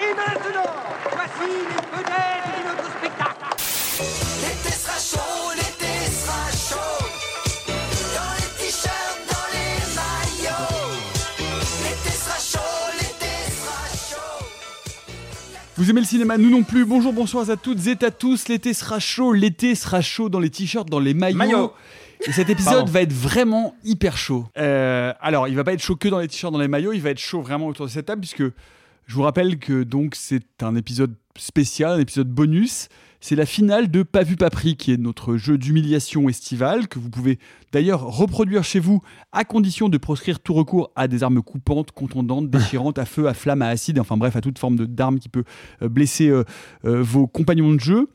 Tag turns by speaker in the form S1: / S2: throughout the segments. S1: Et maintenant, voici les vedettes de notre spectacle. L'été sera chaud, l'été sera chaud. Dans les t-shirts, dans les maillots. L'été sera chaud, l'été sera chaud.
S2: Vous aimez le cinéma, nous non plus. Bonjour, bonsoir à toutes et à tous. L'été sera chaud, l'été sera chaud dans les t-shirts, dans les maillots.
S3: Maillot.
S2: Et cet épisode
S3: Pardon.
S2: va être vraiment hyper chaud. Euh, alors, il va pas être chaud que dans les t-shirts, dans les maillots, il va être chaud vraiment autour de cette table puisque je vous rappelle que donc c'est un épisode spécial, un épisode bonus. C'est la finale de Pas vu pas pris qui est notre jeu d'humiliation estivale que vous pouvez d'ailleurs reproduire chez vous à condition de proscrire tout recours à des armes coupantes, contondantes, déchirantes, à feu, à flamme, à acide, enfin bref, à toute forme de- d'arme qui peut euh, blesser euh, euh, vos compagnons de jeu.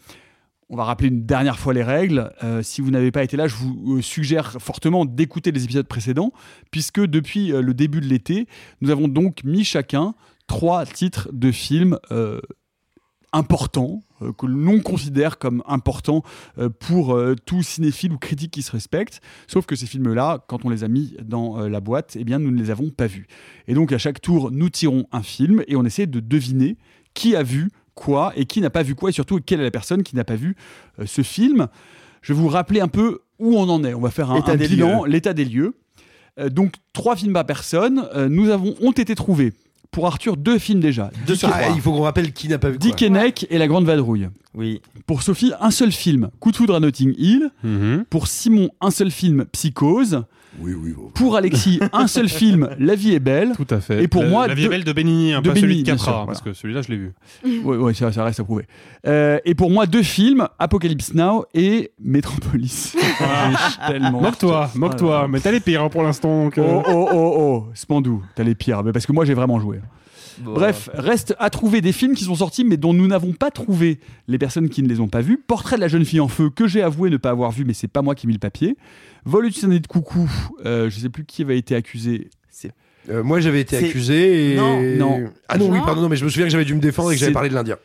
S2: On va rappeler une dernière fois les règles. Euh, si vous n'avez pas été là, je vous euh, suggère fortement d'écouter les épisodes précédents, puisque depuis euh, le début de l'été, nous avons donc mis chacun trois titres de films euh, importants, euh, que l'on considère comme importants euh, pour euh, tout cinéphile ou critique qui se respecte. Sauf que ces films-là, quand on les a mis dans euh, la boîte, eh bien, nous ne les avons pas vus. Et donc, à chaque tour, nous tirons un film et on essaie de deviner qui a vu quoi et qui n'a pas vu quoi, et surtout quelle est la personne qui n'a pas vu euh, ce film. Je vais vous rappeler un peu où on en est. On va faire un,
S3: État
S2: un
S3: des
S2: bilan, l'état des lieux. Euh, donc, trois films par personne euh, nous avons, ont été trouvés. Pour Arthur, deux films déjà. Dick,
S3: Ah, il faut qu'on rappelle qui n'a pas vu
S2: Dick
S3: quoi.
S2: et Neck et La Grande Vadrouille.
S3: Oui.
S2: Pour Sophie, un seul film, Coup de foudre à Notting Hill.
S4: Mhm.
S2: Pour Simon, un seul film, Psychose.
S3: Oui, oui, bon.
S2: Pour Alexis, un seul film, La vie est belle.
S4: Tout à fait.
S2: Et pour
S4: la,
S2: moi,
S4: la vie est
S2: deux-
S4: belle de Benigni, hein,
S2: de
S4: pas
S2: Benigni,
S4: celui de
S2: bien
S4: Capra,
S2: sûr,
S4: parce
S2: voilà.
S4: que celui-là, je l'ai vu.
S2: Oui, ouais, ça, ça reste à prouver. Euh, et pour moi, deux films, Apocalypse Now et Metropolis. J'ai Ah, tellement-
S4: Ah, Moque-toi, moque-toi. Mais t'as les pires hein, pour l'instant. donc, euh,
S2: Oh, oh, oh, oh, Spandou, t'as les pires, mais parce que moi j'ai vraiment joué. Bref, reste à trouver des films qui sont sortis mais dont nous n'avons pas trouvé les personnes qui ne les ont pas vus. Portrait de la jeune fille en feu que j'ai avoué ne pas avoir vu mais c'est pas moi qui ai mis le papier. Vol utilisé de coucou, euh, je sais plus qui avait été accusé.
S3: Euh, moi, j'avais été
S5: C'est-
S3: accusé et...
S5: Non.
S2: Non.
S3: Ah non, oui,
S5: Non.
S3: pardon, non, mais je me souviens que j'avais dû me défendre et que j'avais
S2: C'est-
S3: parlé de l'Indien.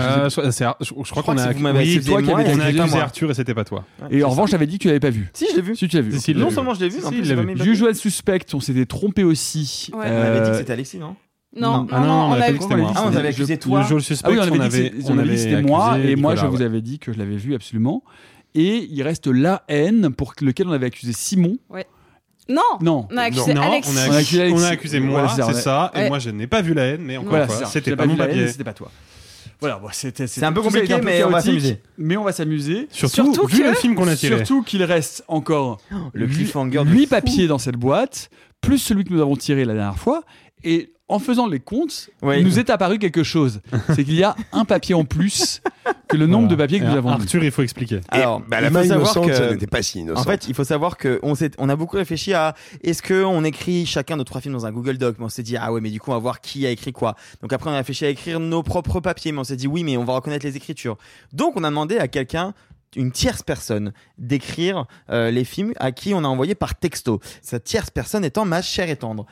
S4: euh, so- c'est Ar- je, je crois qu'on
S5: que
S4: a,
S5: c'est vous m'avez
S4: oui,
S5: accusé,
S4: toi qui
S5: moi,
S4: avais-
S5: et
S4: on a
S5: accusé
S4: accusé
S5: moi.
S4: Arthur et c'était pas toi.
S2: Et en revanche, j'avais dit que tu l'avais pas vu.
S5: Si, je l'ai vu.
S2: Si tu l'as vu.
S4: Si, si, il l'a
S5: Non
S4: vu.
S5: seulement je l'ai vu,
S4: Si,
S5: en
S4: si,
S5: plus,
S4: il
S5: j'ai
S4: l'a
S5: pas
S4: vu.
S5: mis le papier.
S2: Usual Suspect, on s'était trompé aussi.
S5: Ouais.
S2: Euh,
S5: On avait dit que c'était Alexis, non
S6: Non,
S4: Ah
S6: non, non,
S4: on
S6: on
S4: avait
S6: l'a
S4: dit que
S6: vu.
S4: c'était moi.
S5: Ah, on
S2: Je-
S5: avait accusé toi.
S4: Le jour du suspect,
S2: Ah oui, on avait
S4: on
S2: dit que
S4: avait,
S2: c'était-
S4: on
S2: on avait
S4: avait
S2: dit que c'était moi,
S4: accusé
S2: et moi
S4: Nicolas,
S2: je vous
S4: ouais.
S2: avais dit que je l'avais vu absolument. Et il reste la haine pour lequel on avait accusé Simon.
S6: Non,
S2: Non.
S6: on a accusé
S4: Non,
S6: Alex.
S4: on a
S2: On a
S4: accusé,
S2: accusé Alexis.
S4: on a accusé moi,
S2: Voilà, c'est ça,
S4: c'est
S2: ouais.
S4: ça. Et
S6: Ouais.
S4: moi, je n'ai pas vu la haine, mais encore
S2: Voilà,
S4: une
S2: c'est
S4: fois,
S2: ça.
S4: c'était
S2: Tu
S4: pas
S2: l'as
S4: mon
S2: vu, la haine,
S4: papier.
S2: C'était pas toi. Voilà, bon, c'était-
S5: un peu
S2: tout ça a été
S5: compliqué, mais on va
S2: chaotique,
S5: s'amuser.
S2: Mais on va s'amuser.
S4: Surtout,
S6: Surtout
S4: vu
S6: que-
S4: le film qu'on a tiré.
S2: Surtout qu'il reste encore
S5: Le
S2: huit-
S5: cliffhanger de
S2: huit
S5: fou.
S2: papiers dans cette boîte, plus celui que nous avons tiré la dernière fois. Et en faisant les comptes,
S5: Oui.
S2: il nous est apparu quelque chose. C'est qu'il y a un papier en plus que le nombre
S4: Voilà.
S2: de papiers que
S4: Et
S2: nous avons vus.
S4: Arthur, il faut expliquer.
S5: Alors,
S3: bah, la
S5: il faut
S3: main
S5: savoir
S3: innocente
S5: que-
S3: ça n'était pas si innocente.
S5: En fait, il faut savoir que on, s'est- on a beaucoup réfléchi à est-ce que on écrit chacun nos trois films dans un Google Doc, mais on s'est dit ah ouais, mais du coup on va voir qui a écrit quoi. Donc après on a réfléchi à écrire nos propres papiers, mais on s'est dit oui, mais on va reconnaître les écritures. Donc on a demandé à quelqu'un une tierce personne d'écrire euh, les films à qui on a envoyé par texto. Cette tierce personne étant ma chère et tendre.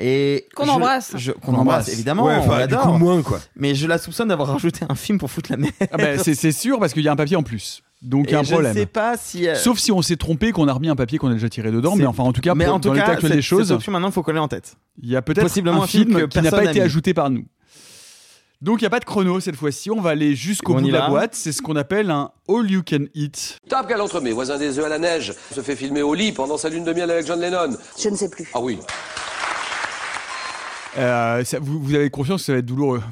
S5: Et
S6: Qu'on
S5: je-
S6: embrasse.
S5: je-
S2: Qu'on
S5: qu'on embrasse
S2: embrasse.
S5: évidemment,
S3: ouais,
S5: on
S3: enfin, du coup,
S5: l'adore.
S3: moins, quoi.
S5: Mais je la soupçonne d'avoir rajouté un film pour foutre la merde.
S2: Ah ben, c'est c'est sûr parce qu'il y a un papier en plus. Donc il y a
S5: Et
S2: un
S5: je
S2: problème.
S5: ne sais pas si. euh,
S2: Sauf si on s'est trompé, qu'on a remis un papier qu'on a déjà tiré dedans,
S5: C'est-
S2: mais enfin en tout cas,
S5: mais
S2: pour-
S5: en tout
S2: dans l'état
S5: cas,
S2: actuel
S5: cette-
S2: des choses,
S5: cette option maintenant, faut qu'on l'ait en tête.
S2: il y a peut-être
S5: possiblement
S2: un
S5: un film
S2: film
S5: que
S2: qui n'a
S5: personne
S2: pas
S5: n'a
S2: été
S5: mis.
S2: ajouté par nous. Donc il n'y a pas de chrono cette fois-ci, on va aller jusqu'au
S5: On
S2: bout
S5: y
S2: de la
S5: va.
S2: boîte, c'est ce qu'on appelle un all you can eat.
S7: Top Gal entre mes voisins des œufs à la neige se fait filmer au lit pendant sa lune de miel avec John Lennon.
S8: Je ne sais plus.
S7: Ah oui.
S2: Euh, ça- vous, vous avez confiance que ça va être douloureux.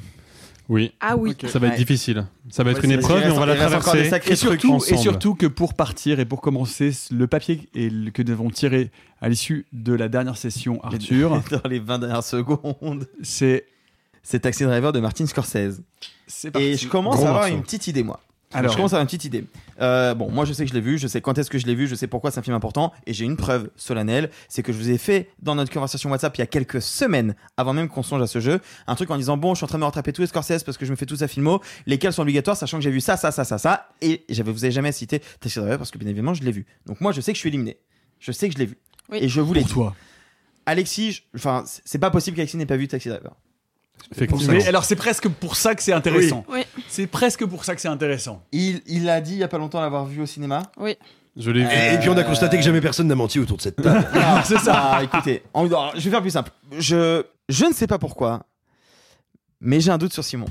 S4: Oui.
S6: Ah oui.
S4: Ça va être
S5: Ouais.
S4: difficile. Ça va être
S5: Ouais,
S4: une
S5: c'est-
S4: épreuve,
S5: il
S4: mais on va la
S5: reste- il reste encore des
S4: traverser.
S5: sacrés
S2: Et surtout,
S4: trucs
S2: et
S4: ensemble.
S2: surtout que pour partir et pour commencer, le papier et le- que nous avons tiré à l'issue de la dernière session, Arthur,
S5: Dans les 20 dernières secondes.
S2: c'est
S5: C'est Taxi Driver de Martin Scorsese.
S2: c'est parti.
S5: Et je commence
S4: Gros
S5: à avoir
S4: morceau.
S5: une petite idée, moi.
S2: Alors.
S5: je commence à avoir une petite idée. Euh, bon, moi je sais que je l'ai vu, je sais quand est-ce que je l'ai vu, je sais pourquoi c'est un film important, et j'ai une preuve solennelle, c'est que je vous ai fait dans notre conversation WhatsApp il y a quelques semaines, avant même qu'on songe à ce jeu, un truc en disant bon, je suis en train de me rattraper tous les Scorsese parce que je me fais tous à filmo, lesquels sont obligatoires, sachant que j'ai vu ça, ça, ça, ça, ça, et je vous ai jamais cité Taxi Driver parce que bien évidemment je l'ai vu. Donc moi je sais que je suis éliminé, je sais que je l'ai vu,
S6: Oui.
S5: et je vous l'ai
S2: Pour
S5: dit.
S2: toi.
S5: Alexis, je- enfin c'est- c'est pas possible qu'Alexis n'ait pas vu Taxi Driver.
S4: Effectivement.
S2: Mais alors, c'est presque pour ça que c'est intéressant.
S6: Oui.
S2: C'est presque pour ça que c'est intéressant.
S5: Il, il a dit il y a pas longtemps l'avoir vu au cinéma.
S4: Je l'ai vu.
S5: Euh,
S3: Et, et puis on a constaté que jamais personne n'a menti autour de cette table.
S5: Ah, c'est ça. écoutez, en- alors, je vais faire plus simple. Je, je ne sais pas pourquoi, mais j'ai un doute sur Simon.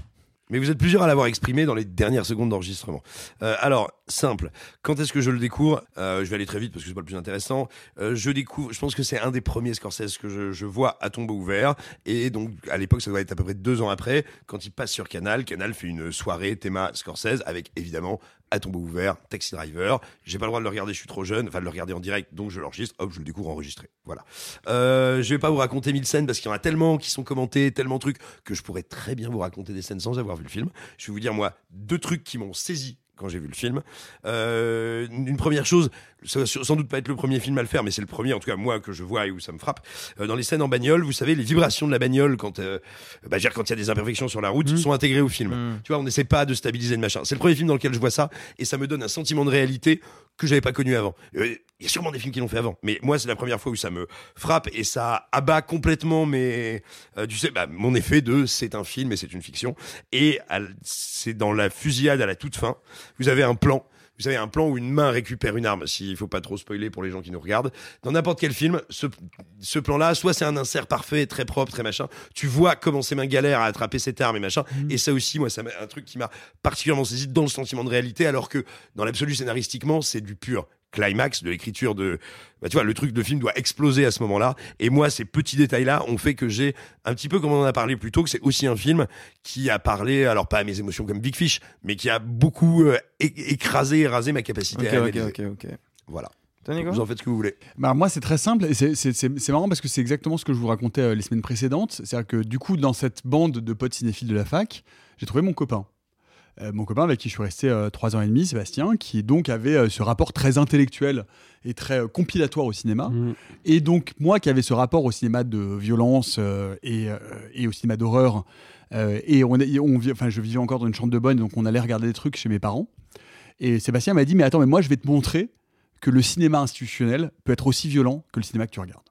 S3: Mais vous êtes plusieurs à l'avoir exprimé dans les dernières secondes d'enregistrement. Euh, alors, simple. Quand est-ce que je le découvre Euh, Je vais aller très vite parce que c'est pas le plus intéressant. Euh, je découvre, je pense que c'est un des premiers Scorsese que je, je vois à tombeau ouvert. Et donc, à l'époque, ça doit être à peu près deux ans après, quand il passe sur Canal. Canal fait une soirée théma Scorsese avec évidemment à tombeau ouvert, Taxi Driver. J'ai pas le droit de le regarder, je suis trop jeune. Enfin, de le regarder en direct, donc je l'enregistre. Hop, je le découvre enregistré. Voilà. Euh, je vais pas vous raconter mille scènes parce qu'il y en a tellement qui sont commentées, tellement de trucs que je pourrais très bien vous raconter des scènes sans avoir vu le film. Je vais vous dire, moi, deux trucs qui m'ont saisi quand j'ai vu le film. Euh, une première chose, ça va sans doute pas être le premier film à le faire, mais c'est le premier, en tout cas, moi, que je vois et où ça me frappe. Euh, dans les scènes en bagnole, vous savez, les vibrations de la bagnole quand, euh, bah, je veux dire, quand il y a des imperfections sur la route, sont intégrées au film. Tu vois, on n'essaie pas de stabiliser le machin. C'est le premier film dans lequel je vois ça et ça me donne un sentiment de réalité que j'avais pas connu avant. Euh, Il y a sûrement des films qui l'ont fait avant, mais moi, c'est la première fois où ça me frappe et ça abat complètement mes, euh, tu sais, bah, mon effet de c'est un film et c'est une fiction. Et à l- c'est dans la fusillade à la toute fin. Vous avez un plan. Vous avez un plan où une main récupère une arme, s'il faut pas trop spoiler pour les gens qui nous regardent. Dans n'importe quel film, ce, ce plan-là, soit c'est un insert parfait, très propre, très machin. Tu vois comment ces mains galèrent à attraper cette arme et machin. Et ça aussi, moi, c'est un truc qui m'a particulièrement saisi dans le sentiment de réalité, alors que dans l'absolu scénaristiquement, c'est du pur climax de l'écriture de bah, tu vois le truc de film doit exploser à ce moment-là et moi ces petits détails là ont fait que j'ai un petit peu comme on en a parlé plus tôt que c'est aussi un film qui a parlé alors pas à mes émotions comme Big Fish mais qui a beaucoup euh, é- écrasé et rasé ma capacité à analyser.
S5: ok.
S3: voilà
S5: Toi, Nico
S3: vous en faites ce que vous voulez
S2: Bah, moi, c'est très simple. et c'est- C'est c'est- c'est marrant parce que c'est exactement ce que je vous racontais euh, les semaines précédentes. C'est-à-dire que du coup, dans cette bande de potes cinéphiles de la fac, j'ai trouvé mon copain. Euh, mon copain avec qui je suis resté euh, trois ans et demi, Sébastien, qui donc avait euh, ce rapport très intellectuel et très euh, compilatoire au cinéma.
S4: Mm.
S2: Et donc, moi qui avais ce rapport au cinéma de violence euh, et, euh, et au cinéma d'horreur, euh, et on, est- on vit- enfin, je vivais encore dans une chambre de bonne, donc on allait regarder des trucs chez mes parents. Et Sébastien m'a dit Mais attends, mais moi je vais te montrer que le cinéma institutionnel peut être aussi violent que le cinéma que tu regardes.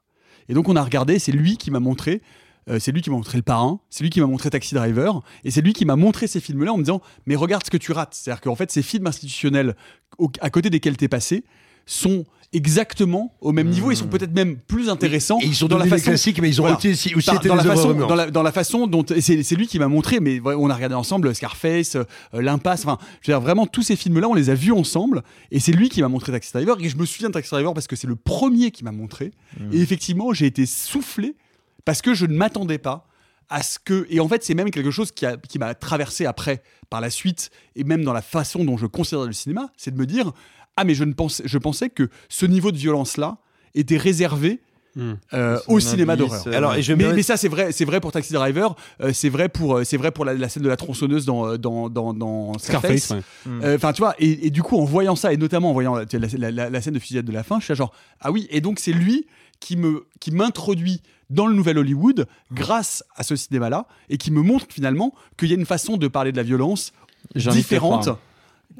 S2: Et donc on a regardé, c'est lui qui m'a montré. euh, c'est lui qui m'a montré Le Parrain, c'est lui qui m'a montré Taxi Driver, et c'est lui qui m'a montré ces films-là en me disant Mais regarde ce que tu rates. C'est-à-dire qu'en fait, ces films institutionnels au- à côté desquels t'es passé sont exactement au même niveau, ils sont peut-être même plus intéressants.
S3: Mmh. et ils sont
S2: dans la
S3: devenus des
S2: façon
S3: classiques mais ils ont
S2: Voilà.
S3: aussi, aussi
S2: par-
S3: été
S2: dans,
S3: des
S2: la
S3: œuvres
S2: façon,
S3: remuantes.
S2: dans, la, dans la façon dont et c'est c'est lui qui m'a montré mais ouais, on a regardé ensemble Scarface euh, L'Impasse enfin je veux dire vraiment tous ces films là on les a vus ensemble et c'est lui qui m'a montré Taxi Driver et je me souviens de Taxi Driver parce que c'est le premier qui m'a montré et effectivement j'ai été soufflé parce que je ne m'attendais pas à ce que et en fait c'est même quelque chose qui a- qui m'a traversé après par la suite et même dans la façon dont je considère le cinéma c'est de me dire ah mais je ne pensais je pensais que ce niveau de violence là était réservé
S4: Mm.
S2: euh, au cinéma d'horreur
S3: alors et je vais me
S2: mais,
S3: permettre-
S2: mais ça c'est vrai, c'est vrai pour Taxi Driver, euh, c'est vrai pour euh, c'est vrai pour la, la scène de la tronçonneuse dans euh, dans dans, dans Scarface.
S4: Scarface, ouais.
S2: Euh, Enfin tu vois et, et du coup en voyant ça et notamment en voyant la, la- la- la- la scène de fusillade de la fin, je suis là genre ah oui et donc c'est lui qui me qui m'introduit dans le nouvel Hollywood grâce à ce cinéma là et qui me montre finalement qu'il y a une façon de parler de la violence
S5: J'ai envie de te
S2: différente
S5: croire.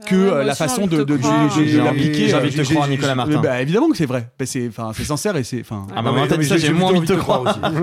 S2: que
S6: Ah ouais,
S2: euh,
S6: moi
S2: la
S6: aussi, j'ai
S2: façon
S6: envie de
S2: de,
S6: te
S2: de, de-
S6: croire.
S2: de- de
S5: J'ai envie,
S2: l'appliquer.
S5: j'ai envie de te
S2: euh,
S5: croire, Nicolas Martin.
S2: mais bah, évidemment que c'est vrai, Bah, c'est enfin c'est sincère et c'est enfin
S5: Ah bah, moi,
S3: attends, mais
S5: ça, j'ai
S3: plutôt
S5: moins envie de te croire.
S3: aussi.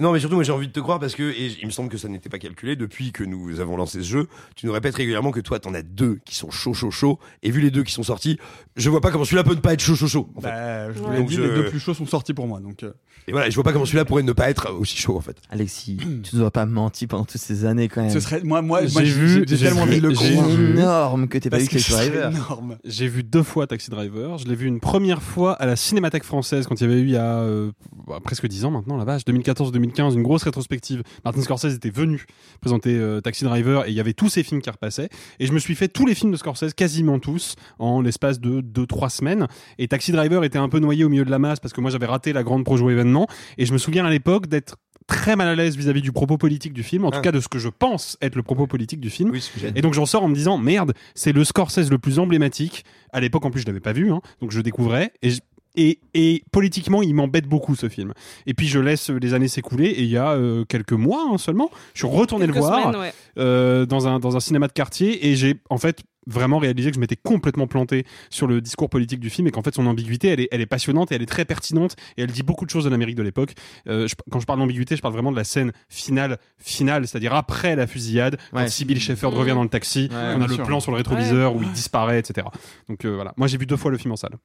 S3: non, mais surtout, moi, j'ai envie de te croire parce que, et il me semble que ça n'était pas calculé depuis que nous avons lancé ce jeu. Tu nous répètes régulièrement que toi, t'en as deux qui sont chaud, chaud, chaud. Et vu les deux qui sont sortis, je vois pas comment celui-là peut ne pas être chaud, chaud, chaud. en fait.
S2: Bah, je vous
S6: Ouais.
S2: l'ai
S3: Donc,
S2: dit,
S3: je-
S2: les deux plus chauds sont sortis pour moi donc. euh,
S3: Et voilà, je vois pas comment celui-là pourrait ne pas être aussi chaud, en fait.
S5: Alexis, tu ne dois pas menti pendant toutes ces années quand même.
S2: Ce serait moi moi
S4: J'ai
S2: moi, j'ai
S4: vu-
S2: j'ai
S4: j'ai
S2: tellement
S4: vu-
S2: envie de le
S4: j'ai
S2: croire
S4: vu-
S5: énorme que t'aies pas
S2: parce
S5: vu
S2: que
S5: Taxi
S2: ce serait
S5: Driver.
S2: énorme.
S4: J'ai vu deux fois Taxi Driver. Je l'ai vu une première fois à la Cinémathèque française quand il y avait eu il y a euh, bah, presque 10 ans maintenant, la vache, 2014-2015, une grosse rétrospective. Martin Scorsese était venu présenter euh, Taxi Driver et il y avait tous ces films qui repassaient. Et je me suis fait tous les films de Scorsese, quasiment tous, en l'espace de 2-3 semaines. Et Taxi Driver était un peu noyé au milieu de la masse parce que moi j'avais raté la grande projo événement. Et je me souviens à l'époque d'être très mal à l'aise vis-à-vis du propos politique du film, en
S3: Ah.
S4: tout cas de ce que je pense être le propos politique du film.
S3: Oui, ce que j'ai dit.
S4: Et donc j'en sors en me disant merde, c'est le Scorsese le plus emblématique. À l'époque en plus je l'avais pas vu, hein, donc je découvrais et je- Et, et politiquement, il m'embête beaucoup ce film. Et puis je laisse les années s'écouler. Et il y a euh, quelques mois hein, seulement, je suis retourné le
S6: Quelques
S4: voir
S6: semaines, ouais.
S4: euh, dans un dans un cinéma de quartier et j'ai en fait vraiment réalisé que je m'étais complètement planté sur le discours politique du film et qu'en fait son ambiguïté elle est, elle est passionnante et elle est très pertinente et elle dit beaucoup de choses de l'Amérique de l'époque Euh, je- quand je parle d'ambiguïté je parle vraiment de la scène finale finale c'est-à-dire après la fusillade
S5: Ouais.
S4: quand Sybil Shepherd
S6: Mmh.
S4: revient dans le taxi
S5: Ouais,
S4: on
S2: bien
S4: a le
S2: sûr.
S4: plan sur le rétroviseur où il disparaît etc donc euh, voilà moi j'ai vu deux fois le film en salle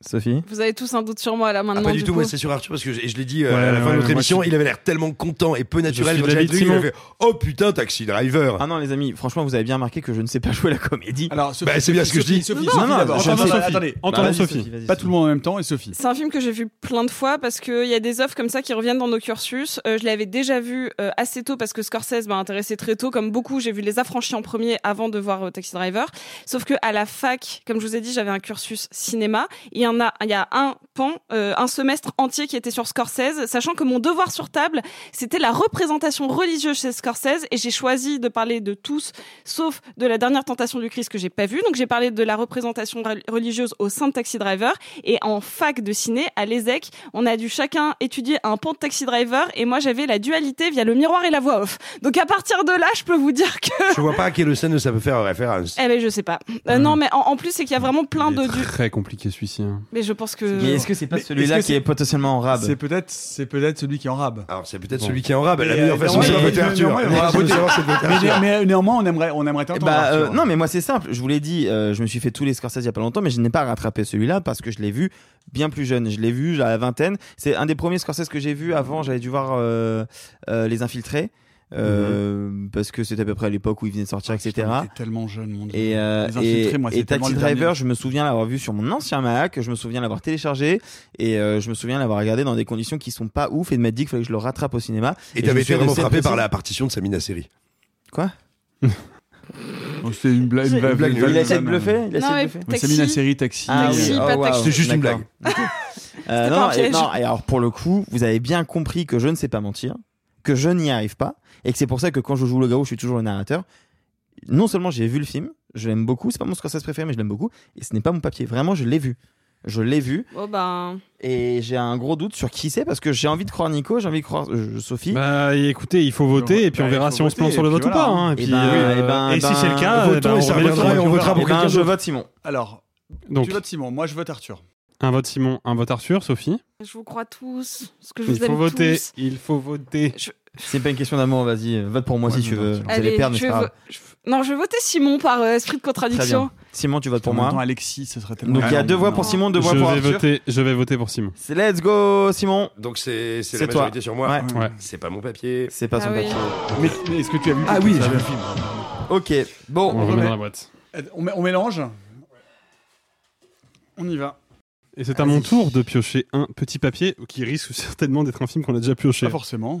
S5: Sophie
S6: Vous avez tous un doute sur moi là
S3: Ah,
S6: maintenant.
S3: pas du, tout,
S6: coup.
S3: moi c'est sur Arthur parce que je, je l'ai dit euh,
S4: Ouais,
S3: à la fin
S4: ouais,
S3: de notre
S4: ouais, moi,
S3: émission,
S4: je-
S3: il avait l'air tellement content et peu naturel
S4: suis
S3: quand j'ai
S4: David
S3: dit, il
S4: Simon.
S3: avait fait Oh putain, Taxi Driver
S5: Ah non, les amis, franchement, vous avez bien remarqué que je ne sais pas jouer la comédie.
S2: Alors, Sophie,
S3: Bah, c'est bien ce que je
S2: Sophie,
S3: dis.
S2: Sophie,
S5: Non,
S2: Sophie
S5: non,
S2: d'abord.
S5: j'entends
S2: Attendez,
S5: Sophie. Bah,
S2: attendez.
S4: Entendons
S5: vas-y,
S4: Sophie.
S5: vas-y,
S2: Pas tout le monde en même temps et Sophie.
S6: C'est un film que j'ai vu plein de fois parce qu'il y a des offres comme ça qui reviennent dans nos cursus. Euh, je l'avais déjà vu euh, assez tôt parce que Scorsese m'a intéressé très tôt. Comme beaucoup, j'ai vu Les Affranchis en premier avant de voir euh, Taxi Driver. Sauf que à la fac, comme je vous ai dit, j'avais un cursus cinéma. Il y en a, il y a un pan, euh, un semestre entier qui était sur Scorsese, sachant que mon devoir sur table, c'était la représentation religieuse chez Scorsese et j'ai choisi de parler de tous sauf de la dernière tentation du Christ que j'ai pas vue. Donc j'ai parlé de la représentation rel- religieuse au sein de Taxi Driver et en fac de ciné à l'ESEC, on a dû chacun étudier un pan de Taxi Driver et moi j'avais la dualité via le miroir et la voix off. Donc à partir de là, je peux vous dire que
S3: Je vois pas à quelle scène ça peut faire référence.
S6: eh ben je sais pas. Euh,
S4: Ouais.
S6: Non mais en, en plus c'est qu'il y a vraiment plein
S4: Il est
S6: de du...
S4: très compliqué celui-ci hein.
S6: mais je pense que
S5: Mais est-ce que c'est pas
S2: Mais
S5: celui-là
S2: est-ce que
S5: qui est... potentiellement en rab
S2: C'est peut-être c'est peut-être celui qui est en rab.
S3: Alors c'est peut-être
S4: Bon.
S3: celui qui est en rab, la
S2: Mais,
S3: meilleure
S2: euh,
S3: façon
S5: non,
S3: c'est de
S5: mais-
S3: voter
S2: mais-
S3: Arthur. La
S2: mais- mais-
S3: meilleure façon de
S2: mais-
S3: savoir, c'est de voter
S2: Mais,
S3: Arthur.
S2: mais euh, néanmoins, on aimerait on aimerait t'entendre.
S5: Bah, euh,
S2: Arthur.
S5: non, mais moi c'est simple. Je vous l'ai dit, euh, je me suis fait tous les Scorsese il y a pas longtemps, mais je n'ai pas rattrapé celui-là parce que je l'ai vu bien plus jeune. Je l'ai vu à la vingtaine. C'est un des premiers Scorsese que j'ai vu. Avant, j'avais dû voir euh, euh, Les Infiltrés euh, parce que c'était à peu près à l'époque où il venait de sortir, etc.
S2: Mhm. Ah, Putain, mais t'es tellement jeune, mon dieu.
S5: Et, euh,
S2: Les
S5: et,
S2: Infiltrés, moi, c'est
S5: et
S2: tellement
S5: Taxi
S2: le
S5: Driver,
S2: dernier.
S5: je me souviens l'avoir vu sur mon ancien Mac, je me souviens l'avoir téléchargé et euh, je me souviens l'avoir regardé dans des conditions qui sont pas ouf et de m'être dit qu'il fallait que je le rattrape au cinéma.
S3: Et
S5: je me
S3: t'avais été
S5: suis
S3: vraiment
S5: resté
S3: frappé par
S5: pressé.
S3: la partition de Samina Seri.
S2: Oh, c'est une blague.
S5: Il
S2: une blague-
S3: blague,
S2: une
S5: a essayé de
S2: blague-
S5: bluffer Il a
S6: Non,
S5: essayé de
S6: mais-
S5: bluffer
S2: Ouais,
S6: Taxi.
S2: C'est mis la série euh, Taxi.
S5: Ah oui,
S6: Taxi,
S5: oh,
S6: pas
S5: wow.
S6: taxi.
S3: C'était juste une
S5: D'accord.
S3: blague.
S5: Euh,
S6: C'était
S5: non,
S6: pas un
S5: et-
S6: piège.
S5: non, et alors pour le coup, vous avez bien compris que je ne sais pas mentir, que je n'y arrive pas, et que c'est pour ça que quand je joue le garou, je suis toujours le narrateur. Non seulement j'ai vu le film, je l'aime beaucoup, c'est pas mon Scorsese préféré, mais je l'aime beaucoup, et ce n'est pas mon papier. Vraiment, je l'ai vu. Je l'ai vu,
S6: Bon ben
S5: et j'ai un gros doute sur qui c'est, parce que j'ai envie de croire Nico, j'ai envie de croire euh, Sophie.
S4: Bah écoutez, il faut voter et puis
S2: Bah,
S4: on verra
S2: il faut
S4: si on se
S2: voter,
S4: plante sur le
S2: et
S4: vote
S2: puis
S4: ou pas.
S2: voilà.
S4: hein.
S5: Et
S4: Et, puis,
S5: ben,
S4: euh,
S5: et ben,
S4: et si
S5: ben,
S4: c'est le cas,
S3: Hein, votons
S4: eh ben,
S3: et
S4: on
S3: ça
S4: remet le
S3: reviendra
S4: vote.
S3: et on votera pour
S5: Eh ben,
S3: quelqu'un
S5: je
S3: d'autre.
S5: vote Simon.
S2: Alors,
S4: Donc,
S2: tu votes Simon, moi je vote Arthur.
S4: un vote Simon, un vote Arthur, Sophie.
S6: je vous crois tous, ce que je vous
S4: Il faut
S6: aime
S4: voter,
S6: tous.
S4: il faut voter.
S5: C'est pas une question d'amour, vas-y, euh, vote pour moi
S2: Ouais,
S5: si
S2: mais
S5: tu
S2: non,
S5: veux.
S2: Simon.
S5: Vous allez
S6: Allez,
S5: perdre, mais
S6: je
S5: c'est
S6: vais
S5: pas grave.
S6: vo- je- non, je vais voter Simon par euh, esprit de
S5: Très
S6: contradiction.
S5: bien. Simon, tu votes pour
S2: En même temps,
S5: moi.
S2: Alexis, ce serait tellement.
S5: Donc il y a
S2: Non,
S5: deux
S2: non,
S5: voix
S2: non.
S5: pour Simon, deux
S4: Je
S5: voix pour
S4: vais,
S5: Arthur.
S4: voter, je vais voter pour Simon.
S5: C'est let's go, Simon.
S3: Donc c'est c'est
S5: C'est
S3: la
S5: toi.
S3: majorité sur moi.
S5: Ouais.
S4: Ouais.
S3: C'est pas mon papier.
S5: C'est pas
S6: Ah
S5: son
S6: oui.
S5: papier.
S2: Mais, mais est-ce que tu as vu
S3: Ah
S2: tout
S3: oui,
S2: ça
S3: j'ai vu le
S5: Ok,
S4: On,
S5: bon.
S4: le remet
S2: remet.
S4: dans la boîte.
S2: Euh, On, mé- on mélange. On y va.
S4: Et c'est à mon tour de piocher un petit papier qui risque certainement d'être un film qu'on a déjà pioché.
S2: Pas forcément.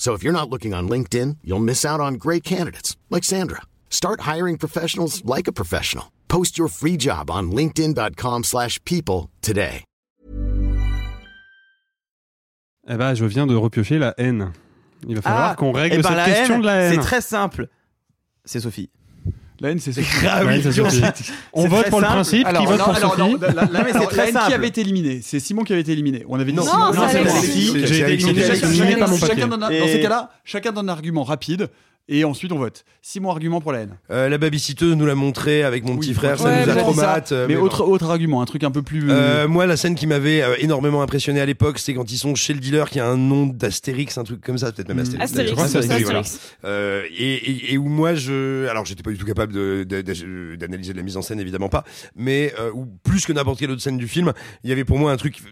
S9: So if you're not looking on LinkedIn, you'll miss out on great candidates like Sandra. Start hiring professionals like a professional. Post your free job on linkedin.com/people slash people today.
S4: Eh ben, je viens de repiocher la haine. Il va falloir qu'on règle
S5: eh ben,
S4: cette
S5: la
S4: question
S5: haine,
S4: de la haine.
S5: C'est très simple. C'est Sophie.
S2: La haine, c'est ça.
S3: Ah
S4: Ouais, ça suffit. On
S5: c'est
S4: vote
S5: très
S4: pour le
S5: simple.
S4: principe, qui
S2: Alors,
S4: vote
S2: non,
S4: pour
S2: alors,
S4: Sophie.
S2: non, la- la- la-
S5: mais c'est
S2: alors,
S5: très
S2: la haine qui
S5: simple.
S2: avait été éliminé C'est Simon qui avait été éliminé. On avait dit
S3: Non,
S2: Simon.
S6: Non, c'est
S2: c'était
S6: Alexis.
S2: Alexis.
S4: J'ai été
S3: Alexis.
S4: éliminé,
S2: Chacun-
S4: éliminé par mon
S2: chacun
S4: papier.
S2: donne un- dans
S5: Et-
S2: ces cas-là, chacun donne un argument rapide. Et ensuite, on vote. Six mots arguments pour la haine.
S3: Euh, la babysitteuse nous l'a montré avec mon petit frère, ça
S2: Ouais,
S3: nous a
S2: j'ai dit
S3: traumatisé.
S2: ça.
S3: euh,
S2: Mais,
S3: bon.
S2: autre, autre argument, un truc un peu plus.
S3: Euh, moi, la scène qui m'avait euh, énormément impressionné à l'époque, c'est quand ils sont chez le dealer qui a un nom d'Astérix, un truc comme ça, peut-être
S5: Hmm.
S3: même
S2: Mhm.
S3: Astérix.
S2: Astérix,
S3: Je crois que Ah, bah, c'est
S2: Astérix,
S3: voilà.
S2: Astérix.
S3: Euh, et, et- et où moi, je, alors j'étais pas du tout capable de- de- de- d'analyser la mise en scène, évidemment pas, mais euh, où plus que n'importe quelle autre scène du film, il y avait pour moi un truc,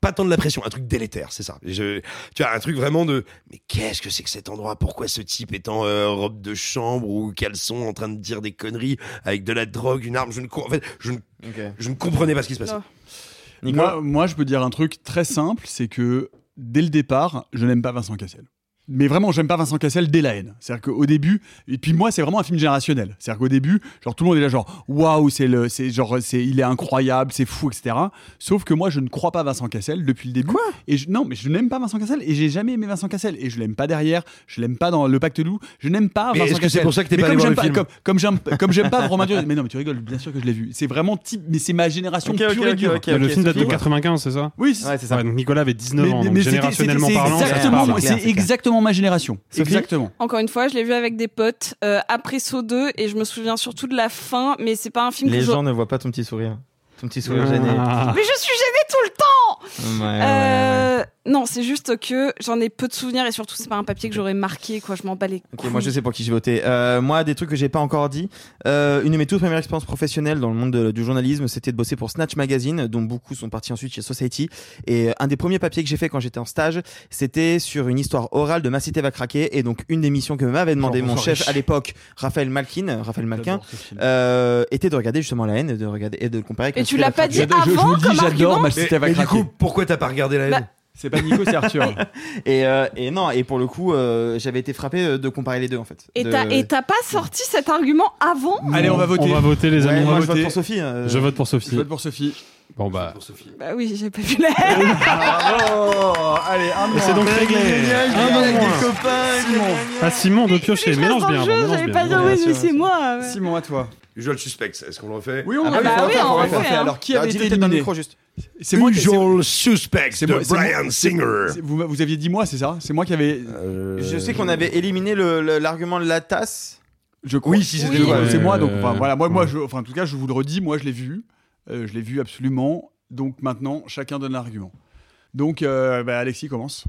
S3: pas tant de la pression, un truc délétère, c'est ça. Et je- tu vois, un truc vraiment de, mais qu'est-ce que c'est que cet endroit Pourquoi ce type est en euh, robe de chambre ou caleçon en train de dire des conneries avec de la drogue, une arme Je ne, co- en fait, je ne, je ne comprenais pas ce qui se passait.
S2: Moi, moi, je peux dire un truc très simple, c'est que dès le départ, je n'aime pas Vincent Cassel. Mais vraiment, j'aime pas Vincent Cassel dès la haine. C'est-à-dire qu'au début, et puis moi, c'est vraiment un film générationnel. C'est-à-dire qu'au début, genre tout le monde est là, genre waouh, c'est le, c'est genre, c'est, il est incroyable, c'est fou, etc. Sauf que moi, je ne crois pas Vincent Cassel depuis le début. et je- non, mais je n'aime pas Vincent Cassel et j'ai jamais aimé Vincent Cassel et je l'aime pas derrière, je l'aime pas dans Le Pacte Loup, je n'aime pas
S3: Mais
S2: Vincent
S3: est-ce que
S2: Cassel.
S3: c'est pour ça que t'es
S2: Mais
S3: pas
S2: comme
S3: allé voir
S2: j'aime
S3: le film
S2: comme, comme j'aime, Bah, comme j'aime pas Romain Duris- Mais non, mais tu rigoles, bien sûr que je l'ai vu. C'est vraiment type, mais c'est ma génération
S5: Ok, ok,
S2: pure et
S5: ok,
S2: dure.
S5: ok,
S4: le film date de
S2: Sophie.
S4: 95, c'est ça
S2: Oui, c'est-
S5: Ouais, c'est ça.
S4: Ouais, donc Nicolas avait 19 ans, donc
S2: c'était-
S4: générationnellement
S2: c'était-
S4: parlant.
S2: c'est
S4: ça
S2: exactement,
S4: parle.
S2: moi- c'est exactement ma génération. Exactement.
S6: Encore une fois, je l'ai vu avec des potes euh, après Saut 2 et je me souviens surtout de la fin, mais c'est pas un film
S5: Les
S6: que je...
S5: gens ne voient pas ton petit sourire. Ton petit sourire gêné.
S4: Ah.
S6: Mais je suis gênée tout le temps
S5: Ouais, ouais, ouais.
S6: Euh, Non, c'est juste que j'en ai peu de souvenirs et surtout, c'est pas un papier que j'aurais marqué, quoi. Je m'en bats les
S5: Ok,
S6: couilles.
S5: moi je sais pour qui j'ai voté. Euh, moi, des trucs que j'ai pas encore dit. Euh, une de mes toutes premières expériences professionnelles dans le monde de- du journalisme, c'était de bosser pour Snatch Magazine, dont beaucoup sont partis ensuite chez Society. Et euh, un des premiers papiers que j'ai fait quand j'étais en stage, c'était sur une histoire orale de Ma Cité va craquer. Et donc, une des missions que m'avait demandé
S3: Genre,
S5: mon
S3: bonsoir,
S5: chef
S3: riche.
S5: à l'époque, Raphaël Malkin, euh, Raphaël Malkin, euh, était de regarder justement la haine, et de regarder et de le comparer. Avec
S6: Et
S5: Ma
S6: tu
S5: Cité
S6: l'as
S5: va
S6: pas dit
S5: craquer.
S2: Je- je- je
S6: avant
S2: vous le dis,
S6: comme
S2: j'adore
S6: argument
S2: ma
S3: Mais,
S2: cité va
S3: mais du
S2: craquer.
S3: coup, pourquoi t'as pas regardé la haine
S6: Bah,
S2: C'est pas Nico, c'est Arthur.
S5: Et, euh, et non, et pour le coup, euh, j'avais été frappé euh, de comparer les deux en fait.
S6: Et
S5: De-
S6: t'as- et t'as pas sorti cet argument avant
S2: Allez, on va voter.
S4: On va voter, les
S5: Ouais,
S4: amis.
S5: moi,
S4: on
S5: je
S4: va
S5: vote
S4: voter.
S5: pour Sophie. euh.
S4: Je vote pour
S2: Je
S4: Sophie.
S2: vote pour Sophie.
S4: Bon, bah.
S6: Bah oui, j'ai pas vu la
S5: Ah,
S2: Bravo Allez, un
S4: Et c'est donc réglé. Un
S5: Avec
S4: bon
S5: des
S4: moins.
S5: copains,
S4: Ah, Simon de piocher.
S6: Je reste
S4: Mélange
S6: dans le
S4: bien.
S6: jeu,
S4: mélange
S6: j'allais
S4: bien.
S6: pas dire
S4: Mélange
S6: oui, mais
S4: bien.
S6: c'est moi. ouais.
S2: Simon, à toi.
S3: Je le suspecte. Est-ce qu'on le refait
S2: Oui, on
S5: Ah,
S2: va
S5: bah
S2: le Bah,
S5: oui,
S2: faire,
S5: on
S2: on va le
S5: refait,
S2: faire.
S6: hein.
S2: Alors, qui
S5: Qui
S2: avait
S5: a
S2: été
S5: dit dans le
S2: éliminé
S5: micro juste
S2: C'est moi qui- c'est-
S3: suspect
S2: c'est moi- c'est moi- c'est- c'est- Vous vous aviez dit moi, c'est ça C'est moi qui avais.
S4: Euh,
S5: Je sais qu'on avait éliminé le- le- l'argument de la tasse.
S2: Je crois.
S3: Oui, si c'était
S6: Oui.
S3: toi.
S2: c'est
S4: Ouais,
S2: moi, donc
S4: euh,
S2: enfin, voilà. Moi, moi,
S4: ouais.
S2: je, enfin, en tout cas, je vous le redis, moi, je l'ai vu, Euh, je l'ai vu absolument. Donc maintenant, chacun donne l'argument. Donc, euh, bah, Alexis commence.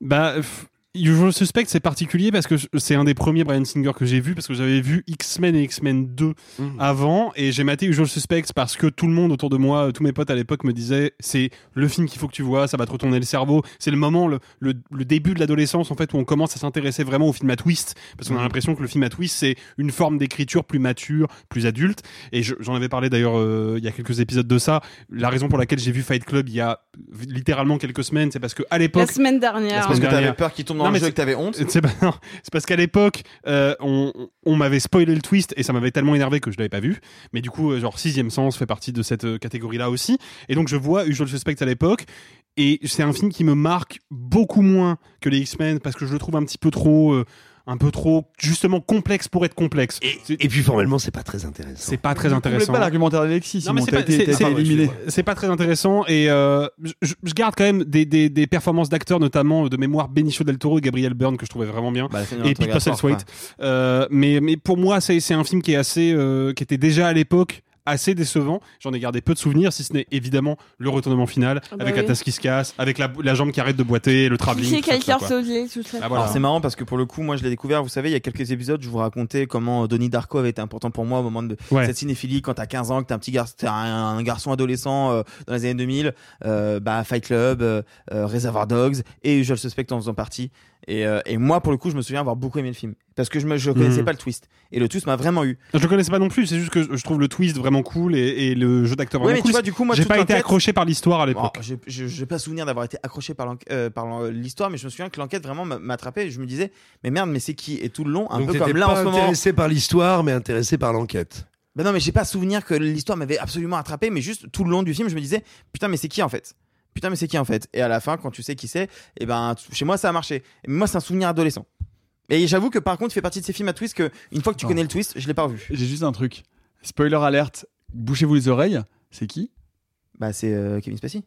S4: Bah, f- Usual Suspect, c'est particulier parce que je- c'est un des premiers Brian Singer que j'ai vu parce que j'avais vu X-Men et X-Men 2 avant et j'ai maté Usual Suspect parce que tout le monde autour de moi, euh, tous mes potes à l'époque me disaient c'est le film qu'il faut que tu vois, ça va te retourner le cerveau. C'est le moment, le, le- le début de l'adolescence en fait où on commence à s'intéresser vraiment au film à twist parce qu'on a l'impression que le film à twist c'est une forme d'écriture plus mature, plus adulte. Et je- j'en avais parlé d'ailleurs euh, il y a quelques épisodes de ça. La raison pour laquelle j'ai vu Fight Club il y a littéralement quelques semaines, c'est parce que à
S6: La
S4: l'époque
S6: semaine dernière.
S4: La
S5: Parce que
S4: dernière.
S5: t'avais peur qu'il tombe dans
S4: Non,
S5: le
S4: mais
S5: jeu et
S4: c'est-
S5: que t'avais honte.
S4: c'est pas- non, c'est parce qu'à l'époque, euh, on, on m'avait spoilé le twist et ça m'avait tellement énervé que je l'avais pas vu. Mais du coup, euh, genre sixième sens fait partie de cette euh, catégorie-là aussi. Et donc je vois Usual Suspect à l'époque. Et c'est un film qui me marque beaucoup moins que les X-Men parce que je le trouve un petit peu trop, euh, un peu trop justement complexe pour être complexe.
S3: Et,
S4: C'est-
S3: et puis formellement, c'est pas très intéressant.
S4: C'est pas très
S2: Complète
S4: intéressant.
S2: pas l'argumentaire d'Alexis,
S4: Non, mais
S2: Simon.
S4: c'est
S2: T'as
S4: pas-
S2: été,
S4: c'est-
S2: t'as été
S4: c'est-
S2: éliminé.
S4: C'est pas très intéressant et euh, je- je, je garde quand même des, des- des performances d'acteurs, notamment euh, de mémoire Benicio del Toro et Gabriel Byrne que je trouvais
S5: Bah,
S4: vraiment bien. et puis Russell Swaite. Euh, mais, mais pour moi, c'est c'est un film qui est assez, euh, qui était déjà à l'époque assez décevant. J'en ai gardé peu de souvenirs, si ce n'est évidemment le retournement final
S6: Ah bah
S4: avec
S6: oui.
S4: la tasse qui se casse, avec la, la jambe qui arrête de boiter, le travelling.
S6: Qui est
S4: tout ça,
S6: Kaikar
S4: tout ça, quoi.
S6: Sodley, tout ça.
S4: Ah, voilà.
S5: Alors c'est marrant parce que pour le coup, moi je l'ai découvert, vous savez, il y a quelques épisodes, je vous racontais comment euh, Donnie Darko avait été important pour moi au moment de
S4: Ouais.
S5: cette cinéphilie quand t'as 15 ans, que t'es un petit garçon, t'es un, un garçon adolescent euh, dans les années 2000, euh, bah Fight Club, euh, euh, Reservoir Dogs et Usual Suspect en faisant partie. Et, euh, et moi pour le coup, je me souviens avoir beaucoup aimé le film parce que je me je connaissais
S4: Mhm.
S5: pas le twist et le twist m'a vraiment eu.
S4: Je le connaissais pas non plus, c'est juste que je trouve le twist vraiment cool et, et le jeu d'acteur
S5: Ouais,
S4: vraiment
S5: mais tu
S4: cool.
S5: vois, du coup, moi,
S4: J'ai
S5: toute
S4: pas
S5: ma
S4: été
S5: tête-
S4: accroché par l'histoire à l'époque.
S5: Oh, je- je je vais pas souvenir d'avoir été accroché par l'enqu- euh, par l'en- l'histoire, mais je me souviens que l'enquête vraiment m'a- m'attrapait. Je me disais, mais merde, mais c'est qui Et tout le long, un
S3: Donc
S5: peu
S3: t'étais
S5: comme là
S3: pas
S5: en ce moment.
S3: intéressé par l'histoire, mais intéressé par l'enquête.
S5: Ben non, mais j'ai pas souvenir que l'histoire m'avait absolument attrapé, mais juste tout le long du film, je me disais, putain, mais c'est qui en fait Putain, mais c'est qui en fait Et à la fin, quand tu sais qui c'est, et ben tu- chez moi ça a marché. Mais moi, c'est un souvenir adolescent. Et j'avoue que par contre, il fait partie de ces films à twist que une fois que tu
S2: Non.
S5: connais le twist, je l'ai pas revu.
S2: J'ai juste un truc. Spoiler alerte, bouchez-vous les oreilles. C'est qui
S5: Bah c'est euh, Kevin Spacey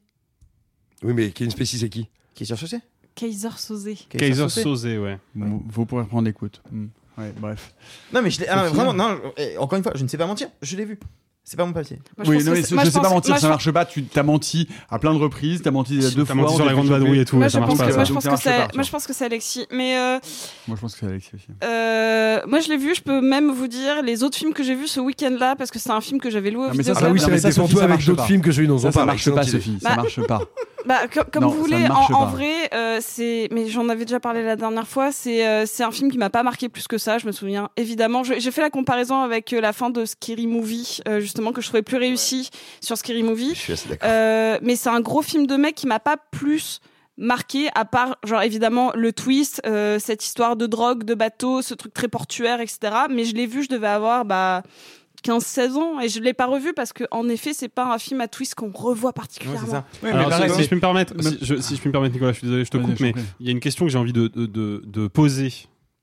S3: Oui, mais Kevin Spacey, c'est qui
S5: qui est cherché.
S6: Kaiser Sosé.
S4: Kaiser Soze, ouais.
S2: Vous vous pourrez reprendre l'écoute. Mm. Ouais, bref.
S5: Non, mais je l'ai- ah, non,
S2: C'est fou. hein.
S5: vraiment, non, je- eh, encore une fois, je ne sais pas mentir, je l'ai vu. C'est pas mon papier.
S2: oui, non, mais je, sais pas mentir, ça marche pas. Tu t'as menti à plein de reprises, t'as menti deux
S4: t'as
S2: fois.
S4: menti
S2: on
S4: sur
S2: t'a
S4: la grande
S2: fait choper.
S4: vadrouille et tout,
S6: Moi, je
S4: ça marche
S6: pense
S4: pas,
S6: que-
S4: ça.
S6: moi,
S2: Donc,
S6: je pense
S2: ça
S6: que
S2: marche pas,
S6: c'est-
S2: ça.
S6: moi, je pense que c'est Alexis. Mais euh,
S2: Moi, je pense que c'est Alexis aussi.
S6: euh, moi, je l'ai vu. Je peux même vous dire les autres films que j'ai vus ce week-end-là parce que c'est un film que j'avais loué au
S2: mais ça,
S6: vidéo.
S3: Ah bah oui, ça
S2: mais
S3: va
S2: ça,
S3: être
S2: Sophie,
S3: pour toi
S2: ça
S3: avec
S2: marche
S3: d'autres
S2: pas.
S3: films que j'ai eu, non,
S2: Ça,
S3: on
S2: ça
S3: parle,
S2: marche pas,
S3: excellente idée.
S2: Sophie. Ça
S6: Bah-
S2: marche pas.
S6: Bah, co- comme
S2: Non,
S6: vous
S2: ça
S6: voulez,
S2: ne
S6: en,
S2: marche
S6: en
S2: pas.
S6: vrai, euh, c'est. Mais j'en avais déjà parlé la dernière fois. C'est euh, c'est un film qui m'a pas marqué plus que ça. Je me souviens évidemment. Je- J'ai fait la comparaison avec euh, la fin de Scary Movie, euh, justement que je trouvais plus réussie sur Scary Movie.
S3: Je suis assez d'accord.
S6: Euh, mais c'est un gros film de mec qui m'a pas plus marqué à part genre évidemment le twist euh, cette histoire de drogue de bateau ce truc très portuaire etc mais je l'ai vu je devais avoir bah 15-16 ans et je l'ai pas revu parce que en effet c'est pas un film à twist qu'on revoit
S5: Ouais, c'est
S6: particulièrement
S5: ça.
S4: Alors, si-
S2: pareil,
S4: si,
S2: mais-
S4: je puis me permettre,
S2: mais-
S4: si, je, si je puis me permettre, Nicolas, je suis désolé, je te
S2: Vas-y,
S4: coupe,
S2: je t'en
S4: mais
S2: prie.
S4: il y a une question que j'ai envie de, de, de- de poser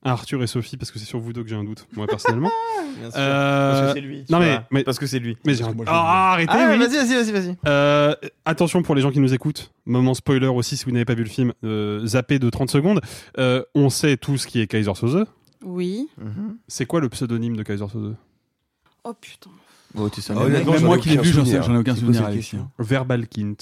S4: à Arthur et Sophie parce que c'est sur vous deux que j'ai un doute, moi personnellement.
S5: Bien sûr.
S4: Euh,
S5: Parce que c'est lui. tu
S4: non, mais-
S5: vois.
S4: mais-
S5: Parce que c'est lui.
S4: mais j'ai un...
S2: Parce que moi, je-
S4: Ah, arrêtez,
S5: Ah,
S4: oui.
S5: vas-y, vas-y, vas-y, vas-y.
S4: Euh, attention pour les gens qui nous écoutent, moment spoiler aussi si vous n'avez pas vu le film, euh, zappez de 30 secondes. Euh, on sait tous qui est Kaiser Soze.
S6: oui
S5: Mhm.
S4: C'est quoi le pseudonyme de Kaiser Soze
S6: oh putain
S5: Bon, tu sais,
S3: Ah, honnêtement,
S2: Même
S3: j'en ai
S2: moi qui l'ai
S3: aucun
S2: vu, j'en sais-
S3: souvenir.
S2: j'en ai aucun
S5: C'est
S2: souvenir.
S5: quoi cette
S2: Alexis. hein.
S5: question
S4: Verbalkind.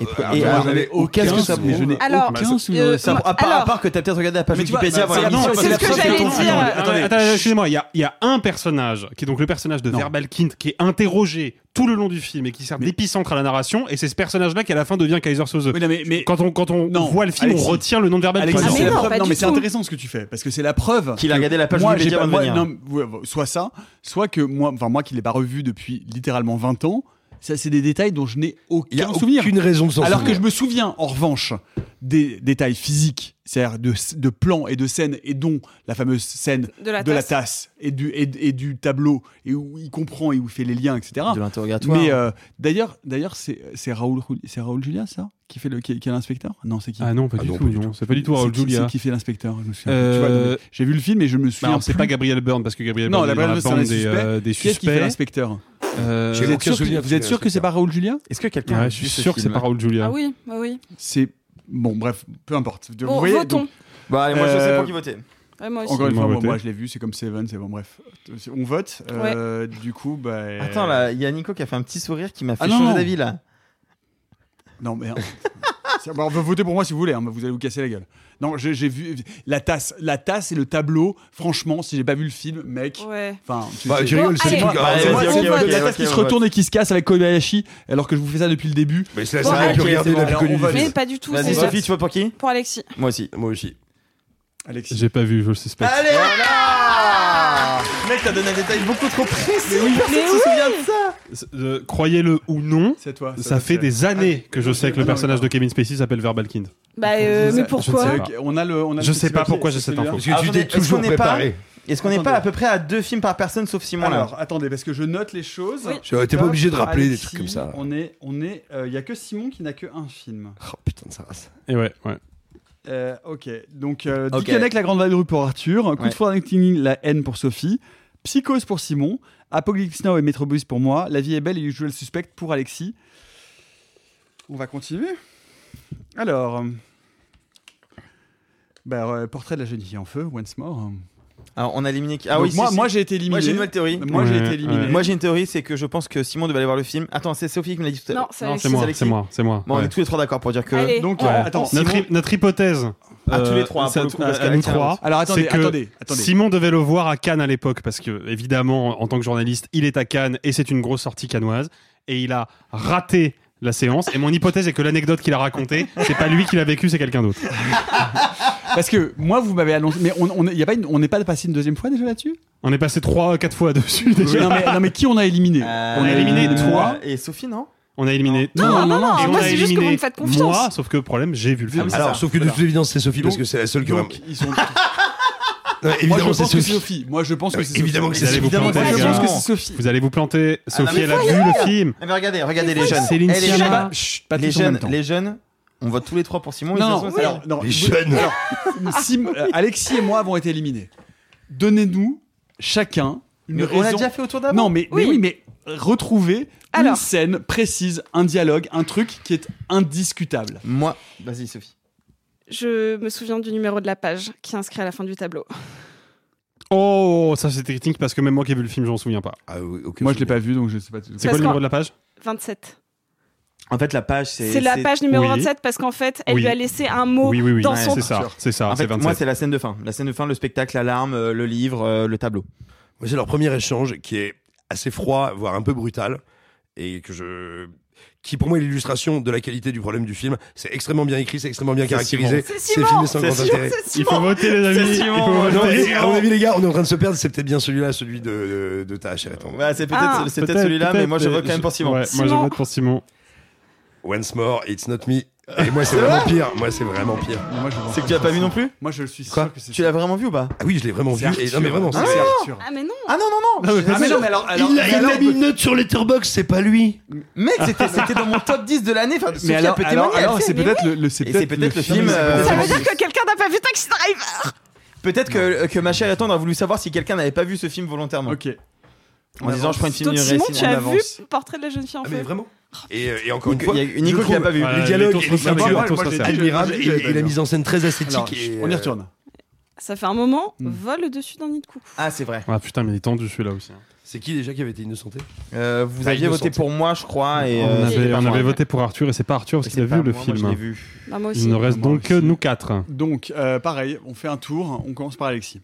S5: Et, pour-
S3: Ah,
S5: et
S3: moi,
S5: alors,
S3: j'en avais
S5: au- qu'est-ce que ça
S2: mais je
S5: prouve
S2: n'ai
S6: Alors,
S2: aucun souvenir
S6: euh,
S2: de ça.
S6: moi-
S5: à, part,
S6: alors-
S5: à part que t'as peut-être regardé la page
S2: Mais tu vois,
S5: Wikipédia
S2: bah,
S5: avant
S2: c'est-
S5: l'émission,
S2: non,
S5: parce
S2: c'est
S5: que
S2: ce que
S5: la preuve
S6: j'allais
S5: ton
S6: dire.
S5: film,
S6: Attendez,
S5: ouais.
S4: Attendez, attendez, excusez-moi, il y a, il y a un personnage qui est donc le personnage de
S2: Non.
S4: Verbalkind qui est interrogé tout le long du film et qui sert d'épicentre à la narration et c'est ce personnage-là qui à la fin devient Kaiser Soze.
S2: Oui, non, mais- mais
S4: quand on, quand on
S2: Non,
S4: voit le film,
S2: Alexis.
S4: on retient le nom de Verbalkind.
S2: Alexis,
S6: Ah, mais
S2: c'est la
S6: non,
S2: preuve-
S6: pas
S2: non,
S6: du
S2: mais c'est
S6: tout.
S2: intéressant ce que tu fais parce que c'est la preuve
S5: Qu'il a regardé la page
S2: moi, j'ai
S5: Wikipédia
S2: pas-
S5: avant de
S2: moi,
S5: venir.
S2: non, ouais, ouais, soit ça, soit que moi, enfin moi qui l'ai pas revu depuis littéralement 20 ans, ça c'est des détails dont je n'ai
S3: Il y a
S2: aucun souvenir.
S3: aucune raison de s'en
S2: Alors que
S3: souvenir.
S2: je me souviens en revanche des détails physiques, c'est-à-dire de, de plans et de scènes et dont la fameuse scène
S6: De la tasse.
S2: et du et, et du tableau et où il comprend et où il fait les liens, etc.
S5: De l'interrogatoire.
S2: Mais euh, d'ailleurs, d'ailleurs c'est c'est Raoul Ru- c'est Raoul Julia ça qui fait le qui, qui est l'inspecteur Non, c'est qui
S4: Ah non, pas
S3: Ah
S4: du
S3: non,
S4: tout,
S3: pas du
S4: non. C'est pas du tout Raoul
S2: C'est qui-
S4: Julia.
S2: c'est qui fait l'inspecteur Je me souviens.
S4: Euh,
S2: Tu vois, non, mais J'ai vu le film et je me
S4: Bah,
S2: souviens.
S4: alors, c'est
S2: plus.
S4: pas Gabriel Byrne parce que Gabriel
S2: Non,
S4: Byrne est
S2: la
S4: dans la
S2: Byrne, c'est
S4: forme
S2: un
S4: des, euh, des
S2: Qui est-ce qui fait
S4: suspects.
S2: l'inspecteur
S4: Euh,
S3: J'ai
S2: Vous
S3: aucun
S2: êtes sûr, que-
S3: souvenir
S2: vous êtes sûr que c'est pas Raoul Julia
S5: Est-ce que quelqu'un a
S4: ouais,
S5: vu
S4: je suis
S5: ce
S4: sûr que c'est
S5: film
S4: pas Raoul Julia.
S6: ah oui ah oui
S2: C'est bon, bref, peu importe. Vous
S6: bon
S2: voyez,
S6: votons
S2: donc,
S5: Bah, allez, moi je sais
S2: Euh,
S5: pour qui voter.
S6: Ouais, moi aussi
S2: encore une
S4: On va
S2: fois, moi,
S4: voter.
S2: moi, je l'ai vu, c'est comme Seven, c'est bon, bref. On vote. euh, Du coup, bah.
S5: Attends, là, il y a Nico qui a fait un petit sourire qui m'a fait
S2: Ah, non,
S5: changer
S2: non.
S5: d'avis là.
S2: Non mais. C'est- bah, on peut voter pour moi si vous voulez, hein, mais vous allez vous casser la gueule. Non, j'ai j'ai vu la tasse, la tasse et le tableau. Franchement, si j'ai pas vu le film, mec.
S6: ouais
S2: Enfin, tu-
S3: Bah,
S2: c'est-
S3: tu rigoles, c'est
S6: allez,
S3: les trucs-
S6: on
S3: Ah,
S5: va-
S3: c'est moi,
S5: on va-
S3: c'est
S2: c'est
S5: ok,
S2: moi,
S5: ok,
S2: la tasse
S5: ok,
S2: qui se
S5: on vote.
S2: retourne et qui se casse avec Kobayashi, alors que je vous fais ça depuis le début.
S3: Mais c'est la
S6: Bon,
S3: seule
S6: ok,
S3: qui
S5: c'est
S3: regarder
S5: bon,
S3: la
S2: alors, on
S3: plus
S2: va-
S6: mais pas du tout
S5: Vas-y,
S6: c'est
S5: Sophie, tu votes pour qui
S6: pour Alexis
S5: Moi aussi.
S3: Moi aussi.
S2: Alexis.
S4: J'ai pas vu, je le suspecte.
S5: Allez là Mec, t'as donné un détail beaucoup trop précis. Mais oui,
S6: Mais oui.
S5: de ça.
S4: Euh, Croyez-le ou non,
S2: C'est toi.
S4: ça fait des
S2: Ah
S4: années que je sais que le personnage de Kevin Spacey s'appelle Verbalkind.
S6: bah euh, mais
S2: Je sais-
S4: je
S6: pourquoi
S4: sais pas.
S2: On a le. On a le
S4: Je
S2: petit
S4: sais pas
S2: papier,
S4: pourquoi j'ai
S2: c'est
S4: cette
S2: celui-là.
S4: info.
S3: Parce que tu
S5: Attendez,
S3: t'es
S5: Bah, est-ce qu'on
S3: toujours
S5: n'est pas-
S3: préparé.
S5: Est-ce qu'on n'est pas
S2: Attendez.
S5: à peu près à deux films par personne sauf Simon là
S2: Alors, attendez, parce que je note les choses.
S6: Oui.
S3: Je- t'es pas
S2: Top,
S3: obligé de rappeler des
S2: Alexis,
S3: trucs comme ça.
S2: On est, on est. Il Euh, y a que Simon qui n'a que un film.
S3: Oh putain de sa race.
S4: Et ouais, ouais.
S2: Euh, ok. Donc, euh,
S5: Ok.
S2: Dickeneck, la grande vadrouille pour Arthur. Coup
S5: Ouais.
S2: de foudre à Notting Hill, la haine pour Sophie. Psychose pour Simon. Apocalypse Now et Metropolis pour moi. La vie est belle et Usual Suspect pour Alexis. On va continuer. Alors. euh, bah, euh, portrait de la jeune fille en feu, once more.
S5: Alors, on a éliminé qui Ah
S2: Donc
S5: oui,
S2: moi,
S5: si, si.
S2: moi j'ai été éliminé.
S5: Moi, j'ai une nouvelle théorie.
S2: Moi, j'ai
S4: Ouais,
S2: été éliminé.
S4: ouais.
S5: Moi j'ai une théorie, c'est que je pense que Simon devait aller voir le film. Attends, c'est Sophie qui me l'a dit tout à l'heure.
S6: non c'est
S4: Non,
S6: Alexis
S4: c'est moi,
S5: Alexis.
S4: c'est moi, c'est moi.
S5: Bon, on
S4: ouais.
S5: est tous les trois d'accord pour dire que.
S6: Allez.
S2: Donc,
S4: Ouais.
S2: attends,
S6: Attention.
S4: Ah, Notre,
S2: Simon-
S4: hy- notre hypothèse.
S5: À tous les
S4: euh,
S5: trois, pour
S4: ça-
S5: le coup,
S4: à-
S5: parce
S4: à
S5: qu'Alex
S4: nous
S5: a raison.
S4: trois.
S2: Alors attendez,
S4: c'est que
S2: attendez, attendez.
S4: Simon devait le voir à Cannes à l'époque parce que évidemment en tant que journaliste il est à Cannes et c'est une grosse sortie cannoise et il a raté la séance et mon hypothèse est que l'anecdote qu'il a racontée c'est pas lui qui l'a vécu c'est quelqu'un d'autre
S2: Parce que moi, vous m'avez annoncé. Mais on on- y a pas une- on n'est pas passé une deuxième fois déjà là-dessus
S4: on est passé trois quatre fois dessus déjà
S2: non, mais, non, mais qui on a éliminé
S5: Euh,
S2: On a éliminé toi.
S5: et Sophie, non
S4: on a éliminé
S6: Non, Ah
S4: toi,
S6: non, non,
S4: et
S6: moi,
S4: on a
S6: c'est juste que
S4: éliminé
S6: vous me faites confiance.
S4: moi sauf que problème j'ai vu le film
S2: Ah oui, c'est
S3: Alors,
S2: ça.
S3: sauf que de
S2: Voilà.
S3: toute évidence, c'est Sophie parce
S2: Donc-
S3: que c'est la seule qui
S2: Donc,
S3: remarque.
S2: ils sont. Moi, je
S3: Euh, Évidemment, c'est
S2: pense que c'est
S3: Sophie. Euh,
S2: Sophie. Moi, je pense que c'est
S3: Évidemment que
S2: Sophie.
S3: c'est
S4: Vous allez vous
S3: Sophie.
S4: planter,
S2: Moi,
S4: les
S2: je
S4: gars.
S2: pense que c'est Sophie.
S4: vous allez vous planter
S5: non,
S4: Sophie
S5: mais
S4: elle a vu le film
S5: Ah, Mais regardez, regardez les jeunes.
S4: Céline
S5: Eh, les
S4: Sciamma.
S5: jeunes,
S2: Chut, pas
S5: les
S2: tous en même
S5: jeunes,
S2: temps.
S5: les jeunes, on vote tous les trois pour Simon.
S2: Non,
S5: ils
S2: non,
S5: sont-
S2: alors, non,
S3: Les
S2: vous-
S3: jeunes.
S2: Sim- euh, Alexis et moi avons été éliminés. Donnez-nous chacun une
S5: Mais
S2: raison.
S5: on l'a déjà fait au tour d'avant.
S2: Non, mais mais
S6: Oui.
S2: oui, mais retrouvez une
S6: Alors.
S2: scène précise, un dialogue, un truc qui est indiscutable.
S5: Moi, vas-y Sophie.
S6: je me souviens du numéro de la page qui est inscrit à la fin du tableau
S4: Oh, ça c'est technique parce que même moi qui ai vu le film, j'en souviens pas.
S2: Moi, je l'ai pas vu, donc je sais pas.
S4: C'est quoi le numéro de la page
S6: 27.
S5: En fait, la page, c'est.
S6: C'est la page numéro
S5: Oui.
S6: 27 parce qu'en fait, elle
S5: Oui.
S6: lui a laissé un mot
S5: Oui, oui, oui.
S6: dans
S5: Ouais,
S6: son
S5: c'est ça,
S4: c'est ça,
S5: En
S4: c'est
S5: fait,
S4: 27.
S5: moi, c'est la scène de fin. La scène de fin, le spectacle, l'alarme, euh, le livre, euh, le tableau.
S3: Ouais, c'est leur premier échange qui est assez froid, voire un peu brutal, et que je qui pour moi est l'illustration de la qualité du problème du film. C'est extrêmement bien écrit, c'est extrêmement bien
S4: C'est
S3: caractérisé,
S4: Simon.
S3: c'est
S4: C'est
S3: filmé
S4: Simon.
S3: sans
S4: C'est
S3: grand
S4: Simon,
S3: intérêt.
S4: c'est Il faut Simon. voter, les amis. C'est Simon. Il faut
S3: Non,
S4: voter.
S3: mais à mon avis les gars, on est en train de se perdre, c'est peut-être bien celui-là, celui de de, de ta chère étendue.
S5: Ouais, c'est peut-être- Ah. c'est peut-être celui-là, mais moi, je vote quand même pour Simon.
S4: Ouais, moi je
S5: Simon.
S4: vote pour Simon.
S3: Once more, it's not me. Et moi c'est vraiment pire, moi c'est vraiment pire.
S5: C'est que tu l'as pas vu non plus
S2: Moi je le suis
S3: Quoi
S5: Tu l'as vraiment vu ou pas
S3: Ah oui, je l'ai vraiment vu.
S5: C'est
S3: Et
S5: Arthur.
S3: non mais vraiment,
S5: Ah
S3: c'est
S5: non
S3: Arthur.
S6: Ah, mais non
S5: Ah non, non, non
S3: Ah, mais non, mais alors- alors- Il a- il a mis une note sur Letterboxd, c'est pas lui
S5: Mec, c'était c'était dans mon top 10 de l'année. Enfin, Sophie,
S2: Mais alors,
S5: elle peut
S2: alors-
S5: témoigner, elle
S2: alors,
S5: fait.
S2: c'est
S5: Mais
S2: peut-être
S5: oui.
S2: le, le- c'est
S5: Et
S2: peut-être
S5: c'est peut-être le film. euh,
S6: Ça veut dire que quelqu'un n'a pas vu Taxi Driver
S5: Peut-être que, que ma chère étendre a voulu savoir si quelqu'un n'avait pas vu ce film volontairement.
S2: Ok.
S5: En disant je prends une film
S6: Donc Simon, tu
S5: en
S6: as vu
S5: avance.
S6: Portrait de la jeune fille en
S3: Ah, mais
S6: feu
S3: vraiment Et, euh, et encore une
S5: Nico-
S3: fois,
S5: il y a Nico
S3: je
S5: qui l'a
S3: trouve
S5: pas vu.
S3: Les
S5: Ouais,
S3: dialogues,
S5: les tons
S3: et les
S5: sont sincères,
S3: dialogues
S5: les tons sont sincères.
S3: admirables
S5: Moi, j'ai-
S3: et, et la mise en scène très esthétique.
S5: Alors,
S3: et,
S5: on y
S3: euh,
S5: retourne.
S6: Ça fait un moment, vole au-dessus d'un nid de coucou.
S5: Ah, c'est vrai.
S4: Ah putain, mais il est tendu celui-là aussi.
S3: C'est qui déjà qui avait été innocenté
S5: Euh, vous
S3: Ah,
S5: aviez voté
S3: innocenté.
S5: pour moi, je crois. Et,
S4: on
S5: euh, c'était
S4: avait,
S5: pas
S4: on
S5: moi.
S4: avait voté pour Arthur et c'est pas Arthur parce qu'il a
S5: pas
S4: vu
S5: moi,
S4: le
S5: moi,
S4: film.
S5: je l'ai vu.
S6: Bah, moi aussi.
S4: Il ne reste
S2: Moi
S4: donc que nous quatre.
S2: Donc, euh, pareil, on fait un tour. On commence par Alexis.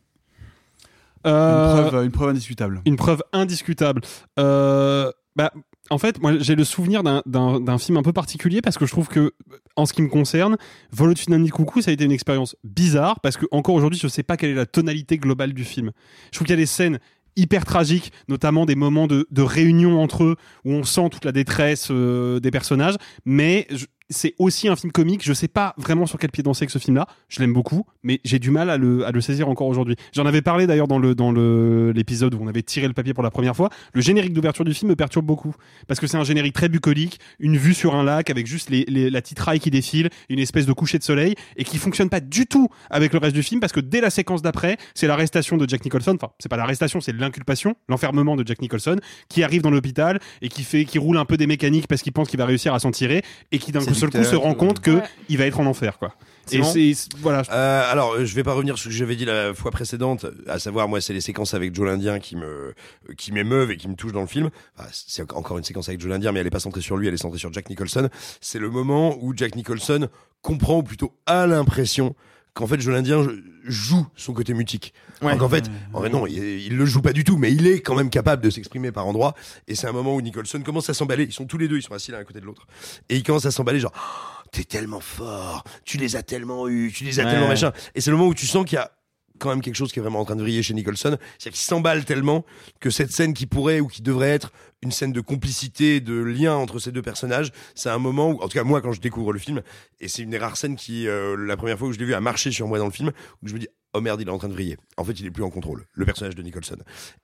S4: Euh,
S2: Une, preuve, une preuve indiscutable.
S4: Une preuve indiscutable. Euh, bah, en fait, moi, j'ai le souvenir d'un- d'un d'un film un peu particulier parce que je trouve que, en ce qui me concerne, Vol au-dessus d'un nid de coucou, ça a été une expérience bizarre parce que, encore aujourd'hui, je ne sais pas quelle est la tonalité globale du film. Je trouve qu'il y a des scènes hyper tragiques, notamment des moments de, de réunion entre eux où on sent toute la détresse euh, des personnages, mais je- c'est aussi un film comique. Je sais pas vraiment sur quel pied danser avec ce film-là. Je l'aime beaucoup, mais j'ai du mal à le, à le saisir encore aujourd'hui. J'en avais parlé d'ailleurs dans le dans le l'épisode où on avait tiré le papier pour la première fois. Le générique d'ouverture du film me perturbe beaucoup parce que c'est un générique très bucolique, une vue sur un lac avec juste les, les- la titraille qui défile, une espèce de coucher de soleil et qui fonctionne pas du tout avec le reste du film parce que dès la séquence d'après, c'est l'arrestation de Jack Nicholson. Enfin, c'est pas l'arrestation, c'est l'inculpation, l'enfermement de Jack Nicholson qui arrive dans l'hôpital et qui fait qui roule un peu des mécaniques parce qu'il pense qu'il va réussir à s'en tirer et qui d'un
S3: C'est
S4: seul coup
S3: Victor.
S4: se rend compte que
S3: Ouais.
S4: il va être en enfer quoi.
S3: Simon
S4: Et c'est voilà.
S3: Euh, alors, euh, je vais pas revenir sur ce que j'avais dit la fois précédente, à savoir, moi, c'est les séquences avec Joe l'Indien qui me, qui m'émeuvent et qui me touchent dans le film. Enfin, c'est enc- encore une séquence avec Joe l'Indien, mais elle est pas centrée sur lui, elle est centrée sur Jack Nicholson. C'est le moment où Jack Nicholson comprend, ou plutôt a l'impression, qu'en fait, Joe l'Indien euh, joue son côté mutique.
S5: Ouais.
S3: Donc, en fait, en vrai, non, il, il le joue pas du tout, mais il est quand même capable de s'exprimer par endroits. Et c'est un moment où Nicholson commence à s'emballer. Ils sont tous les deux, ils sont assis l'un à côté de l'autre. Et il commence à s'emballer, genre, Oh, t'es tellement fort, tu les as tellement eu, tu les as
S5: Ouais.
S3: tellement machin. Et c'est le moment où tu sens qu'il y a quand même quelque chose qui est vraiment en train de vriller chez Nicholson, c'est-à-dire qu'il s'emballe tellement que cette scène qui pourrait ou qui devrait être une scène de complicité, de lien entre ces deux personnages, c'est un moment où, en tout cas moi quand je découvre le film, et c'est une des rares scènes qui, euh, la première fois que je l'ai vu, a marché sur moi dans le film, où je me dis, oh merde, il est en train de vriller. En fait, il est plus en contrôle, le personnage de Nicholson.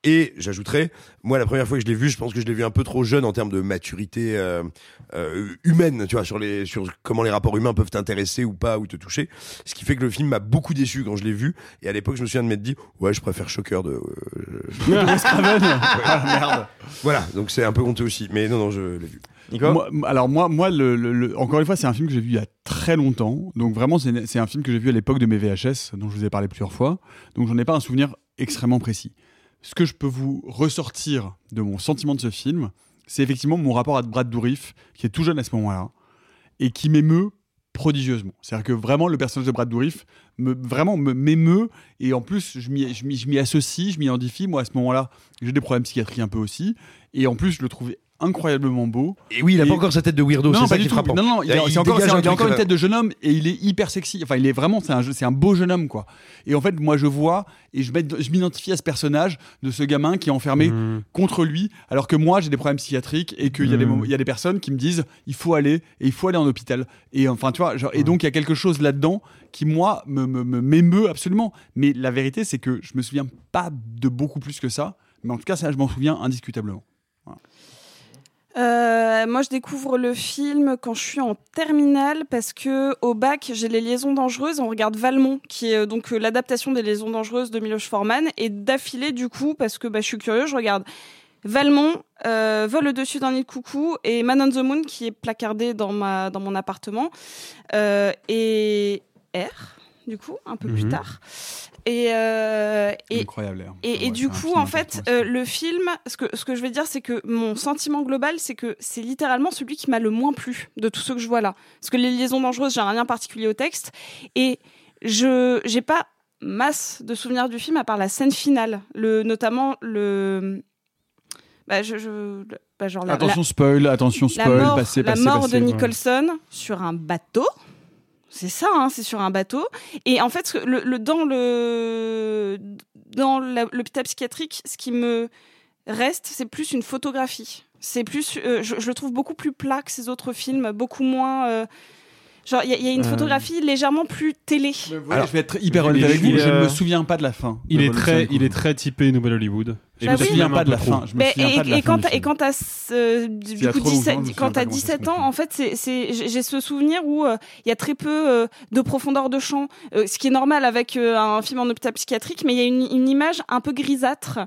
S3: Et j'ajouterais, moi la première fois que je l'ai vu, je pense que je l'ai vu un peu trop jeune en termes de maturité euh, euh, humaine, tu vois, sur, les, sur comment les rapports humains peuvent t'intéresser ou pas, ou te toucher. Ce qui fait que le film m'a beaucoup déçu quand je l'ai vu. Et à l'époque, je me souviens de m'être dit, ouais, je préfère Shocker de... euh,
S5: Merde.
S3: voilà, donc c'est un peu honteux aussi. Mais non, non, je l'ai vu.
S2: Moi- m- alors moi, moi le, le- le- encore une fois, c'est un film que j'ai vu il y a très longtemps. Donc vraiment, c'est c'est un film que j'ai vu à l'époque de mes VHS, dont je vous ai parlé plusieurs fois. Donc j'en ai pas un souvenir extrêmement précis. Ce que je peux vous ressortir de mon sentiment de ce film, c'est effectivement mon rapport à Brad Dourif, qui est tout jeune à ce moment-là, et qui m'émeut prodigieusement. C'est-à-dire que vraiment, le personnage de Brad Dourif me, vraiment me- m'émeut, et en plus, je m'y, je, m'y, je m'y associe, je m'y identifie. Moi, à ce moment-là, j'ai des problèmes psychiatriques un peu aussi, et en plus, je le trouvais incroyablement beau.
S3: Et oui, il a pas encore sa tête de weirdo,
S2: Non,
S3: c'est
S2: pas
S3: ça
S2: du
S3: qui est
S2: tout.
S3: frappant.
S2: Non, non, il, a,
S3: Il
S2: c'est encore,
S3: dégage
S2: c'est-
S3: un
S2: il a encore
S3: truc,
S2: une
S3: euh,
S2: tête de jeune homme et il est hyper sexy. Enfin, il est vraiment, c'est un, jeu- c'est un beau jeune homme, quoi. Et en fait, moi, je vois et je m'id- je m'identifie à ce personnage de ce gamin qui est enfermé
S3: Mmh.
S2: contre lui, alors que moi, j'ai des problèmes psychiatriques et qu'il y, a des
S4: Mm.
S2: moments- il y a des personnes qui me disent il faut aller et il faut aller en hôpital. Et enfin, tu vois, genre,
S4: Hmm.
S2: et donc, il y a quelque chose là-dedans qui, moi, me- me- me- m'émeut absolument. Mais la vérité, c'est que je me souviens pas de beaucoup plus que ça. Mais en tout cas, ça, je m'en souviens indiscutablement.
S6: Euh, moi, je découvre le film quand je suis en terminale parce que au bac, j'ai les liaisons dangereuses. On regarde Valmont, qui est euh, donc euh, l'adaptation des liaisons dangereuses de Miloš Forman, et d'affilée du coup parce que bah, je suis curieux, je regarde Valmont, euh, Vol au-dessus d'un nid de coucou et Man on the Moon, qui est placardé dans ma dans mon appartement, Euh, et R du coup, un peu
S2: Mhm.
S6: plus tard. Et, euh, et,
S2: Incroyable. hein.
S6: et, et
S2: Ouais,
S6: du
S2: c'est un
S6: coup,
S2: film
S6: en fait, euh, le film, ce que, ce que je vais dire, c'est que mon sentiment global, c'est que c'est littéralement celui qui m'a le moins plu de tous ceux que je vois là. Parce que les liaisons dangereuses, j'ai un lien particulier au texte. Et je j'ai pas masse de souvenirs du film à part la scène finale. Le, notamment le. Bah, je. je- le- bah, genre la-
S2: Attention
S6: la-
S2: spoil, attention
S6: la
S2: spoil,
S6: mort,
S2: passez,
S6: la
S2: passez,
S6: mort
S2: passez.
S6: de Nicholson sur un bateau. C'est ça, hein, c'est sur un bateau. Et en fait, ce que- le, le- dans le dans la- l'hôpital psychiatrique, ce qui me reste, c'est plus une photographie. C'est plus, euh, je, je le trouve beaucoup plus plat que ses autres films, beaucoup moins. euh, genre, il y, a- il y a une
S4: Euh.
S6: photographie légèrement plus télé.
S2: Alors, je vais être hyper honnête
S4: Il-
S2: avec vous,
S4: il,
S2: je ne
S4: euh,
S2: me souviens pas de la fin.
S4: Il
S2: de
S4: est
S2: Robinson
S4: très,
S2: Crusoe.
S4: il est très typé Nouvelle Hollywood. Et
S2: Je me
S4: c'est
S2: souviens
S4: même
S2: pas de
S4: un
S2: la
S4: peu
S2: fin.
S4: trop.
S2: Je me
S6: Mais
S2: souviens
S6: et,
S2: pas de la
S6: et
S2: fin
S6: quand
S2: du
S6: t'as-
S2: film.
S6: et quand t'as ce- du
S2: Il y a
S6: coup,
S2: trop longtemps,
S6: 17
S2: je me souviens
S6: quand
S2: hein, pas
S6: t'as
S2: comment ça se
S6: 17
S2: passe.
S6: ans, en fait, c'est- c'est- j'ai j'ai ce souvenir où euh, il y a très peu euh, de profondeur de champ, euh, ce qui est normal avec euh, un film en hôpital psychiatrique, mais il y a une, une image un peu grisâtre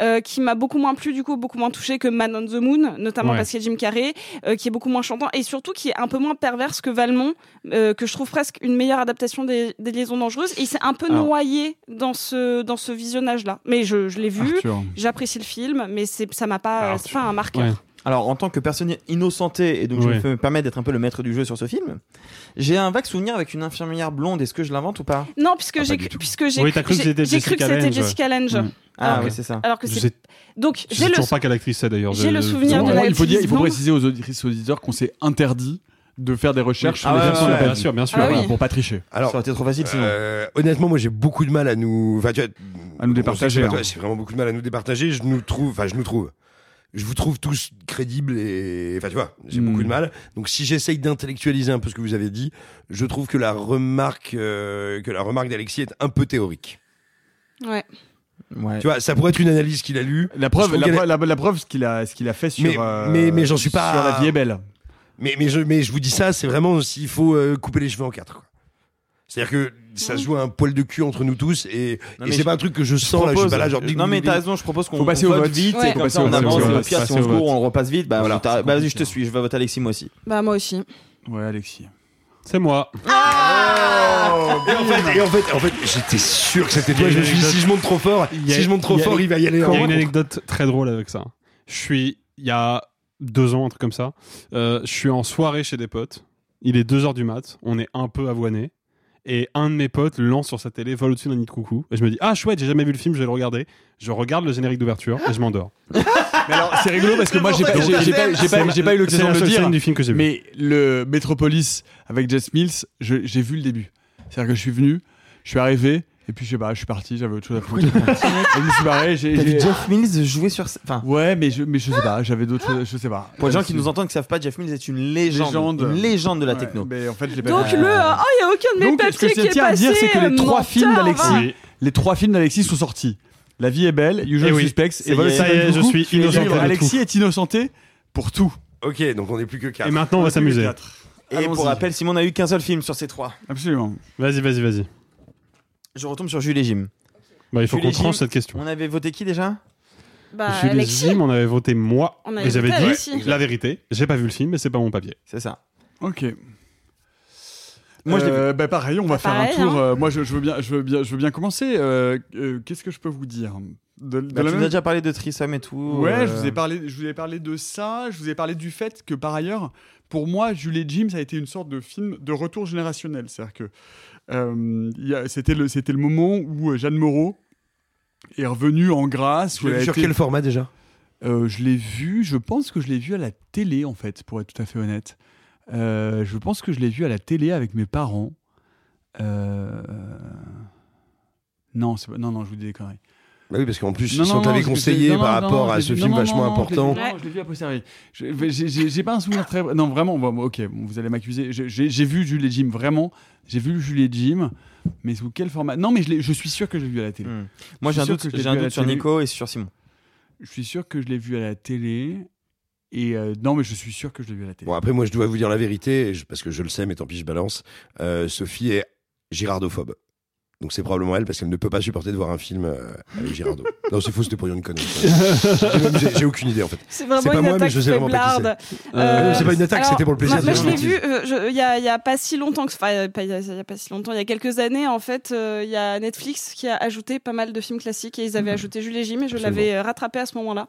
S6: euh, qui m'a beaucoup moins plu, du coup, beaucoup moins touchée que Man on the Moon, notamment
S4: Ouais.
S6: parce qu'il y a Jim Carrey, euh, qui est beaucoup moins chantant et surtout qui est un peu moins perverse que Valmont, euh, que je trouve presque une meilleure adaptation des, des Liaisons dangereuses. Et c'est un peu
S2: Alors.
S6: noyé dans ce dans ce visionnage-là. Mais je, je l'ai vu.
S2: Arthur.
S6: J'apprécie le film, mais c'est ça m'a pas, c'est pas un marqueur.
S4: Ouais.
S5: Alors, en tant que personne innocentée, et donc
S4: Ouais.
S5: je me permets d'être un peu le maître du jeu sur ce film, j'ai un vague souvenir avec une infirmière blonde. Est-ce que je l'invente ou Ah, pas
S6: Non, puisque j'ai
S5: du
S6: cru-
S5: tout.
S6: puisque j'ai
S4: Oui, t'as cru que
S6: j'ai
S4: c'était
S6: j'ai cru que
S4: Jessica
S6: c'était
S4: Lange,
S6: Jessica Lange.
S4: Mm.
S5: Ah,
S6: ok.
S5: oui, c'est ça.
S6: Alors que
S4: Je
S6: c'est
S4: sais-
S6: donc
S4: Je
S6: j'ai
S4: sais
S6: le
S4: toujours pas quelle actrice c'est d'ailleurs.
S6: j'ai
S4: Je-
S6: le
S4: je-
S6: souvenir
S4: je-
S6: de la-
S2: il faut, dire, il faut
S6: Blonde.
S2: préciser aux auditrices et aux auditeurs qu'on s'est interdit de faire des recherches sur
S5: Ah
S2: les
S5: ouais,
S2: films sur
S5: ouais,
S2: la
S4: Bien
S2: page.
S4: sûr, bien sûr.
S6: Ah oui.
S2: Voilà, Pour pas tricher.
S5: Ça
S3: Alors,
S5: aurait été trop facile sinon.
S3: Euh, honnêtement, moi j'ai beaucoup de mal à nous. enfin, tu vois,
S2: À nous
S3: on
S2: départager,
S3: sait que-
S2: hein.
S3: J'ai vraiment beaucoup de mal à nous départager. Je nous trouve. Enfin, je nous trouve. Je vous trouve tous crédibles et. Enfin, tu vois, j'ai
S2: Mm.
S3: beaucoup de mal. Donc, si j'essaye d'intellectualiser un peu ce que vous avez dit, je trouve que la remarque, euh, que la remarque d'Alexis est un peu théorique.
S6: ouais.
S5: Ouais.
S3: Tu vois, ça pourrait être une analyse qu'il a lue.
S2: La
S3: Je
S2: preuve,
S3: trouve
S2: la,
S3: qu'elle
S2: preuve- la- la preuve, ce qu'il a, ce qu'il a fait sur.
S3: Mais-
S2: euh,
S3: mais- mais j'en suis pas-
S2: Sur la vie est belle.
S3: Mais, mais, je, mais je vous dis ça, c'est vraiment s'il faut euh, couper les cheveux en quatre. quoi. C'est-à-dire que ça se joue à un poil de cul entre nous tous et,
S5: Non,
S3: et
S5: mais
S3: c'est
S5: je-
S3: pas un truc que je sens là, je suis pas là genre.
S5: non mais t'as raison, je propose qu'on
S2: Faut passer
S5: on
S2: au
S5: vote
S2: vote.
S5: vite
S6: Ouais.
S5: et comme
S2: Faut
S5: ça on
S2: passer au
S5: avance.
S2: vote.
S5: et puis,
S4: Passer
S5: si on
S4: au
S5: se court,
S4: vote.
S5: on le repasse vite. Bah,
S3: Voilà.
S5: t'as- bah, vas-y, je te suis. Je vote Alexis moi aussi.
S6: Bah moi aussi.
S2: Ouais, Alexis.
S4: C'est moi.
S6: Ah Oh,
S3: Et en fait, et en fait, en fait j'étais sûr que c'était toi.
S4: Il y
S3: Je
S4: a
S3: me suis dit,
S4: une
S3: si je monte trop fort,
S4: Il y a-
S3: si je monte trop
S4: il y a-
S3: fort, il va y aller. hein.
S4: Il
S3: en
S4: y a une
S3: contre.
S4: anecdote très drôle avec ça. Je suis, il y a deux ans, un truc comme ça, euh, je suis en soirée chez des potes. Il est 2h du mat, on est un peu avoiné. Et un de mes potes lance sur sa télé, vole au-dessus d'un nid de coucou. Et je me dis, ah chouette, j'ai jamais vu le film, je vais le regarder. Je regarde le générique d'ouverture et je m'endors.
S2: Mais alors, c'est rigolo parce que moi, j'ai pas, j'ai- j'ai pas- j'ai pas- j'ai pas
S4: C'est
S2: eu l'occasion
S4: la
S2: de le
S4: seule
S2: dire.
S4: scène du film que j'ai vu.
S2: Mais le Metropolis avec Jess Mills, je- j'ai vu le début. C'est-à-dire que je suis venu, je suis arrivé, et puis je sais pas, je suis parti, j'avais autre chose à foutre. Et je me suis barré, j'ai.
S5: T'as vu
S2: j'ai-
S5: Jeff Mills jouer sur. sc- Enfin,
S2: Ouais, mais je, mais je sais pas, j'avais d'autres choses, je sais pas.
S5: pour les gens qui nous entendent qui savent pas, Jeff Mills est une légende,
S2: Légende.
S5: une légende de la
S2: Ouais,
S5: techno.
S2: mais en fait, je l'ai pas
S6: Donc
S2: vu.
S6: le euh, oh il y a aucun de mes
S2: Donc, ce
S6: papiers
S2: que je
S6: qui est
S2: tiens à
S6: passé.
S2: dire, c'est que les
S6: euh,
S2: trois
S6: menteur,
S2: films d'Alexis-
S6: va.
S4: Oui.
S2: Les trois films d'Alexis sont sortis. La vie est belle, Usual
S4: Eh oui.
S2: Suspects
S4: Ça
S2: et
S4: y est,
S2: Voice
S4: ça y
S2: of
S4: est,
S2: Dugu.
S4: je suis
S2: Et
S4: innocenté de
S2: Alexis
S4: tout.
S2: est innocenté pour tout.
S3: Ok, donc on est plus que quatre.
S4: Et maintenant, on va s'amuser.
S5: Et pour
S2: Allons-y.
S5: rappel, Simon n'a eu qu'un seul film sur ces trois.
S2: Absolument.
S4: Vas-y, vas-y, vas-y.
S5: Je retombe sur Jules et Jim.
S4: Bah, il faut
S5: Tu
S4: qu'on
S5: les
S4: tranche
S5: Jim
S4: cette question.
S5: On avait voté qui déjà
S6: Bah
S4: Jules et
S6: Alexis.
S4: Jim, on avait voté moi.
S6: On avait
S4: Et j'avais
S6: voté
S4: dit
S6: Alexis.
S4: la vérité. J'ai pas vu le film, mais c'est pas mon papier.
S5: C'est ça.
S2: Ok.
S5: Moi, je l'ai
S2: Euh, bah, pareil, on va faire
S6: Pareil,
S2: un tour.
S6: hein.
S2: Euh, moi, je, je veux bien, je veux bien, je veux bien commencer. Euh, euh, Qu'est-ce que je peux vous dire de, de
S5: Bah, tu
S2: la même-
S5: nous as déjà parlé de Trissom et tout.
S2: Ouais,
S5: euh,
S2: je vous ai parlé, je vous ai parlé de ça. Je vous ai parlé du fait que par ailleurs, pour moi, Jules et Jim, ça a été une sorte de film de retour générationnel. C'est-à-dire que euh, il y a- c'était le, c'était le moment où euh, Jeanne Moreau est revenue en grâce. où elle a
S3: Sur
S2: été-
S3: quel format déjà
S2: Euh, je l'ai vu, je pense que je l'ai vu à la télé, en fait, pour être tout à fait honnête. Euh, je pense que je l'ai vu à la télé avec mes parents. Euh, Non, c'est pas- non, non, je vous dis des conneries.
S3: Bah oui, parce qu'en plus,
S2: Non,
S3: si
S2: non,
S3: on
S2: non,
S3: t'avait
S2: je-
S3: conseillé
S2: non, non,
S3: par
S2: non,
S3: rapport
S2: non,
S3: à
S2: je-
S3: ce
S2: non,
S3: film
S2: non,
S3: vachement
S2: non, non, je l'ai-
S3: important.
S2: Non, je l'ai vu à posteriori. Je- j'ai- J'ai j'ai pas un souvenir très. Non, vraiment, bon, ok, bon, vous allez m'accuser. Je- J'ai j'ai vu Jules et Jim, vraiment. J'ai vu Jules et Jim, mais sous quel format Non, mais je, l'ai- je suis sûr que je l'ai vu à la télé.
S5: hmm. Moi,
S2: Je suis
S5: j'ai un
S2: sûr
S5: doute,
S2: que je l'ai
S5: j'ai un
S2: vu à la
S5: doute sur
S2: télé.
S5: Nico et sur Simon.
S2: Je suis sûr que je l'ai vu à la télé. Et euh, non, mais je suis sûr que je l'ai vu à la télé.
S3: Bon, après, moi, je dois vous dire la vérité, et je- parce que je le sais, mais tant pis, je balance. Euh, Sophie est girardophobe. Donc c'est probablement elle parce qu'elle ne peut pas supporter de voir un film euh, avec Girardot. non, c'est faux, c'était pour une connerie. J'ai- J'ai aucune idée en fait.
S6: C'est vraiment
S3: pas
S6: une
S3: moi, mais
S6: attaque
S3: je sais vraiment pas qui
S6: faiblarde.
S3: c'est. Euh, c'est pas une attaque,
S6: alors,
S3: c'était pour le plaisir
S6: moi-
S3: de
S6: moi,
S3: dire
S6: je l'ai
S3: une
S6: vu euh, je- il y, a- il y a pas si longtemps, que, enfin, il y a pas- il y, a il y a pas si longtemps, il y a quelques années, en fait, euh, il y a Netflix qui a ajouté pas mal de films classiques et ils
S3: Mhm.
S6: avaient ajouté Jules et Jim et je
S5: Absolument.
S6: l'avais euh, rattrapé à ce moment-là.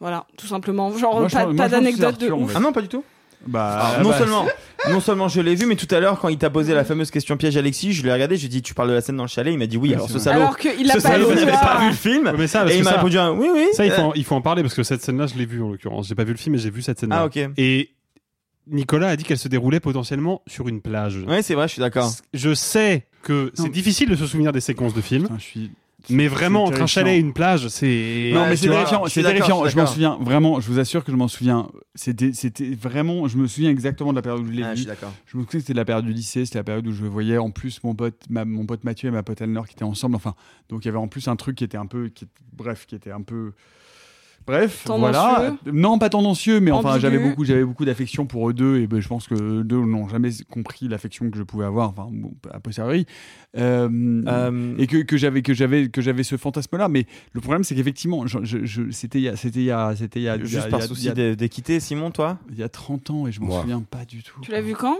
S6: Voilà, tout simplement. Genre,
S2: Moi, je
S6: pas, pas
S2: pense- moi, je pense que c'est
S6: d'anecdote de
S2: Arthur, en
S6: ouf.
S2: fait.
S5: Ah non, pas du tout. Ah,
S2: Bah,
S5: non
S2: bah,
S5: seulement, non seulement je l'ai vu, mais tout à l'heure quand il t'a posé la fameuse question piège Alexis, je l'ai regardé, je lui ai dit tu parles de la scène dans le chalet, il m'a dit oui. Alors ce salaud,
S6: Alors qu'il l'a
S5: ce
S6: pas
S5: salaud,
S6: vu,
S5: il avait
S6: hein.
S5: pas vu le film.
S4: Ouais, mais ça, parce
S5: et il
S4: que
S5: m'a
S4: ça-
S5: répondu un oui oui.
S4: Ça, il faut,
S5: euh,
S4: en, il faut en parler parce que cette scène-là, je l'ai vue en l'occurrence. J'ai pas vu le film, mais j'ai vu cette scène-là.
S5: Ah ok.
S4: Et Nicolas a dit qu'elle se déroulait potentiellement sur une plage.
S5: Ouais c'est vrai, je suis d'accord.
S4: Je sais que c'est
S2: Non.
S4: difficile de se souvenir des séquences de films,
S2: putain, je suis-
S4: mais vraiment
S2: c'est
S4: entre un chalet et une plage, c'est.
S2: Non,
S5: Ouais,
S2: mais
S5: tu
S2: c'est
S5: vois,
S2: terrifiant,
S5: je suis
S2: c'est
S5: d'accord,
S2: terrifiant.
S5: je
S2: Je
S5: suis
S2: m'en
S5: d'accord.
S2: souviens vraiment, je vous assure que je m'en souviens. C'était c'était vraiment, je me souviens exactement de la période où je l'ai
S5: Ah, je
S2: vu.
S5: suis d'accord.
S2: Je me souviens que c'était la période du lycée, c'était la période où je voyais en plus mon pote, ma- mon pote Mathieu et ma pote Anne-Laure qui étaient ensemble. Enfin, donc il y avait en plus un truc qui était un peu, qui, bref, qui était un peu, bref, voilà. Non, pas tendancieux, mais enfin
S6: Ambigu.
S2: j'avais beaucoup, j'avais beaucoup d'affection pour eux deux et ben, je pense que eux deux n'ont jamais compris l'affection que je pouvais avoir, enfin bon, a posteriori. Euh,
S5: Euh,
S2: et que, que j'avais que j'avais que j'avais ce fantasme là mais le problème c'est qu'effectivement je, je- je- c'était il y a c'était il y a c'était il y a il y a-
S5: Juste
S2: il
S5: par
S2: y a-
S5: souci
S2: il y a-
S5: d'é- d'équité, Simon, toi
S2: il y a 30 ans et je m'en
S3: Moi.
S2: souviens pas du tout
S6: Tu l'as vu quand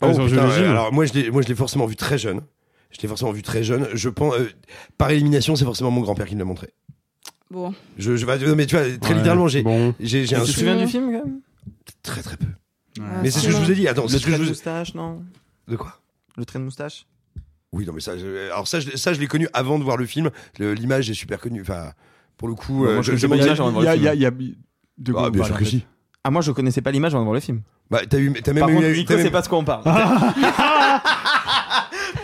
S4: Ah,
S3: Oh,
S4: sur
S3: putain,
S4: Jules et Jim.
S3: euh, alors moi je l'ai moi je l'ai forcément vu très jeune. Je l'ai forcément vu très jeune. Je pense euh, par élimination, c'est forcément mon grand-père qui me l'a montré.
S6: Bon.
S3: Je, je bah, non, mais tu vois très
S4: Ouais,
S3: littéralement j'ai
S4: Bon.
S3: j'ai j'ai
S5: Tu
S3: un
S5: te
S3: souvenir
S5: souviens du film quand même
S3: très très peu.
S2: Ouais.
S3: Mais c'est ce que je vous ai dit. Attends,
S5: Le
S3: c'est ce que je
S5: trait de
S3: vous
S5: moustache, non
S3: de quoi
S5: Le trait de moustache
S3: Oui, non mais ça je- alors ça je, ça je l'ai connu avant de voir le film. Le- L'image est super connue. Enfin pour le coup,
S5: Bon,
S3: euh,
S5: Bah, moi, je
S3: je,
S5: connais
S3: je m'en
S5: pas
S2: il y a,
S5: l'image avant de
S2: il y a-
S5: voir le Bah,
S2: il y a- il y a- de quoi
S3: Ah,
S2: on
S3: bien
S2: parle,
S3: sûr
S2: en
S3: que
S2: fait.
S3: si.
S5: Ah moi je connaissais pas l'image avant de voir le film.
S3: Bah t'as eu t'as même
S5: Par
S3: eu
S5: contre
S3: la-
S5: Nico
S3: t'as même-
S5: c'est pas ce qu'on parle.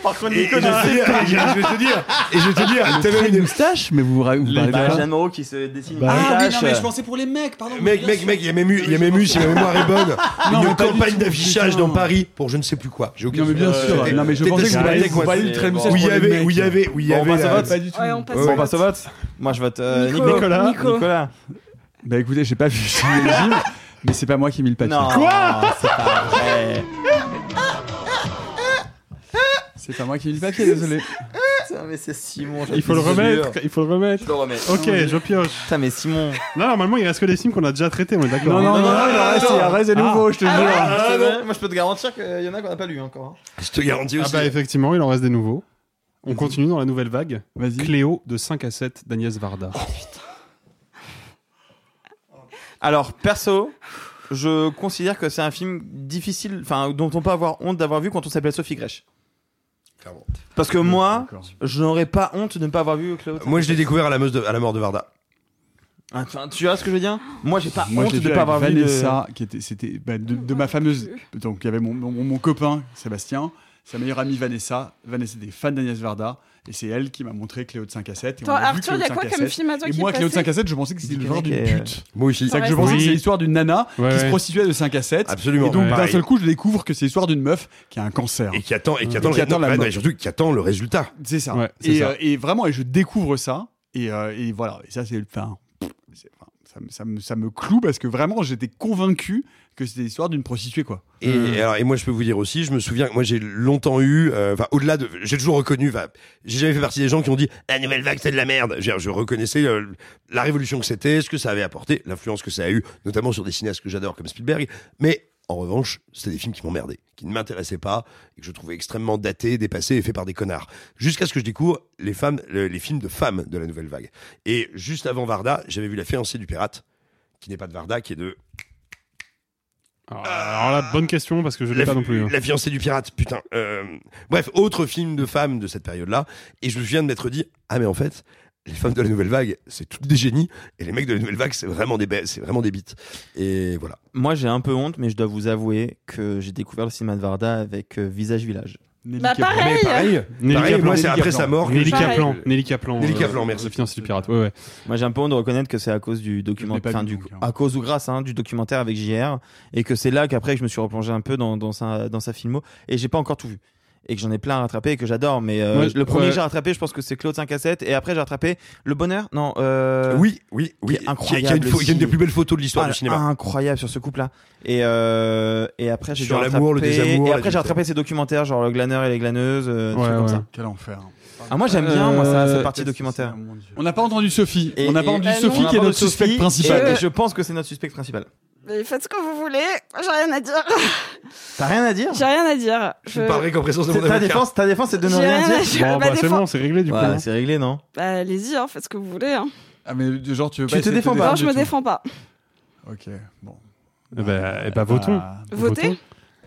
S5: Par contre
S3: Et- et
S5: Nico
S3: je vais te dire- et je vais te dire et je vais te dire t'as même
S2: Très
S3: une-
S2: moustache mais vous, ra- vous parlez de
S5: Bah,
S2: quoi
S5: Jeanne Moreau qui se dessine une
S4: Bah,
S2: Ah,
S5: moustache.
S2: pensais pour les mecs pardon
S3: Mec, mec, mec, il y a même eu, il y a même eu, si ma mémoire est bonne,
S2: Non, mais
S3: une
S2: pas du
S3: campagne
S2: tout,
S3: d'affichage
S2: putain.
S3: dans Paris pour je ne sais plus quoi. J'ai aucune
S2: non mais bien
S3: idée.
S2: sûr
S3: C'était-
S2: non mais je
S3: c'était
S2: pensais que vous
S3: Skype,
S2: parliez- vous
S3: quoi.
S2: parliez de très moustache
S3: Où il y
S2: pour les
S3: avait,
S2: mecs.
S3: où il y avait, où il y
S5: Bon, bah,
S3: avait. euh,
S5: ça
S3: la-
S5: va, ça
S2: pas du tout
S6: Ouais, on passe.
S3: Ouais,
S5: Bon,
S3: ouais.
S5: on passe au vote. Moi, je vote euh,
S6: Nico.
S5: Nico.
S6: Nicolas. Nico.
S5: Nicolas.
S2: bah écoutez j'ai pas vu Jules et Jim, mais c'est pas moi qui ai mis le papier
S5: Non, c'est pas vrai.
S2: c'est pas moi qui ai mis le papier désolé
S5: Putain, mais c'est Simon.
S4: Il faut le remettre, il faut le remettre.
S5: Je le remets.
S4: Ok, je pioche.
S5: Putain, mais Simon.
S4: Là, normalement, il reste que des films qu'on a déjà traités, on est d'accord Ah.
S2: non non non non il en reste- il en reste des nouveaux je te jure
S5: Ah, ouais, Moi, je peux te garantir qu'il y en a qu'on n'a pas lu encore.
S3: Je te garantis
S4: Ah
S3: aussi.
S4: bah, effectivement, il en reste des nouveaux. On continue dans la nouvelle vague.
S2: vas-y
S4: Cléo de 5 à 7 d'Agnès Varda.
S5: Oh, Alors, perso. Je considère que c'est un film difficile, enfin, dont on peut avoir honte d'avoir vu quand on s'appelle Sophie Grèche.
S3: Clairement.
S5: Parce que moi,
S2: D'accord.
S5: je n'aurais pas honte de ne pas avoir vu Claude.
S3: Moi, je l'ai découvert à la, meuse de- à la mort de Varda.
S5: Enfin, tu vois ce que je veux dire Moi, j'ai pas
S2: Moi,
S5: honte
S2: je l'ai
S5: de
S2: vu
S5: ne pas avoir
S2: avec
S5: vu. de-
S2: Vanessa, qui était, c'était bah, de, de ma fameuse. Donc, il y avait mon, mon, mon copain Sébastien, sa meilleure amie Vanessa. Vanessa était fan d'Agnès Varda, et c'est elle qui m'a montré Cléo de 5 à 7. Et on
S6: Attends,
S2: a vu
S6: Arthur,
S2: Cléo
S6: il
S2: de
S6: y a
S2: 5
S6: quoi
S2: à
S6: comme
S2: 7.
S6: film à toi
S2: Et
S6: qui
S2: moi,
S6: est
S2: Cléo
S6: passé
S2: de 5 à 7, 7, je pensais que c'était le
S5: Mec
S2: genre d'une
S5: est-
S2: pute.
S3: Moi aussi.
S2: C'est ça que je
S6: reste
S2: pensais,
S4: Oui.
S2: c'est l'histoire d'une nana
S4: Ouais,
S2: qui se
S4: ouais.
S2: prostituait de 5 à 7.
S3: Absolument.
S2: Et donc, d'un
S3: Pareil.
S2: seul coup, je découvre que c'est l'histoire d'une meuf qui a un cancer.
S3: Et qui attend, et qui attend,
S2: Mm. Et qui
S3: le-
S2: attend la
S3: ouais, non,
S2: mort.
S3: et surtout qui attend le résultat.
S2: C'est ça.
S4: Ouais, c'est
S2: et,
S4: ça.
S2: euh, et vraiment, et je découvre ça. Et, euh, et voilà. Et ça, c'est. Enfin, c'est- enfin, ça, me- ça, me, ça me cloue parce que vraiment, j'étais convaincu que c'était l'histoire d'une prostituée, quoi.
S3: Et, et alors, et moi, je peux vous dire aussi, je me souviens, que moi, j'ai longtemps eu, euh, enfin, au-delà de, j'ai toujours reconnu, enfin, j'ai jamais fait partie des gens qui ont dit la nouvelle vague, c'est de la merde. Je, veux dire, je reconnaissais euh, la révolution que c'était, ce que ça avait apporté, l'influence que ça a eu, notamment sur des cinéastes que j'adore comme Spielberg. Mais en revanche, c'était des films qui m'emmerdaient, qui ne m'intéressaient pas et que je trouvais extrêmement datés, dépassés et faits par des connards. Jusqu'à ce que je découvre les femmes, le- les films de femmes de la nouvelle vague. Et juste avant Varda, j'avais vu La fiancée du pirate, qui n'est pas de Varda, qui est de
S4: Alors, Ah, alors là, bonne question parce que je l'ai pas non plus. hein.
S3: la fiancée du pirate, putain. Euh, bref, autre film de femmes de cette période-là. Et je me souviens de m'être dit, ah mais en fait, les femmes de la nouvelle vague, c'est toutes des génies. Et les mecs de la nouvelle vague, c'est vraiment des baies- c'est vraiment des bites. Et voilà.
S5: Moi, j'ai un peu honte, mais je dois vous avouer que j'ai découvert le cinéma de Varda avec euh, Visage Village.
S2: Nelly
S6: Bah,
S2: Capron.
S6: pareil.
S4: Nelly
S3: Pareil,
S4: Kaplan.
S3: moi c'est après
S2: Caplan.
S3: sa mort. que
S4: Nelly
S3: j'ai-
S4: Kaplan. Nelly Kaplan.
S3: Nelly
S4: euh,
S3: Kaplan, merci.
S4: Le financier du pirate. Ouais, ouais.
S5: Moi, j'ai un peu honte de reconnaître que c'est à cause du
S2: l'ai pas
S5: documentaire,
S2: vu,
S5: enfin, du,
S2: donc, hein.
S5: à cause ou grâce hein, du documentaire avec JR, et que c'est là qu'après que je me suis replongé un peu dans, dans sa, dans sa filmo, et j'ai pas encore tout vu. Et que j'en ai plein à rattraper et que j'adore, mais euh,
S4: Ouais,
S5: le premier
S4: ouais.
S5: que j'ai rattrapé, je pense que c'est Claude 5 à 7, et après j'ai rattrapé Le Bonheur Non, euh...
S3: Oui, oui, oui.
S5: Qui
S3: Qui a-
S5: est
S3: qui a,
S5: incroyable
S3: une, pho- qui a une des
S5: aussi.
S3: plus belles photos de l'histoire
S5: Ah,
S3: du cinéma.
S5: Incroyable sur ce couple-là. Et, euh, et après, j'ai dû
S3: Sur l'amour, le
S5: rattraper-
S3: désamour,
S5: Et
S3: la
S5: après, j'ai
S3: vie,
S5: rattrapé ces documentaires, genre Le Glaneur et les Glaneuses, euh, des
S4: Ouais,
S5: trucs comme
S4: ouais.
S5: ça.
S2: Quel enfer.
S5: Ah, moi, j'aime bien, moi, ça, cette partie documentaire.
S2: Euh, On n'a pas entendu Sophie.
S5: Et-
S2: on n'a pas
S5: et-
S2: entendu
S5: Ah, non.
S2: Sophie
S5: On
S2: qui
S5: n'a
S2: est
S5: pas
S2: notre
S5: entendu
S2: suspect
S5: Sophie,
S2: principal.
S5: Et, et je pense que c'est notre suspect principal.
S6: Mais faites ce que vous voulez, moi, j'ai rien à dire.
S5: T'as rien à dire
S6: J'ai rien à dire. Je...
S5: C'est- ta défense, ta défense, c'est de ne
S6: J'ai
S5: rien
S6: rien à
S5: dire.
S6: dire. Bon, Ma bah, c'est défense- bon,
S5: c'est réglé du
S2: coup, hein.
S5: C'est réglé, non
S6: Bah, allez-y, hein, faites ce que vous voulez. Hein.
S2: Ah, mais du genre, tu veux
S5: Tu
S2: pas
S5: te
S2: essayer de
S5: défends
S6: Non,
S2: défendre
S6: je me
S2: du tout.
S6: défends pas.
S2: Ok, bon.
S4: Eh ben, eh ben, votons.
S2: Bah,
S6: Votez.
S2: votons.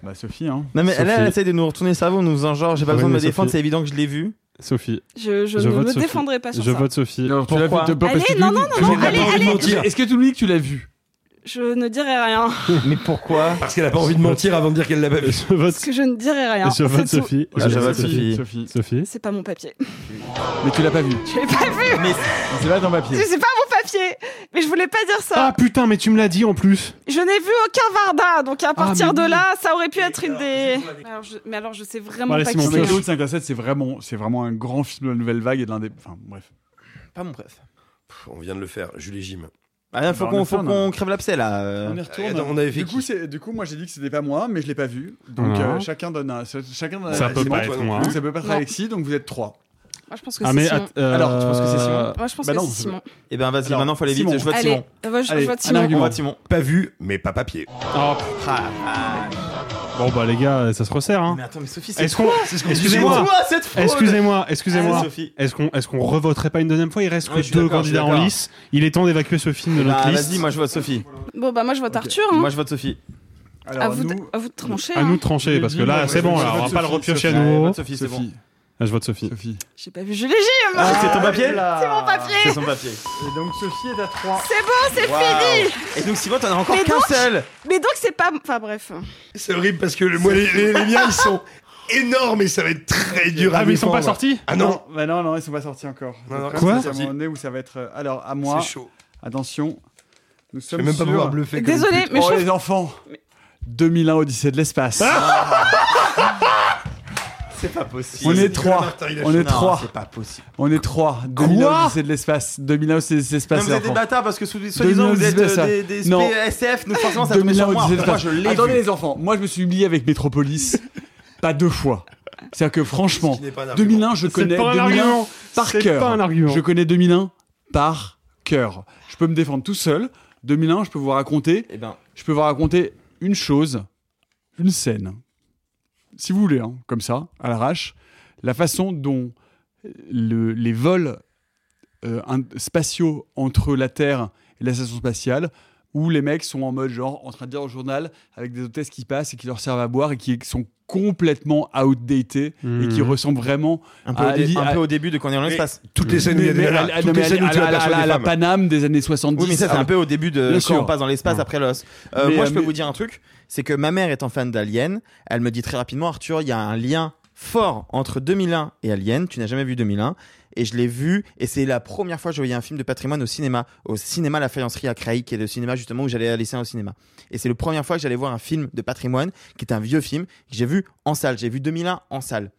S2: Bah, Sophie, hein.
S5: Non, mais là, elle
S4: Sophie.
S5: essaye de nous retourner le cerveau en nous faisant genre, j'ai pas
S4: Oui,
S5: besoin de
S4: mais
S5: me défendre,
S4: Sophie.
S5: c'est évident que je l'ai vu.
S4: Sophie.
S6: Je, je,
S4: Je
S6: ne
S4: vote
S6: me
S4: Sophie.
S6: défendrai pas sur
S4: Je
S6: ça.
S4: vote Sophie.
S2: Tu l'as vu
S5: Pourquoi
S2: de- pas
S6: Allez,
S2: parce que tu
S6: non,
S2: lui-
S6: non, non,
S2: parce
S6: non,
S2: qu'elle n'a
S6: allez,
S2: pas envie de
S6: allez.
S2: mentir. Est-ce que tu nous dis que tu l'as vu
S6: Je ne dirai rien.
S5: Mais pourquoi
S3: Parce qu'elle a pas envie de mentir avant de dire qu'elle l'a pas vu.
S4: Je vote,
S6: Parce que je ne dirai rien.
S4: je vote
S6: C'est tout.
S4: Sophie.
S5: Ah, je vote Sophie.
S2: Sophie.
S4: Sophie.
S6: C'est pas mon papier.
S2: Mais tu l'as pas vu.
S6: Je l'ai pas vu.
S2: C'est pas dans ma pièce.
S6: C'est pas mon papier. Mais je voulais pas dire ça.
S4: Ah putain, mais tu me l'as dit en plus.
S6: Je n'ai vu aucun Varda, donc à partir
S4: Ah, mais
S6: de
S4: oui.
S6: là, ça aurait pu être une des. Alors, je- Mais alors, je sais vraiment
S4: Bon,
S6: pas
S4: allez,
S6: qui
S4: c'est mon
S2: Non, mais
S4: Sophie.
S2: Code
S6: c'est.
S2: 5 à 7, c'est vraiment, c'est vraiment un grand film de la nouvelle vague et de l'un des. Enfin, bref.
S5: Pas mon bref.
S3: Pff, On vient de le faire, Jules et Jim.
S5: Ah, là, faut
S2: Bah, on
S5: qu'on
S2: le
S5: faut
S2: fait,
S5: qu'on crève l'abcès là. euh.
S2: On y
S3: Euh, attends, on avait fait
S2: Du
S3: qui
S2: coup, c'est- du coup, moi j'ai dit que c'était pas moi, mais je l'ai pas vu. Donc
S4: Non.
S2: euh, chacun donne un. ch- Chacun donne un-
S4: Ça peut
S2: c'est
S4: pas
S2: moi,
S4: être
S2: toi,
S4: moi.
S2: donc Ça peut pas être
S6: Non.
S2: Alexis, donc vous êtes trois.
S6: Moi, je pense que
S4: Ah,
S6: c'est
S4: mais
S6: Simon.
S4: att- euh,
S2: Alors, tu penses que c'est Simon
S6: Moi, je pense
S2: Bah
S6: que
S2: non,
S6: c'est Simon.
S5: Eh ben, vas-y,
S2: Alors,
S5: maintenant, faut aller vite.
S2: Simon.
S5: Je vote
S6: Allez,
S5: Simon.
S6: euh, moi, je,
S2: Allez,
S6: je vote
S2: un
S6: Simon.
S5: On
S2: argument.
S5: vote Simon.
S3: Pas vu, mais pas papier.
S4: Oh,
S5: Ah, ah,
S4: bon bah les gars, ça se resserre. Hein.
S5: mais attends, mais Sophie, c'est
S4: Est-ce qu'on,
S5: Excusez-moi,
S4: excusez-moi,
S5: cette fraude
S4: excusez-moi,
S5: Ah,
S4: excusez-moi.
S5: Sophie.
S4: Est-ce qu'on, est-ce qu'on revoterait pas une deuxième fois Il reste
S5: Ouais, je
S4: que
S5: suis
S4: deux
S5: d'accord, je suis
S4: candidats en
S5: d'accord.
S4: lice. Il est temps d'évacuer ce film de notre
S5: Bah,
S4: liste.
S5: Vas-y, moi je vote Sophie.
S6: Bon, bah, moi, je vote Arthur. Hein.
S5: Moi je vote Sophie.
S2: Alors,
S6: à, vous de,
S2: nous,
S6: à vous de trancher.
S4: À nous
S6: Hein.
S4: de trancher bah. parce que là,
S2: Moi,
S4: c'est
S2: je
S4: bon.
S2: vote
S4: Alors, on va
S2: Sophie,
S4: pas le repiocher à
S2: Sophie.
S5: Ouais,
S4: nouveau.
S5: vote Sophie, c'est bon.
S2: Sophie.
S4: Ah, Je vote Sophie.
S2: Sophie.
S6: J'ai pas vu Julie Jim.
S5: Ah, C'est ton papier
S6: C'est mon papier.
S5: C'est son papier.
S2: Et donc Sophie est à 3.
S6: C'est bon, c'est fini.
S5: Et donc Simon, t'en as encore
S6: Mais
S5: qu'un
S6: donc-
S5: seul
S6: Mais donc, c'est pas. Enfin, bref.
S3: C'est horrible parce que le- moi, les, les- les miens, ils sont énormes et ça va être très dur à
S4: Ah mais ils sont pas
S3: défendre.
S4: sortis
S3: Ah non,
S2: bah non, non, ils sont pas sortis encore.
S3: Non, non,
S2: Donc,
S4: quoi
S2: C'est à un moment donné où ça va être. euh, Alors, à moi,
S3: c'est chaud.
S2: attention, nous
S3: Je
S2: sommes
S3: vais même pas
S2: sur-
S3: pouvoir bluffer. comme
S6: Désolé,
S3: une pute.
S6: mais je
S2: oh,
S6: trouve-
S2: les enfants 2001 Odyssée de l'espace.
S5: C'est pas possible.
S2: on est
S3: Nicolas
S2: trois.
S3: Martin, il a
S2: On
S3: chaud.
S2: est trois.
S5: C'est pas possible.
S2: On est trois. 2001 Odyssée de l'espace. 2001 Odyssée de
S5: Non,
S2: l'espace.
S5: vous
S2: les
S5: êtes des
S2: enfants.
S5: bâtards parce que sous- soi-disant vous êtes euh, des, des
S2: Non.
S5: SP, SF, donc forcément ça tombe
S2: 2001
S5: sur moi.
S2: Odyssée de
S5: Moi
S2: l'espace.
S5: je l'ai
S2: Attendez
S5: vu.
S2: les enfants, moi je me suis humilié avec Metropolis, pas deux fois. C'est-à-dire que franchement,
S3: Ce qui n'est pas un argument.
S2: 2001 je connais
S4: C'est pas un
S2: 2001
S4: argument.
S2: par
S4: C'est
S2: cœur.
S4: pas un argument.
S2: Je connais 2001 par cœur. Je peux me défendre tout seul. 2001, je peux vous raconter,
S5: Eh ben,
S2: je peux vous raconter une chose, une scène. Si vous voulez, hein, comme ça, à l'arrache, la façon dont euh, le- les vols euh, in- spatiaux entre la Terre et la station spatiale, où les mecs sont en mode genre en train de dire au journal avec des hôtesses qui passent et qui leur servent à boire et qui sont complètement outdated et qui
S4: Mhm.
S2: ressemblent vraiment
S5: un peu,
S2: à
S5: au, dé-
S2: li-
S5: un
S2: à-
S5: peu au début de quand on est dans l'espace.
S3: Toutes les scènes où il y a des
S2: mais- mais à-
S3: nanas,
S2: à-
S3: toutes
S2: mais
S3: les
S2: à-
S3: scènes où tu
S2: à- à-
S3: aperçois
S2: à- à
S3: des
S2: la
S3: femmes.
S2: Paname des années 70.
S5: Oui, mais ça, c'est
S2: Ah,
S5: un peu au début de
S2: Bien
S5: quand
S2: sûr.
S5: on passe dans
S3: Mmh.
S5: l'espace après l'os. Euh,
S2: Mais,
S5: moi,
S2: euh,
S5: je peux
S2: mais-
S5: vous dire un truc c'est que ma mère étant fan d'Alien, elle me dit très rapidement Arthur, il y a un lien fort entre 2001 et Alien. Tu n'as jamais vu 2001. Et je l'ai vu, et c'est la première fois que je voyais un film de patrimoine au cinéma. Au cinéma La Faïencerie à Creil, qui est le cinéma justement où j'allais à lycée au cinéma. Et c'est la première fois que j'allais voir un film de patrimoine, qui est un vieux film, que j'ai vu en salle. J'ai vu 2001 en salle.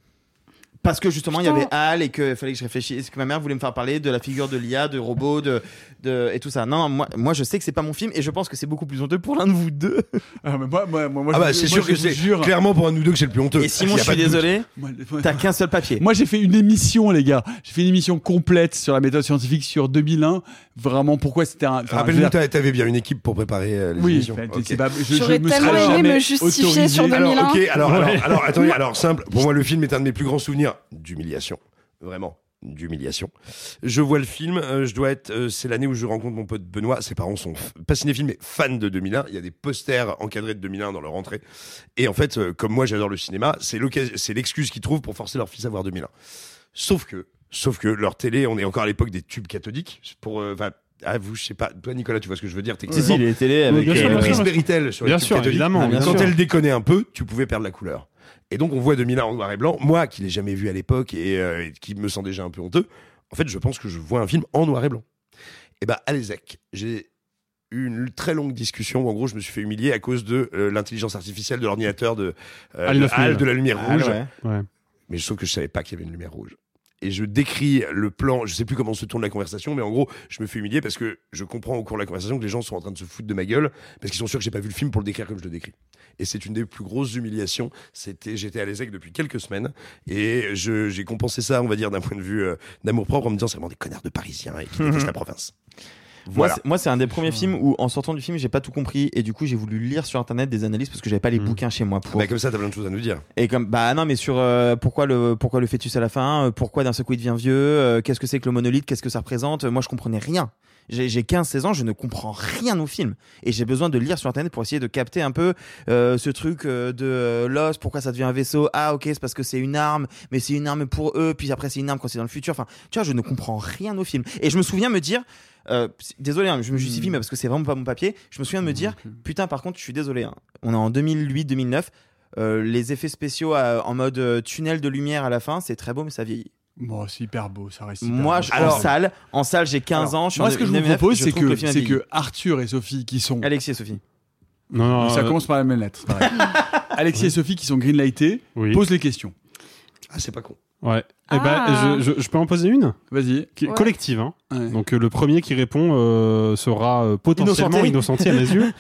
S5: Parce que justement, il y
S6: Putain.
S5: avait Al et qu'il fallait que je réfléchisse. Que ma mère voulait me faire parler de la figure de l'IA, de robots, de, de- et tout ça. Non, moi, moi, je sais que c'est pas mon film et je pense que c'est beaucoup plus honteux pour l'un de vous deux.
S2: Ah, mais moi, moi, moi, moi,
S3: Ah bah
S2: je-
S3: c'est
S2: moi,
S3: sûr
S2: je
S3: que
S2: vous
S3: c'est
S2: jure-
S3: clairement pour un de nous deux que c'est le plus honteux.
S5: Et Simon,
S3: Il y
S5: je
S3: a pas
S5: suis
S3: de doute.
S5: désolé,
S2: Moi,
S5: t'as qu'un seul papier.
S2: Moi, j'ai fait une émission, les gars. J'ai fait une émission complète sur la méthode scientifique sur 2001. Vraiment, pourquoi c'était un. enfin, je
S3: Rappelle-nous,
S2: veux dire-
S3: t'as- t'avais bien une équipe pour préparer euh, les
S2: Oui,
S3: émissions.
S2: enfin,
S3: Ok.
S2: c'est pas- je- je
S6: J'aurais
S2: me
S6: tellement
S2: serais
S6: aimé
S2: jamais
S6: me justifier
S2: autorisé-
S6: sur deux-
S2: Alors,
S6: 2001.
S3: Alors, ok, alors, alors,
S4: Ouais.
S3: alors, attendez, alors, simple. Pour moi, le film est un de mes plus grands souvenirs d'humiliation. Vraiment, d'humiliation. Je vois le film, euh, je dois être. euh, c'est l'année où je rencontre mon pote Benoît. Ses parents sont f- pas cinéphiles, mais fans de 2001. Il y a des posters encadrés de 2001 dans leur entrée. Et en fait, euh, comme moi, j'adore le cinéma, c'est l'occasion- c'est l'excuse qu'ils trouvent pour forcer leur fils à voir 2001. Sauf que, sauf que leur télé, on est encore à l'époque des tubes cathodiques. C'est Pour, euh, enfin, ah, vous, je sais pas. Toi, Nicolas, tu vois ce que je veux dire
S5: Si,
S3: techniquement.
S5: si, les télés avec. euh,
S4: Bien
S3: Il y a
S4: sûr,
S3: une
S4: bien
S3: prise
S4: sûr.
S3: Beritel sur les
S4: Bien
S3: tubes
S4: sûr,
S3: cathodiques.
S4: évidemment.
S5: Ah, bien
S4: bien
S5: sûr.
S3: Quand
S4: sûr.
S3: elle déconnait un peu, tu pouvais perdre la couleur. Et donc on voit 2001 en noir et blanc. Moi, qui l'ai jamais vu à l'époque et, euh, et qui me sent déjà un peu honteux, en fait, je pense que je vois un film en noir et blanc. Et ben, à l'ESEC, j'ai eu une très longue discussion où en gros je me suis fait humilier à cause de euh, l'intelligence artificielle de l'ordinateur de, euh,
S4: Al
S3: de
S4: 9000.
S3: Al, de la lumière
S5: Ah,
S3: rouge.
S5: ouais.
S4: Ouais.
S3: Mais je trouve que je savais pas qu'il y avait une lumière rouge. et je décris le plan. Je sais plus comment se tourne la conversation, mais en gros, je me fais humilier parce que je comprends au cours de la conversation que les gens sont en train de se foutre de ma gueule parce qu'ils sont sûrs que j'ai pas vu le film pour le décrire comme je le décris. Et c'est une des plus grosses humiliations. C'était, j'étais à l'ESSEC depuis quelques semaines et je- j'ai compensé ça, on va dire, d'un point de vue d'amour propre en me disant c'est vraiment des connards de Parisiens et qui détestent la province. Voilà.
S5: Moi, c'est- Moi, c'est un des premiers films où, en sortant du film, j'ai pas tout compris et du coup, j'ai voulu lire sur internet des analyses parce que j'avais pas les bouquins chez moi pour.
S3: Bah, comme ça, t'as plein de choses à nous dire.
S5: Et comme bah non mais sur euh, pourquoi le pourquoi le fœtus à la fin, euh, pourquoi d'un seul coup il devient vieux, euh, qu'est-ce que c'est que le monolithe, qu'est-ce que ça représente, euh, moi je comprenais rien. J'ai j'ai 15-16 ans, je ne comprends rien au film et j'ai besoin de lire sur internet pour essayer de capter un peu euh, ce truc euh, de euh, l'os, pourquoi ça devient un vaisseau. Ah OK, c'est parce que c'est une arme, mais c'est une arme pour eux, puis après c'est une arme quand c'est dans le futur. Enfin, tu vois, je ne comprends rien au film et je me souviens me dire euh, c'est- désolé, hein, je me justifie, mais parce que c'est vraiment pas mon papier. Je me souviens de me dire, putain, par contre, je suis désolé. hein. On est en 2008-2009. Euh, les effets spéciaux euh, en mode euh, tunnel de lumière à la fin, c'est très beau, mais ça vieillit.
S2: Bon, c'est hyper beau, ça reste. hyper
S5: Moi,
S2: beau.
S5: je, en salle, en salle, j'ai 15
S2: Alors,
S5: ans. Je suis
S2: moi,
S5: en
S2: ce que je vous
S5: 2009,
S2: propose, c'est
S5: trouve
S2: que,
S5: le film
S2: c'est
S5: vieillit.
S2: que Arthur et Sophie, qui sont.
S5: Alexis et Sophie.
S4: Non, non,
S2: ça
S4: euh,
S2: commence par la même lettre. c'est pareil. Alexis et Sophie, qui sont greenlightés,
S4: Oui.
S2: posent les questions.
S3: Ah, c'est pas con.
S4: Ouais. Eh
S6: Ah.
S4: ben, je, je- je peux en poser une
S2: Vas-y.
S4: qui est
S6: Ouais.
S4: collective. hein.
S2: Ouais.
S4: Donc euh, le premier qui répond euh, sera euh, potentiellement
S5: Innocenté.
S4: innocenté à mes yeux.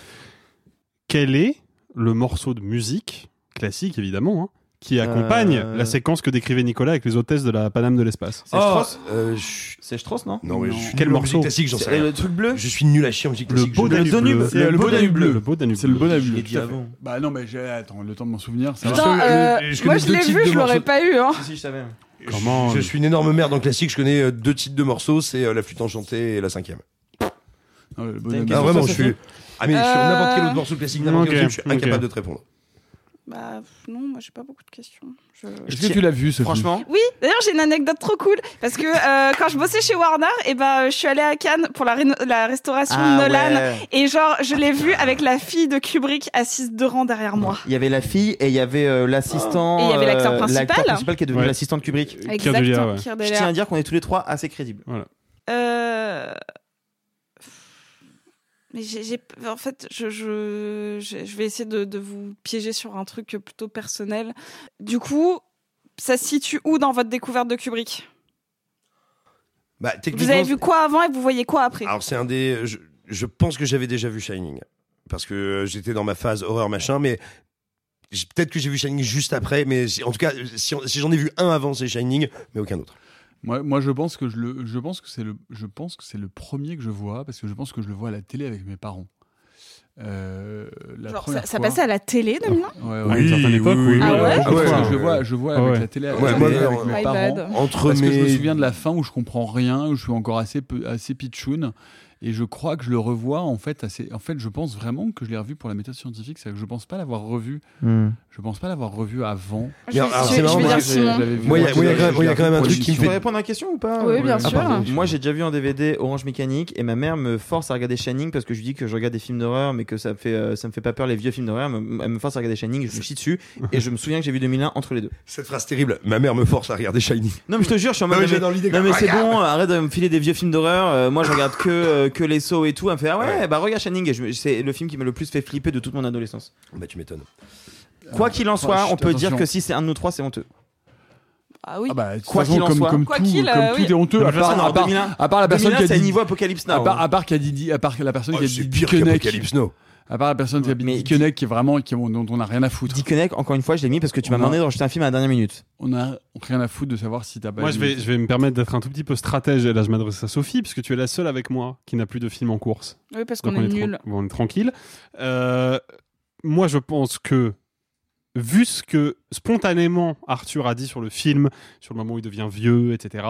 S4: Quel est le morceau de musique classique, évidemment, hein, qui accompagne
S5: Euh. Oh
S4: la séquence que décrivait Nicolas avec les hôtesses de la Paname de l'espace
S5: C'est Strauss
S3: Euh, je-
S5: C'est Strauss, non
S3: Non, mais
S2: Non.
S3: je suis
S4: Quel
S3: nul en
S4: morceau
S3: musique classique, j'en sais
S5: C'est
S3: rien.
S5: le truc bleu
S3: Je suis nul à chier en musique classique.
S4: beau
S3: je-
S4: Danube
S5: Danube,
S4: bleu.
S5: c'est le beau Danube
S2: bleu.
S4: Le beau Danube
S2: C'est le bon
S4: bleu.
S2: avis.
S5: l'ai
S2: tout
S5: dit
S2: à fait.
S5: avant.
S2: Bah non, mais j'ai- attends, le temps de m'en souvenir. Ça va.
S6: Putain, euh,
S3: je- je connais
S6: moi je
S3: deux
S6: l'ai
S3: types
S6: vu,
S3: de
S6: je l'aurais
S3: morceaux.
S6: pas eu. Hein.
S5: Si, si, je savais.
S4: Comment
S3: Je suis une énorme merde en classique. Je connais euh, deux titres de morceaux, c'est euh, La flûte enchantée et la cinquième.
S2: Non, le
S5: T'as
S2: bon
S5: une
S2: avis.
S5: question
S3: Ah, vraiment, je
S5: sur ça,
S3: suis. Ah, mais sur n'importe quel
S6: Euh,
S3: autre morceau classique, n'importe quel autre
S4: ok,
S3: film, je suis
S4: ok.
S3: incapable de te répondre.
S6: Bah pff, non, moi j'ai pas beaucoup de questions. Je-
S2: Est-ce que tu l'as vu, Sophie
S5: Franchement,
S6: Oui, d'ailleurs j'ai une anecdote trop cool parce que euh, quand je bossais chez Warner, et ben euh, je suis allée à Cannes pour la, réno- la restauration
S5: Ah,
S6: de Nolan
S5: ouais.
S6: et genre je l'ai vu avec la fille de Kubrick assise deux rangs derrière moi.
S5: il y avait la fille et il y avait euh, l'assistant.
S6: Et il y avait l'acteur
S5: euh,
S6: principal.
S5: qui est devenu
S4: Ouais.
S5: l'assistant de Kubrick.
S4: Pierre Delia,
S6: Exactement.
S4: ouais.
S6: Pierre
S5: Je
S6: Delia.
S5: tiens à dire qu'on est tous les trois assez crédibles.
S6: Euh, Mais j'ai, j'ai- en fait, je, je, je je vais essayer de, de vous piéger sur un truc plutôt personnel. Du coup, ça se situe où dans votre découverte de Kubrick
S3: Bah,
S6: Vous
S3: techniquement,
S6: avez vu quoi avant et vous voyez quoi après
S3: Alors c'est un des. Je, je pense que j'avais déjà vu Shining parce que euh, j'étais dans ma phase horreur machin, mais j- peut-être que j'ai vu Shining juste après. Mais si- en tout cas, si, on- si j'en ai vu un avant, c'est Shining, mais aucun autre.
S2: Moi, moi, je pense que je le, je pense que c'est le, je pense que c'est le premier que je vois parce que je pense que je le vois à la télé avec mes parents. Euh, la
S6: Genre,
S2: première
S6: ça, ça
S2: fois-
S6: passait à la télé, 2001
S2: Ouais,
S4: À
S2: ouais.
S4: une certaine époque, oui.
S6: Ah ouais
S2: Je
S3: Ah ouais.
S2: pense que je le vois, je le vois avec
S4: Ouais.
S2: la télé, avec,
S3: Ouais,
S2: la
S3: moi,
S2: télé,
S3: non,
S2: avec mes
S6: My
S2: parents.
S6: bad.
S3: Entre
S2: Parce
S3: mes.
S2: que je me souviens de la fin où je comprends rien, où je suis encore assez peu, assez pitchoun, et je crois que je le revois en fait assez. En fait, je pense vraiment que je l'ai revu pour la méthode scientifique, c'est que je pense pas l'avoir revu.
S3: Hmm.
S2: Je pense pas l'avoir revu avant.
S6: Je,
S3: alors,
S6: je-
S3: c'est
S6: je
S3: marrant,
S6: vais
S3: moi,
S6: dire
S3: j'ai-
S6: Simon.
S2: l'avais vu-
S3: Moi, il y a-
S2: je
S3: moi, il y a
S2: l'avais-
S3: quand même-
S2: je
S3: moi, il y a quand même un
S2: l'avais
S3: truc
S2: vu
S3: qui me
S2: pour
S3: fait-
S5: Tu peux
S2: l'émission.
S5: répondre à la question ou pas
S6: Oui, bien
S2: Ah,
S6: sûr.
S2: pardon.
S5: Moi, j'ai déjà vu en DVD Orange Mécanique et ma mère me force à regarder Shining parce que je lui dis que je regarde des films d'horreur mais que ça me fait euh, ça me fait pas peur les vieux films d'horreur. Elle me- elle me force à regarder Shining, je me chie dessus et je me souviens que j'ai vu 2001 entre les deux.
S3: Cette phrase Ah, terrible. Ma mère me force à regarder Shining.
S5: Non mais je te jure, je suis en mode.
S3: Non, mais
S5: non, mais-
S3: j'adore l'idée
S5: non,
S3: que-
S5: mais c'est
S3: regarde.
S5: bon, arrête de me filer des vieux films d'horreur. euh, moi, je regarde que euh, que les sauts et tout. Elle me fait ah ouais,
S3: Ouais.
S5: bah regarde Shining. Et je me- C'est le film qui m'a le plus fait flipper de toute mon adolescence.
S3: Bah tu m'étonnes.
S5: Quoi qu'il en soit,
S2: chut,
S5: on peut dire
S2: attention.
S5: que si c'est un de nous trois, c'est honteux.
S6: Ah oui.
S2: Ah bah, de toute
S5: Quoi
S2: façon,
S5: qu'il en
S2: comme,
S5: soit.
S2: comme
S6: Quoi
S2: tout,
S6: qu'il, euh,
S2: comme
S6: oui.
S2: tout est honteux, à
S5: Parce que
S2: part,
S5: non,
S2: à part-
S5: 2001,
S2: à part la personne
S5: 2001,
S2: qui a
S5: c'est
S2: dit.
S5: niveau apocalypse
S2: À
S5: now.
S2: part, à part qui a dit, à part la personne
S3: hein. Oh,
S2: qui a
S3: c'est
S2: dit
S3: pire
S2: Dickeneck,
S3: qu'Apocalypse Now.
S2: à part la personne qui a
S5: Mais
S2: dit Dickeneck, qui est vraiment, qui, on, dont on n'a rien à foutre.
S5: Disconnect, encore une fois, je l'ai mis parce que tu m'as
S2: On a-
S5: demandé de rajouter un film à la dernière minute.
S2: On n'a rien à foutre de savoir si t'as pas.
S4: Moi, je
S2: aimé.
S4: vais, je vais me permettre d'être un tout petit peu stratège. Et là, je m'adresse à Sophie, puisque tu es la seule avec moi qui n'a plus de film en course.
S6: Oui, parce
S4: Donc
S6: qu'on est
S4: tran-
S6: nuls.
S4: on est tranquille. Euh, moi, je pense que vu ce que spontanément Arthur a dit sur le film, sur le moment où il devient vieux, etc.,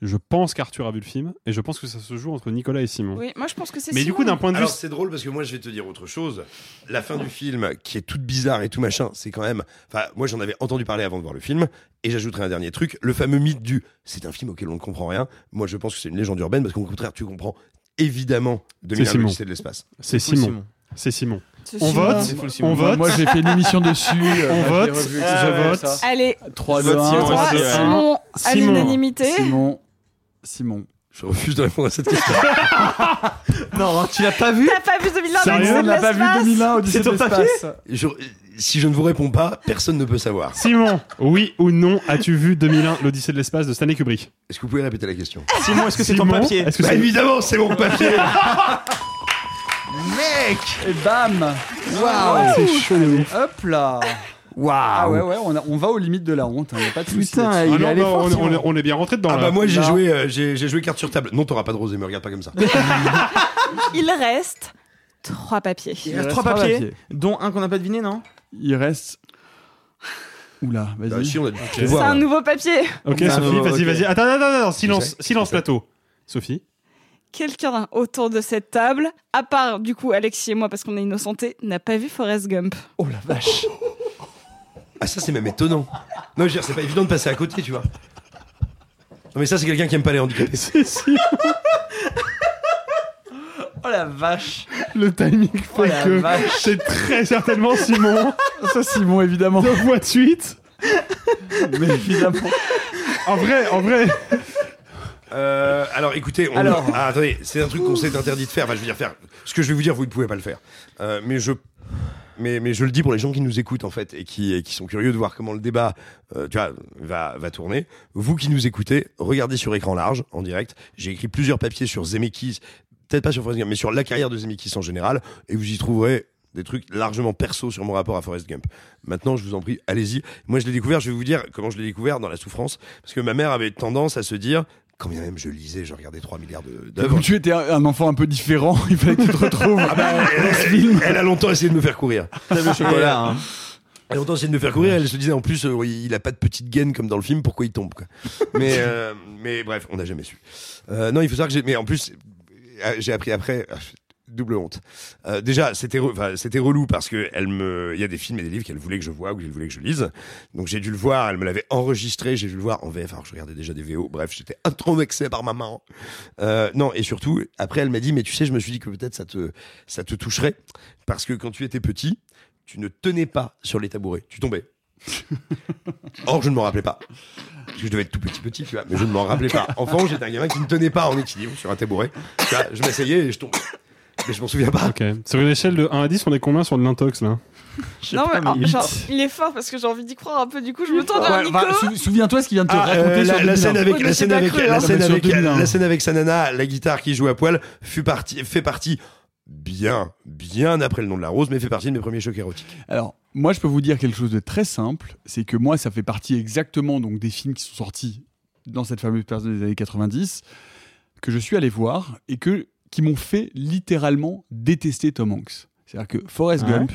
S4: je pense qu'Arthur a vu le film et je pense que ça se joue entre Nicolas et Simon.
S6: Oui, moi je pense que c'est
S4: Mais du
S6: Simon.
S4: coup, d'un point de vue,
S3: Alors c'est drôle parce que moi je vais te dire autre chose. La fin du film qui est toute bizarre et tout machin, c'est quand même. Enfin moi j'en avais entendu parler avant de voir le film et j'ajouterai un dernier truc, le fameux mythe du c'est un film auquel on ne comprend rien. Moi je pense que c'est une légende urbaine parce qu'au contraire tu comprends évidemment de
S4: C'est Simon.
S3: l'université de l'espace.
S4: c'est
S5: Full
S4: Simon. C'est Simon.
S6: C'est
S4: On
S6: Simon.
S4: vote.
S5: full
S4: On
S2: Moi-
S4: vote.
S2: Moi, j'ai fait une émission dessus. euh,
S4: On vote. Euh, Je vote.
S6: Euh, Allez,
S2: 3,
S5: Je vote Simon.
S6: trois,
S4: c'est-
S6: Simon à
S4: Simon.
S6: l'unanimité.
S2: Simon. Simon.
S3: Je refuse de répondre à cette question.
S5: non, tu l'as pas vu
S6: T'as pas vu 2001
S2: Sérieux,
S6: Odyssée
S2: on
S6: de
S2: n'a pas vu
S6: l'espace
S2: 2001 Odyssée
S5: C'est
S2: de
S5: ton papier
S2: l'espace.
S3: Je- si je ne vous réponds pas, personne ne peut savoir.
S4: Simon, oui ou non, as-tu vu 2001, l'Odyssée de l'espace de Stanley Kubrick
S3: Est-ce que vous pouvez répéter la question
S5: Simon, est-ce que c'est ton
S4: Simon,
S5: papier
S4: Est-ce que
S3: Bah,
S4: c'est
S3: évidemment, c'est mon papier
S5: Mec
S2: Et bam
S5: Waouh
S4: c'est chaud de ouf.
S2: Hop là Ah ouais, ouais, on, a- on va aux limites de la honte, hein, y a pas de souci.
S5: Putain,
S4: Ah
S2: là-dessus.
S5: il est
S4: non,
S5: allé
S4: bah,
S5: fort,
S4: on,
S5: Simon.
S4: on est- on est bien rentré dedans.
S3: Ah
S4: là.
S3: bah moi j'ai
S2: Non.
S3: joué, euh, j'ai j'ai joué carte sur table. Non, t'auras pas de rosé, me regarde pas comme ça.
S6: Il reste trois papiers.
S5: Il reste trois papiers, dont un qu'on n'a pas deviné, non
S2: Il reste. Oula, vas-y.
S3: Bah, si, on a dû
S6: C'est
S3: voir.
S6: un nouveau papier.
S4: Ok,
S5: Non,
S4: Sophie,
S5: non,
S4: vas-y,
S5: ok.
S4: vas-y. Attends, attends, attends,
S3: Je
S4: silence,
S3: sais,
S4: silence
S3: je sais.
S4: plateau. Sophie
S6: Quelqu'un autour de cette table, à part du coup Alexis et moi parce qu'on est innocentés, n'a pas vu Forrest Gump.
S2: Oh la vache
S3: Ah ça c'est même étonnant. Non, je veux dire, c'est pas évident de passer à côté, tu vois. Non mais ça c'est quelqu'un qui aime pas les handicapés.
S2: Oh la vache
S4: Le timing
S2: Oh
S4: fait
S2: la
S4: que
S2: vache.
S4: c'est très certainement Simon.
S2: Ça, Simon, évidemment.
S4: Deux voix de suite.
S2: Mais évidemment.
S4: En vrai, en vrai.
S3: Euh, alors écoutez, on...
S2: Alors.
S3: Ah, attendez, c'est un truc qu'on s'est interdit de faire. Enfin, je veux dire faire. Ce que je vais vous dire, vous ne pouvez pas le faire. Euh, mais je, mais, mais je le dis pour les gens qui nous écoutent en fait et qui, et qui sont curieux de voir comment le débat, euh, tu vois, va, va tourner. Vous qui nous écoutez, regardez sur écran large en direct. J'ai écrit plusieurs papiers sur Zemeckis, peut-être pas sur Forrest Gump, mais sur la carrière de Zemeckis en général, et vous y trouverez des trucs largement perso sur mon rapport à Forrest Gump. Maintenant, je vous en prie, allez-y. Moi, je l'ai découvert, je vais vous dire comment je l'ai découvert dans la souffrance, parce que ma mère avait tendance à se dire, quand bien même je lisais, je regardais 3 milliards de- d'œuvres.
S2: Comme tu étais un un enfant un peu différent, il fallait que tu te retrouves
S4: Ah bah,
S2: dans ce
S3: Ah
S2: film.
S3: ben,
S4: euh,
S3: Elle a longtemps essayé de me faire courir.
S5: T'as vu le chocolat, hein.
S3: Elle a longtemps essayé de me faire courir. Elle se disait en plus, euh, il a pas de petite gaine comme dans le film, pourquoi il tombe quoi. Mais, euh, mais bref, on n'a jamais su. Euh, non, il faut savoir que j'ai. Mais en plus, euh, j'ai appris après. ah, Double honte. Euh, déjà, c'était re- enfin, c'était relou parce que elle me, il y a des films et des livres qu'elle voulait que je voie ou qu'elle voulait que je lise. Donc j'ai dû le voir. Elle me l'avait enregistré. J'ai dû le voir en VF. Alors que je regardais déjà des VO. Bref, j'étais intromexé par ma maman. Euh, non, et surtout, après, elle m'a dit, mais tu sais, je me suis dit que peut-être ça te, ça te toucherait, parce que quand tu étais petit, tu ne tenais pas sur les tabourets, tu tombais. Or, je ne m'en rappelais pas. Parce que je devais être tout petit, petit, tu vois, mais je ne m'en rappelais pas. Enfant, j'étais un gamin qui ne tenait pas en équilibre sur un tabouret. Tu vois, je m'essayais et je tombais. Mais je m'en souviens pas.
S4: Ok. Sur une échelle de 1 à 10, on est combien sur de l'intox là
S6: Non, mais,
S4: Ah, mais
S6: oh,
S4: huit.
S6: genre, il est fort parce que j'ai envie d'y croire un peu. Du coup, je me tourne vers
S2: Ouais,
S6: Nico.
S2: bah, sou- Souviens-toi ce qu'il vient de te
S3: Ah,
S2: raconter
S3: euh, la,
S2: sur
S3: la
S2: Dublin.
S3: scène avec la
S6: mais
S3: scène
S6: j'ai pas
S3: avec
S6: cru, hein.
S3: la
S2: Non,
S3: scène
S2: mais sur
S3: avec
S2: Dublin.
S3: la scène avec sa nana, la guitare qui joue à poil fut partie fait partie bien bien après le nom de la rose, mais fait partie de mes premiers chocs érotiques.
S2: Alors, moi, je peux vous dire quelque chose de très simple, c'est que moi, ça fait partie exactement donc des films qui sont sortis dans cette fameuse période des années 90 que je suis allé voir et que qui m'ont fait littéralement détester Tom Hanks. C'est-à-dire que Forrest
S5: Ah ouais
S2: Gump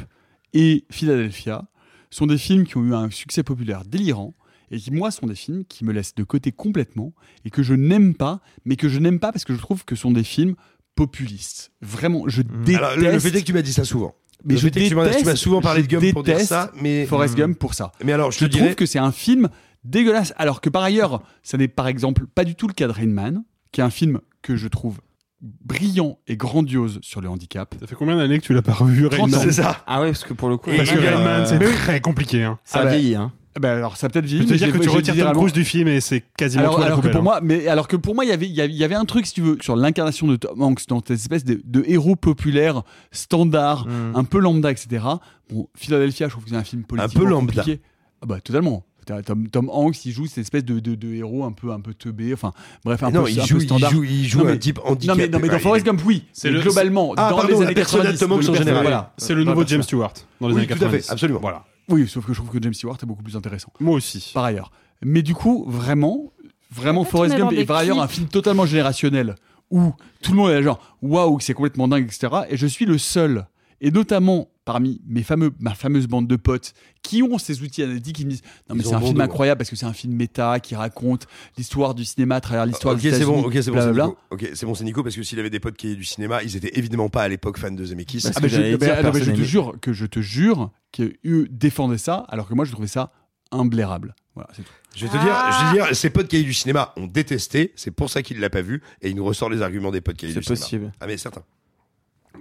S2: et Philadelphia sont des films qui ont eu un succès populaire délirant et qui moi sont des films qui me laissent de côté complètement et que je n'aime pas, mais que je n'aime pas parce que je trouve que ce sont des films populistes. Vraiment, je déteste.
S3: Alors, le, le fait est que tu m'as dit ça souvent.
S2: Mais
S3: Le
S2: je
S3: fait est que tu m'en as- tu m'as
S2: déteste-
S3: souvent parlé de
S2: je
S3: Gump pour dire
S2: déteste
S3: ça, mais hmm.
S2: Forrest Gump pour ça.
S3: mais alors je,
S2: Je
S3: te dirais
S2: trouve que c'est un film dégueulasse. Alors que par ailleurs, ça n'est par exemple pas du tout le cas de Rain Man, qui est un film que je trouve brillant et grandiose sur le handicap.
S4: Ça fait combien d'années que tu l'as pas revu Rain
S2: 30 ans.
S4: Man
S3: c'est ça.
S5: Ah ouais, parce que pour le coup,
S3: Et
S4: Parce que
S3: euh,
S4: Rain Man, c'est
S3: mais
S4: très compliqué. Hein.
S5: ça
S2: Ah bah-
S5: vieillit, hein.
S2: Eh Ben alors ça a peut-être
S4: Je
S2: vieilli.
S4: peux te
S2: mais
S4: dire
S2: j'ai-
S4: que tu
S2: j'ai
S4: retires Tom
S2: littéralement-
S4: Cruise du film et c'est quasiment
S2: alors,
S4: tout à la
S2: alors que
S4: poubelle.
S2: pour
S4: hein.
S2: moi, mais alors que pour moi, il y avait- il y avait, il y avait un truc, si tu veux, sur l'incarnation de Tom Hanks dans cette espèce de, de héros populaire, standard,
S5: Mm.
S2: un peu lambda, etc. Bon, Philadelphia, je trouve que c'est un film politique.
S3: Hmm. peu lambda.
S2: Compliqué. Ah bah totalement. T'as Tom, Tom Hanks, il joue cette espèce de, de, de héros un peu un peu teubé, enfin bref, un
S3: non,
S2: peu,
S3: il
S2: un peu
S3: joue, il
S2: standard.
S3: joue, il joue
S2: Non, mais-
S3: un type
S2: Non
S3: handicapé.
S2: mais, non, mais
S3: Ouais,
S2: dans Forrest Gump, oui.
S4: C'est
S2: Mais
S4: le-
S2: globalement,
S3: Ah,
S2: dans
S3: pardon,
S2: les
S3: le
S2: années
S3: personnage
S2: 90,
S3: de Tom Hanks
S2: le
S3: en
S2: perso-
S3: général.
S2: voilà.
S4: C'est le
S2: Dans
S4: nouveau
S2: la
S4: James
S2: personne.
S4: Stewart dans les
S3: Oui,
S4: années
S3: tout à
S4: 90.
S3: fait, absolument.
S4: Voilà.
S2: Oui, sauf que je trouve que James Stewart est beaucoup plus intéressant.
S4: Moi aussi.
S2: Par ailleurs. Mais du coup, vraiment, vraiment,
S6: Ouais,
S2: Forrest
S6: tourner dans
S2: Gump est
S6: des
S2: par ailleurs un
S6: clips.
S2: film totalement générationnel où tout le monde est genre waouh, c'est complètement dingue, etc. Et je suis le seul, et notamment parmi mes fameux, ma fameuse bande de potes qui ont ces outils analytiques, qui me disent non, mais
S3: Ils
S2: c'est
S3: ont
S2: un
S3: bon
S2: film
S3: dos.
S2: incroyable parce que c'est un film méta qui raconte l'histoire du cinéma à travers l'histoire
S3: Ok,
S2: des
S3: c'est bon,
S2: États-Unis.
S3: ok, c'est bon, c'est
S2: blablabla.
S3: Nico. Ok, c'est bon, c'est Nico parce que s'il avait des potes qui étaient du cinéma, ils étaient évidemment pas à l'époque fans de Zemeckis.
S5: Bah,
S2: Ah
S5: ce
S2: bah,
S5: que
S2: je,
S5: j'allais
S2: bah,
S5: dire,
S2: ah bah, je
S5: personne
S2: te
S5: aimé.
S2: jure que je te jure que eux défendaient ça, alors que moi je trouvais ça imblairable. Voilà, c'est tout.
S3: Je vais te dire, je
S4: Ah.
S3: vais te dire, ses potes cahiers du cinéma ont détesté, c'est pour ça qu'il l'a pas vu, et il nous ressort les arguments des potes cahiers
S5: C'est
S3: du cinéma.
S5: possible.
S3: Ah mais certain.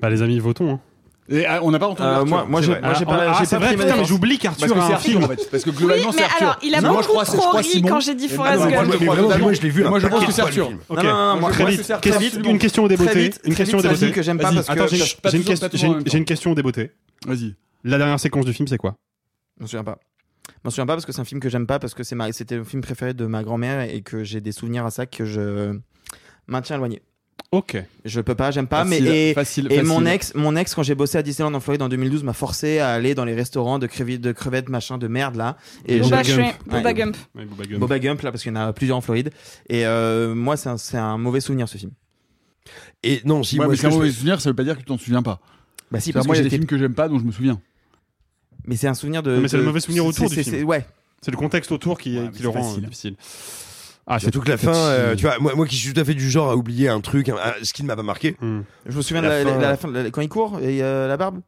S4: Bah les amis, votons. hein.
S2: Et, ah, on n'a pas entendu.
S5: Euh,
S2: Arthur,
S5: moi- moi,
S2: c'est
S5: j'ai-
S2: vrai.
S5: moi, j'ai pas-
S2: Ah,
S5: j'ai
S2: c'est
S5: pas
S2: vrai,
S5: pris ma
S2: putain, mais
S5: défense.
S2: j'oublie qu'Arthur
S5: Parce
S2: a
S5: que
S2: un
S5: c'est
S2: film en
S5: Arthur.
S2: fait. Parce que globalement,
S5: Oui,
S2: c'est
S5: mais
S2: Arthur.
S5: alors, il a
S2: Non, moi, je
S5: beaucoup
S2: crois- je
S5: trop
S2: crois
S5: ri
S2: Simon.
S5: quand j'ai dit
S2: Et
S5: Forrest
S2: moi,
S5: Gump.
S2: moi,
S5: Mais
S2: je
S5: vraiment,
S2: l'ai vu,
S5: moi,
S2: je l'ai vu.
S5: un
S2: Moi, je pense
S5: paquet
S2: que
S5: de
S2: c'est
S5: fois,
S2: Arthur.
S5: le film.
S2: Ok.
S5: Non, non, non,
S2: Moi,
S5: moi,
S2: je
S5: très
S2: pense
S5: vite,
S2: que c'est
S4: très
S2: Arthur,
S4: vite,
S2: absolument.
S4: une question au débeauté.
S5: Très vite,
S4: une
S5: très vite,
S4: question au
S5: ça
S4: débeauté.
S5: dit que j'aime pas
S4: Vas-y,
S5: parce que-
S4: Attends, j'ai une-
S5: Pas
S4: j'ai une,
S2: toujours, pas
S4: question-
S2: toujours
S4: j'ai
S2: en
S4: une,
S2: même temps.
S4: j'ai une question au débeauté.
S2: Vas-y.
S4: La dernière séquence du film, c'est quoi
S5: Je m'en souviens pas. Je m'en souviens pas parce que c'est un film que j'aime pas parce que c'est ma... c'était le film préféré de ma grand-mère et que j'ai des souvenirs à ça que je maintiens éloigné.
S4: Ok.
S5: Je peux pas, j'aime pas.
S2: Facile,
S5: mais et,
S2: facile,
S5: et
S2: facile.
S5: mon ex, mon ex quand j'ai bossé à Disneyland en Floride en 2012 m'a forcé à aller dans les restaurants de crevettes, de crevettes machin de merde là. Et
S6: Boba,
S5: j'ai-
S6: Shrimp,
S5: Ouais.
S6: Boba Gump.
S4: Ouais, Boba Gump.
S5: Boba Gump là parce qu'il y en a plusieurs en Floride. Et euh, moi c'est un, c'est un mauvais souvenir ce film.
S3: Et non, si
S2: Ouais,
S3: moi,
S2: mais
S3: ce
S2: c'est un
S3: que je-
S2: mauvais souvenir, ça veut pas dire que tu t'en souviens pas.
S5: Bah si parce
S2: Parce que moi,
S5: que
S2: il y a des
S5: j'étais.
S2: films que j'aime pas dont je me souviens.
S5: Mais c'est un souvenir de.
S4: Non, mais c'est
S5: de-
S4: le mauvais souvenir autour
S5: c'est-
S4: du
S5: c'est-
S4: film.
S5: Ouais.
S4: C'est le contexte autour qui,
S2: Ouais, mais
S4: qui le
S2: c'est
S4: rend
S2: facile.
S4: euh, difficile. Ah, c'est
S3: Surtout que la fin, euh, tu vois, moi, moi qui suis tout à fait du genre à oublier un truc, un- un- ce qui ne m'a pas marqué,
S4: Hmm.
S5: Je me souviens
S3: La
S5: de la,
S3: fin.
S5: la- la fin, la- quand il court et euh, la barbe.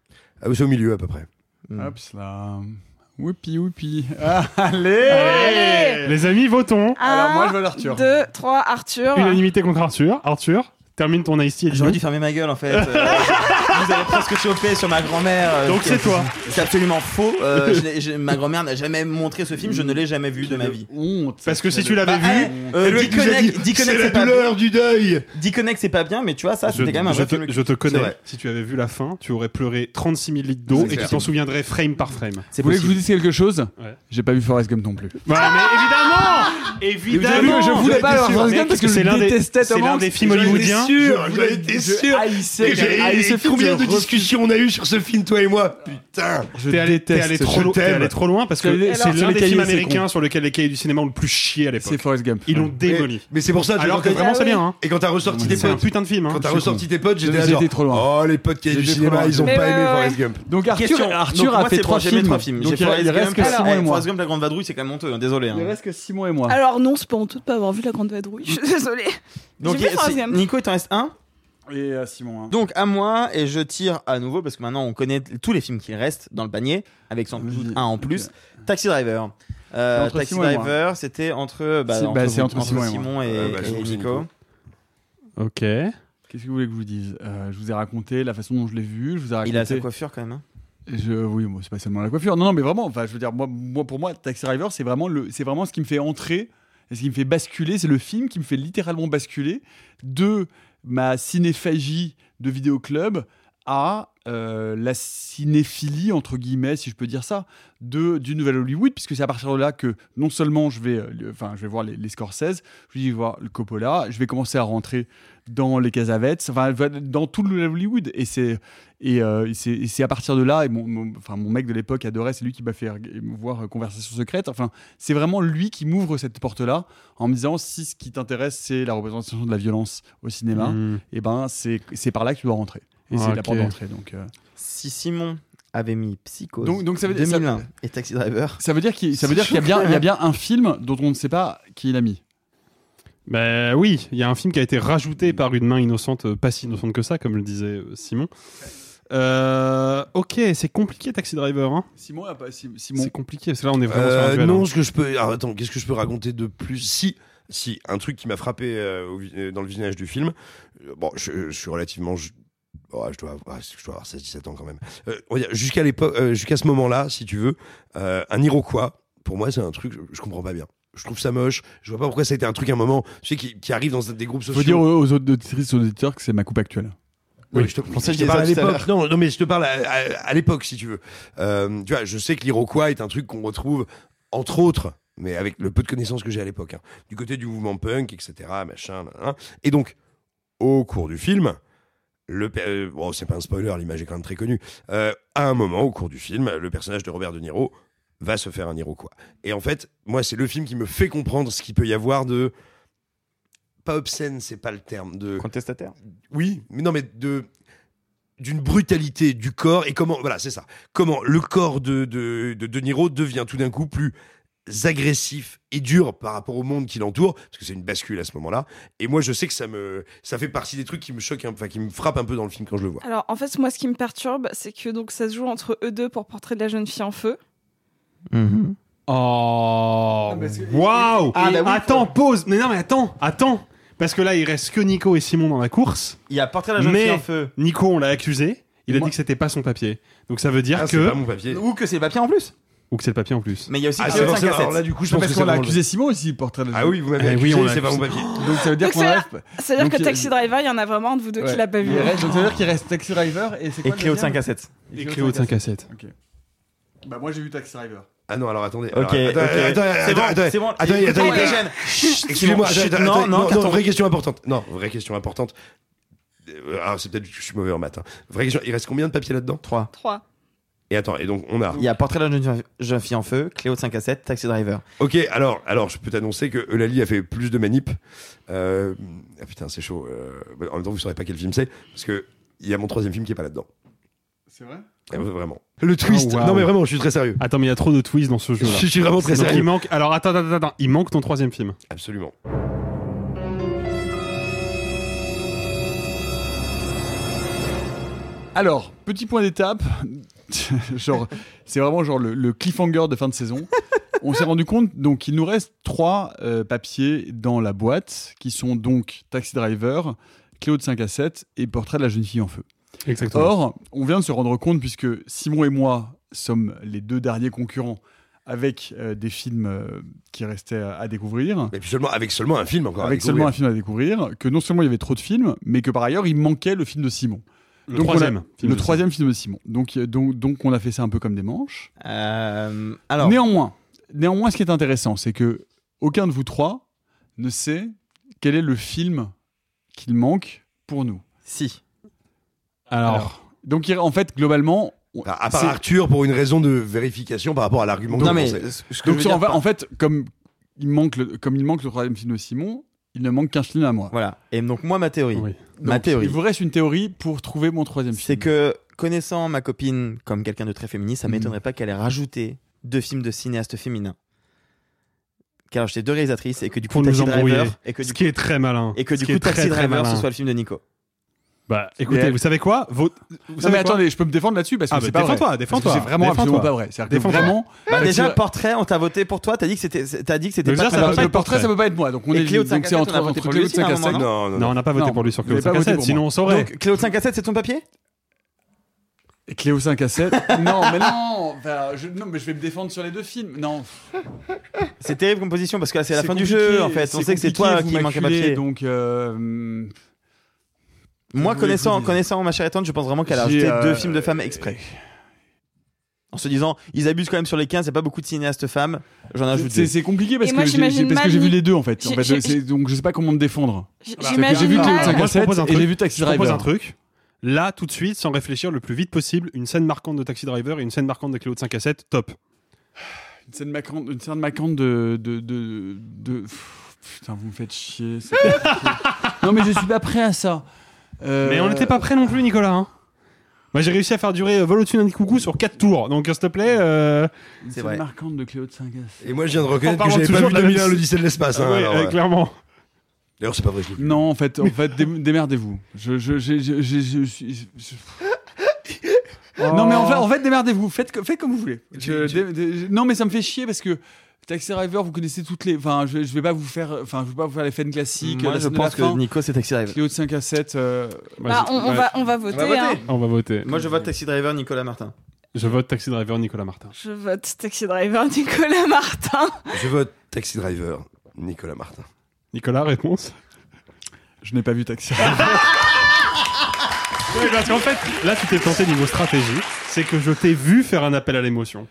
S3: Ah, c'est au milieu à peu près.
S5: Hmm.
S2: Hop là. Whoopi, whoopi. Ah, Allez
S6: Allez
S4: Les amis, votons.
S2: Alors, moi, je
S6: Un,
S2: veux l'Arthur.
S6: deux, trois, Arthur.
S4: Unanimité contre Arthur. Arthur, termine ton ice et dis-nous.
S5: J'aurais dû fermer ma gueule en fait. Euh, vous avez presque chopé sur ma grand-mère. euh,
S4: Donc
S5: qui-
S4: c'est toi.
S5: C'est absolument faux. Euh, je l'ai- je- ma grand-mère n'a jamais montré ce film. Je ne l'ai jamais vu de ma vie.
S2: Honte.
S4: Parce que si tu l'avais vu,
S5: Euh,
S3: Et le mec nous a
S5: Disconnect,
S3: dit,
S5: Disconnect,
S3: c'est
S5: c'est pas
S3: la douleur du deuil
S5: Disconnect, c'est pas bien, mais tu vois ça,
S4: je,
S5: c'était quand même un
S4: je
S5: vrai film.
S4: te, je te
S3: C'est
S4: connais.
S3: vrai.
S4: Si tu avais vu la fin, tu aurais pleuré 36 000 litres d'eau et tu
S3: clair.
S4: t'en souviendrais frame par frame.
S5: C'est
S2: Vous voulez que je vous
S5: possible.
S2: dise quelque chose
S4: Ouais.
S2: J'ai pas vu Forrest Gump non plus.
S4: Voilà, mais évidemment Évidemment
S2: je voulais pas avoir Forrest Gump parce que je
S4: C'est l'un des-
S2: détestais
S4: C'est l'un des films hollywoodiens.
S3: J'en étais sûr
S2: haïssais,
S3: Et j'ai- et
S2: ce film,
S3: Combien
S2: je
S3: de discussions on a eu sur ce film, toi et moi Putain
S2: Je
S4: T'es allé, t'es allé
S2: déteste.
S4: trop,
S3: je
S4: lo- t'es
S3: t'aime.
S4: allé trop loin parce
S2: Sur
S4: que
S2: les-
S4: c'est
S2: sur
S4: l'un
S2: les
S4: des
S2: cahiers,
S4: films
S2: c'est
S4: américains sur lesquels les cahiers du cinéma ont le plus chié à
S2: C'est
S4: l'époque.
S2: Forrest Gump.
S4: Ils l'ont
S2: Ouais.
S4: démoli.
S3: Mais c'est pour ça, tu
S4: Alors
S3: vois,
S4: que
S3: quand t'as-
S4: vraiment c'est bien. Hein.
S3: Et quand t'as ressorti tes
S4: C'est un
S3: potes,
S4: putain de film. Hein.
S3: quand t'as
S2: je suis
S3: ressorti tes potes, j'étais
S2: J'étais
S3: là genre,
S2: trop loin.
S3: oh les potes qui du
S2: J'étais
S3: cinéma,
S2: trop
S3: ils ont
S6: loin.
S3: pas
S6: Mais
S3: aimé
S6: ouais, ouais.
S3: Forrest Gump.
S2: Donc Arthur,
S5: Question.
S2: Arthur
S5: Donc,
S2: a
S5: moi,
S2: fait
S5: c'est
S2: trois
S5: bon, j'ai mis
S2: films.
S5: trois films.
S2: Donc
S5: J'ai
S2: il,
S5: Forrest
S2: il reste
S5: Gump.
S2: que
S6: Alors,
S2: Simon et
S5: Eh,
S2: moi.
S5: Forrest Gump, la grande vadrouille, c'est quand même honteux. hein, Désolé. hein.
S2: Il reste que Simon et moi.
S6: Alors non, c'est pas honteux de pas avoir vu la grande vadrouille. Je suis désolée.
S5: Donc
S6: J'ai vu
S5: il-
S6: Forrest
S5: si-
S6: Gump.
S5: Nico, il t'en reste un.
S2: Et euh, Simon. hein.
S5: Donc à moi et je tire à nouveau parce que maintenant on connaît tous les films qui restent dans le panier avec sans doute
S2: Oui.
S5: un en plus. Taxi Driver. Euh,
S2: C'est entre
S5: Taxi
S2: Simon et moi.
S5: Driver, c'était entre bah,
S2: C'est- bah, c'est
S5: vous-
S2: entre Simon et
S5: Simon et,
S3: Euh, bah,
S5: et
S3: je trouve que c'est
S5: Nico.
S3: Nico.
S4: Ok.
S2: Qu'est-ce que vous voulez que je vous dise Euh, Je vous ai raconté la façon dont je l'ai vu. Je vous ai raconté.
S5: Il a sa coiffure quand même. hein.
S2: Je, oui, moi, c'est pas seulement la coiffure. Non, non, mais vraiment. Enfin, je veux dire, moi, moi pour moi, Taxi Driver, c'est vraiment le, c'est vraiment ce qui me fait entrer et ce qui me fait basculer. C'est le film qui me fait littéralement basculer de ma cinéphagie de vidéoclub à euh, la cinéphilie entre guillemets, si je peux dire ça, de du nouvel Hollywood, puisque c'est à partir de là que non seulement je vais, euh, le- enfin, je vais voir les, les Scorsese, je vais voir le Coppola, je vais commencer à rentrer dans les Casavettes, enfin, dans tout le nouvel Hollywood, et c'est et, euh, et c'est- et c'est à partir de là, et mon, mon- enfin, mon mec de l'époque adorait, c'est lui qui m'a fait reg- voir euh, Conversation secrète. Enfin, c'est vraiment lui qui m'ouvre cette porte-là en me disant si ce qui t'intéresse, c'est la représentation de la violence au cinéma,
S4: Hmm.
S2: et ben c'est c'est par là que tu dois rentrer. Et c'est la
S4: Ok.
S2: porte d'entrée. Donc, euh.
S5: Si Simon avait mis Psychose,
S2: Donc- donc ça veut dire- ça-
S5: 2001 et Taxi Driver,
S2: ça veut dire qu'il ça veut dire qu'il y, a bien- il y a bien un film dont on ne sait pas qui il a mis.
S4: Ben oui, il y a un film qui a été rajouté par une main innocente, euh, pas si innocente que ça, comme le disait euh, Simon. Euh, ok, c'est compliqué Taxi Driver. Hein.
S2: Simon a pas. Simon.
S4: C'est compliqué parce que là on est vraiment sur un
S3: Euh,
S4: duel.
S3: non,
S4: hein.
S3: ce que je peux. alors, attends, qu'est-ce que je peux raconter de plus Si, si, un truc qui m'a frappé euh, au vi- euh, dans le visionnage du film. euh, bon, je, je suis relativement. Je, oh, je dois, avoir- je dois avoir 16-17 ans quand même. Euh, on va dire, jusqu'à l'époque, euh, jusqu'à ce moment-là, si tu veux, euh, un Iroquois, pour moi, c'est un truc, je, je comprends pas bien. Je trouve ça moche. Je vois pas pourquoi ça a été un truc à un moment, tu sais, qui, qui arrive dans des groupes
S2: Il
S3: sociaux.
S2: faut dire aux, aux autres auditrices, aux auditeurs que c'est ma coupe actuelle.
S3: Oui,
S4: Oui,
S3: je te,
S4: pour ça,
S3: je te
S4: je disais
S3: parle à
S4: ça tout à
S3: l'époque. Non, non, mais je te parle à, à- à l'époque, si tu veux. Euh, tu vois, je sais que l'Iroquois est un truc qu'on retrouve, entre autres, mais avec le peu de connaissances que j'ai à l'époque, hein, du côté du mouvement punk, etc., machin, nan, nan. Et donc, au cours du film, le per- euh, bon, c'est pas un spoiler, l'image est quand même très connue. Euh, à un moment, au cours du film, le personnage de Robert De Niro va se faire un Iroquois. Et en fait, moi, c'est le film qui me fait comprendre ce qu'il peut y avoir de pas obscène, c'est pas le terme de
S5: contestataire.
S3: oui, mais non, mais de d'une brutalité du corps et comment voilà c'est ça comment le corps de de de, De Niro devient tout d'un coup plus agressif et dur par rapport au monde qui l'entoure parce que c'est une bascule à ce moment-là et moi je sais que ça me ça fait partie des trucs qui me choquent un- enfin qui me frappent un peu dans le film quand je le vois
S6: Alors en fait, moi, ce qui me perturbe, c'est que donc ça se joue entre eux deux pour Portrait de la jeune fille en feu.
S4: Oh
S2: parce que-
S4: Waouh
S5: Ah, bah oui,
S4: Attends, pause Mais non, mais attends, attends Parce que là, il reste que Nico et Simon dans la course.
S5: Il y a Portrait de la jeune
S4: Mais-
S5: fille en feu.
S4: Nico, on l'a accusé. Il a dit que c'était pas son papier. Donc ça veut dire
S3: Ah, c'est
S4: que.
S3: pas mon papier.
S5: Ou que c'est le papier en plus.
S4: Ou que c'est le papier en plus.
S5: Mais il y a aussi
S3: Ah,
S5: le
S3: c'est
S5: papier
S3: forcément-
S5: 5 à 7.
S3: alors là, du coup, je pense que
S2: Non, parce
S3: c'est
S2: qu'on a
S3: vraiment
S2: accusé Simon aussi, portrait de la
S3: Ah oui, vous m'avez
S4: Eh oui,
S3: accusé,
S4: on l'a
S3: c'est pas mon
S4: accusé.
S3: papier.
S2: Donc ça veut dire
S6: Donc,
S2: qu'on
S6: c'est
S2: rêve.
S6: C'est-à-dire
S2: Donc,
S6: que
S2: il-
S6: Taxi Driver, il y en a vraiment un de vous deux
S2: Ouais.
S6: qui l'a pas vu.
S2: Il reste- Donc ça veut dire qu'il reste Taxi Driver et c'est
S5: Et
S2: quoi
S5: Cléo
S2: le
S5: 5
S2: deuxième
S5: à 7.
S4: Et Cléo de 5 à 7.
S2: Ok. Bah moi j'ai vu Taxi Driver.
S3: Ah non, alors attendez.
S5: Ok,
S3: alors, attendez,
S5: ok.
S3: attendez,
S5: c'est bon,
S3: attendez,
S5: c'est bon.
S3: attendez,
S5: Et-
S3: attendez,
S5: Allez,
S3: attendez.
S5: jeune. Chut,
S3: Excusez-moi,
S5: Simon, chut,
S3: attendez,
S5: non,
S3: attendez,
S5: non, carton.
S3: vraie question importante. Non, vraie question importante. Euh, Alors, c'est peut-être que je suis mauvais en maths. hein. Vraie question, il reste combien de papiers là-dedans
S5: 3.
S6: 3.
S3: Et attends, et donc on a.
S5: Il y a Portrait de la jeune- jeune fille en feu, Cléo de 5 à 7, Taxi Driver.
S3: Ok, alors, alors je peux t'annoncer que Eulalie a fait plus de manips. Euh, ah putain, c'est chaud. euh, bah, en même temps, vous saurez pas quel film c'est, parce que il y a mon troisième film qui est pas là-dedans.
S2: C'est vrai
S3: Eh, Vraiment. Le twist.
S2: Ah,
S4: waouh.
S3: Non, mais vraiment, je suis très sérieux.
S4: Oh, Attends, mais il y a trop de twists dans ce
S3: Je
S4: jeu-là.
S3: suis je suis vraiment très
S4: Donc, il
S3: sérieux.
S4: manque. Alors attends, attends, attends, il manque ton troisième film.
S3: Absolument.
S2: Alors, petit point d'étape. genre, c'est vraiment genre le, le cliffhanger de fin de saison. On s'est rendu compte, donc, qu'il nous reste trois euh, papiers dans la boîte, qui sont donc Taxi Driver, Cléo de 5 à 7 et Portrait de la jeune fille en feu.
S4: Exactement.
S2: Or, on vient de se rendre compte, puisque Simon et moi sommes les deux derniers concurrents avec euh, des films euh, qui restaient à, à découvrir,
S3: Mais puis seulement avec seulement un film encore. à
S2: avec
S3: découvrir.
S2: seulement un film à découvrir, que non seulement il y avait trop de films, mais que par ailleurs il manquait le film de Simon.
S4: le
S2: Donc on a-
S4: troisième. film
S2: le
S4: de-
S2: troisième film de Simon. Donc, euh, donc, donc on a fait ça un peu comme des manches.
S5: Euh, alors,
S2: Néanmoins, néanmoins, ce qui est intéressant, c'est que aucun de vous trois ne sait quel est le film qu'il manque pour nous.
S5: si.
S4: Alors.
S2: Donc il- en fait, globalement, on-
S3: Enfin, à part
S2: c'est-
S3: Arthur pour une raison de vérification par rapport à l'argument que
S5: non,
S3: je
S5: mais.
S3: pensais.
S5: ce- ce que
S2: donc
S5: je veux
S2: en,
S5: dire
S2: fait- en fait, comme il manque le, comme il manque le troisième film de Simon, il ne manque qu'un film à moi.
S5: Voilà. Et donc, moi, ma théorie.
S4: Oui.
S5: Ma
S2: Donc,
S5: théorie.
S2: Il vous reste une théorie pour trouver mon troisième film.
S5: C'est que, connaissant ma copine comme quelqu'un de très féministe, ça
S2: Mhm.
S5: m'étonnerait pas qu'elle ait rajouté deux films de cinéastes féminins. Qu'elle a rajouté deux réalisatrices et que du coup,
S4: Pour nous
S5: Taxi
S4: embrouiller.
S5: Driver. Et que
S4: Ce
S5: du coup,
S4: qui est très malin.
S5: et que,
S4: Ce
S5: du
S4: qui
S5: coup
S4: est très,
S5: Taxi
S4: très
S5: Driver,
S4: malin.
S5: ce soit le film de Nico.
S4: Bah écoutez,
S2: Mais-
S4: vous savez quoi Vos- Vous
S2: Non, mais
S4: savez quoi
S2: attendez, je peux me défendre là-dessus parce que
S4: Ah,
S2: c'est
S4: bah,
S2: pas vrai.
S4: défends-toi,
S2: Parce que
S4: défends-toi,
S2: C'est vraiment absolument
S4: défends-toi.
S2: pas vrai. C'est-à-dire que
S4: Défends-toi.
S2: vraiment,
S5: Bah,
S2: Taxi
S5: déjà,
S2: Driver-
S5: Portrait, on t'a voté pour toi. T'as dit que c'était t'as dit que c'était
S4: Donc
S5: pas
S4: ça,
S5: très
S4: ça
S5: bien.
S4: va
S2: le
S4: être
S2: portrait,
S4: portrait.
S2: ça peut pas être moi. Donc on
S5: Et
S2: est
S5: Cléo de
S2: donc c'est
S5: 57,
S2: entre
S5: on a voté
S2: entre
S5: pour
S2: Cléo
S5: lui
S2: de
S5: aussi,
S2: 5
S5: à
S2: à
S5: un
S2: 7.
S5: moment,
S3: Non, non,
S4: Non,
S3: non.
S4: on n'a pas voté
S2: Non,
S4: pour lui sur
S2: vous avez
S4: Cléo
S2: pas
S4: 5 à
S2: voté
S4: 7,
S2: pour
S4: sinon
S2: moi.
S4: on saurait.
S5: Donc, Cléo de 5 à 7, c'est ton papier
S2: Et Cléo 5 à 7 Non, mais non, enfin, je, non, mais je vais me défendre sur les deux films. Non,
S5: C'est terrible comme position parce que là, c'est la fin du
S2: compliqué,
S5: jeu en fait. On sait que c'est toi
S2: compliqué,
S5: qui
S2: vous
S5: manque un
S2: m'acculez,
S5: papier.
S2: Donc, euh,
S5: Moi,
S2: Vous voulez
S5: connaissant,
S2: vous dire.
S5: connaissant ma chère étante, je pense vraiment qu'elle a
S2: J'ai,
S5: rajouté
S2: euh,
S5: deux films de femmes exprès. En se disant, ils abusent quand même sur les 15, il n'y a pas beaucoup de cinéastes femmes. J'en
S2: c'est-
S5: ajoute deux.
S2: c'est c'est compliqué parce
S6: Et moi,
S2: que j'ai-
S6: j'imagine
S2: j'ai parce que
S6: mal
S2: j'ai vu
S6: Nick-
S2: les deux en fait. En
S6: J'ai-
S2: fait,
S6: j'ai-
S2: c'est- donc je sais pas comment me défendre.
S6: J-
S4: Bah,
S2: Parce que J'ai
S6: J'imagine
S2: vu
S6: mal-
S2: Cléo de 5
S4: Moi,
S2: à
S4: je propose un
S2: 7 et j'ai
S4: truc.
S2: vu Taxi
S4: Je propose
S2: Driver.
S4: un truc. Là, tout de suite, sans réfléchir le plus vite possible, une scène marquante de Taxi Driver et une scène marquante de Cléo de 5 à 7, top.
S2: Une scène macante, une scène macante de de de, de- pff, putain vous me faites chier. c'est compliqué. non mais je suis pas prêt à ça. Euh,
S4: Mais on n'était pas prêts non plus, Nicolas. hein. Moi, j'ai réussi à faire durer euh, Vol au-dessus d'un coucou sur 4 tours. Donc, s'il te plaît. euh,
S2: Une
S5: C'est
S2: scène
S5: vrai.
S2: marquante de Cléo de 5 à 7.
S3: Et moi, je viens de reconnaître
S4: En
S3: que
S4: parlant
S3: j'avais pas
S4: toujours
S3: vu
S4: de la même-
S3: 2001 l'Odyssée de l'espace. hein,
S4: ouais,
S3: alors,
S4: euh,
S3: euh,
S4: clairement.
S3: D'ailleurs, c'est pas vrai. je l'ai vu.
S2: Non en fait en fait dé- démerdez-vous. Je je je je, je- je suis. je- je- Non mais en fait en fait démerdez-vous. Faites que- faites comme vous voulez. Je-
S3: Tu-
S2: dé- dé- je- non mais ça me fait chier parce que. Taxi Driver, vous connaissez toutes les. Enfin, je, je vais pas vous faire. Enfin, je vais pas vous faire les fans classiques.
S5: Moi,
S2: la
S5: je
S2: scène de la
S5: pense que
S2: fin.
S5: Nico, c'est Taxi Driver.
S2: Cléo de 5 à 7. euh,
S6: Bah,
S4: Vas-y.
S6: on, on
S4: Ouais.
S6: va, on va voter.
S3: voter.
S6: hein.
S4: On va voter.
S5: Moi, je vote Taxi Driver, Nicolas Martin.
S4: Je vote Taxi Driver, Nicolas Martin.
S6: Je vote Taxi Driver Nicolas Martin.
S3: Je vote Taxi Driver, Nicolas Martin.
S4: Nicolas, réponse
S2: Je n'ai pas vu Taxi Driver.
S4: Oui, parce qu'en fait, là, tu t'es planté niveau stratégie. C'est que je t'ai vu faire un appel à l'émotion.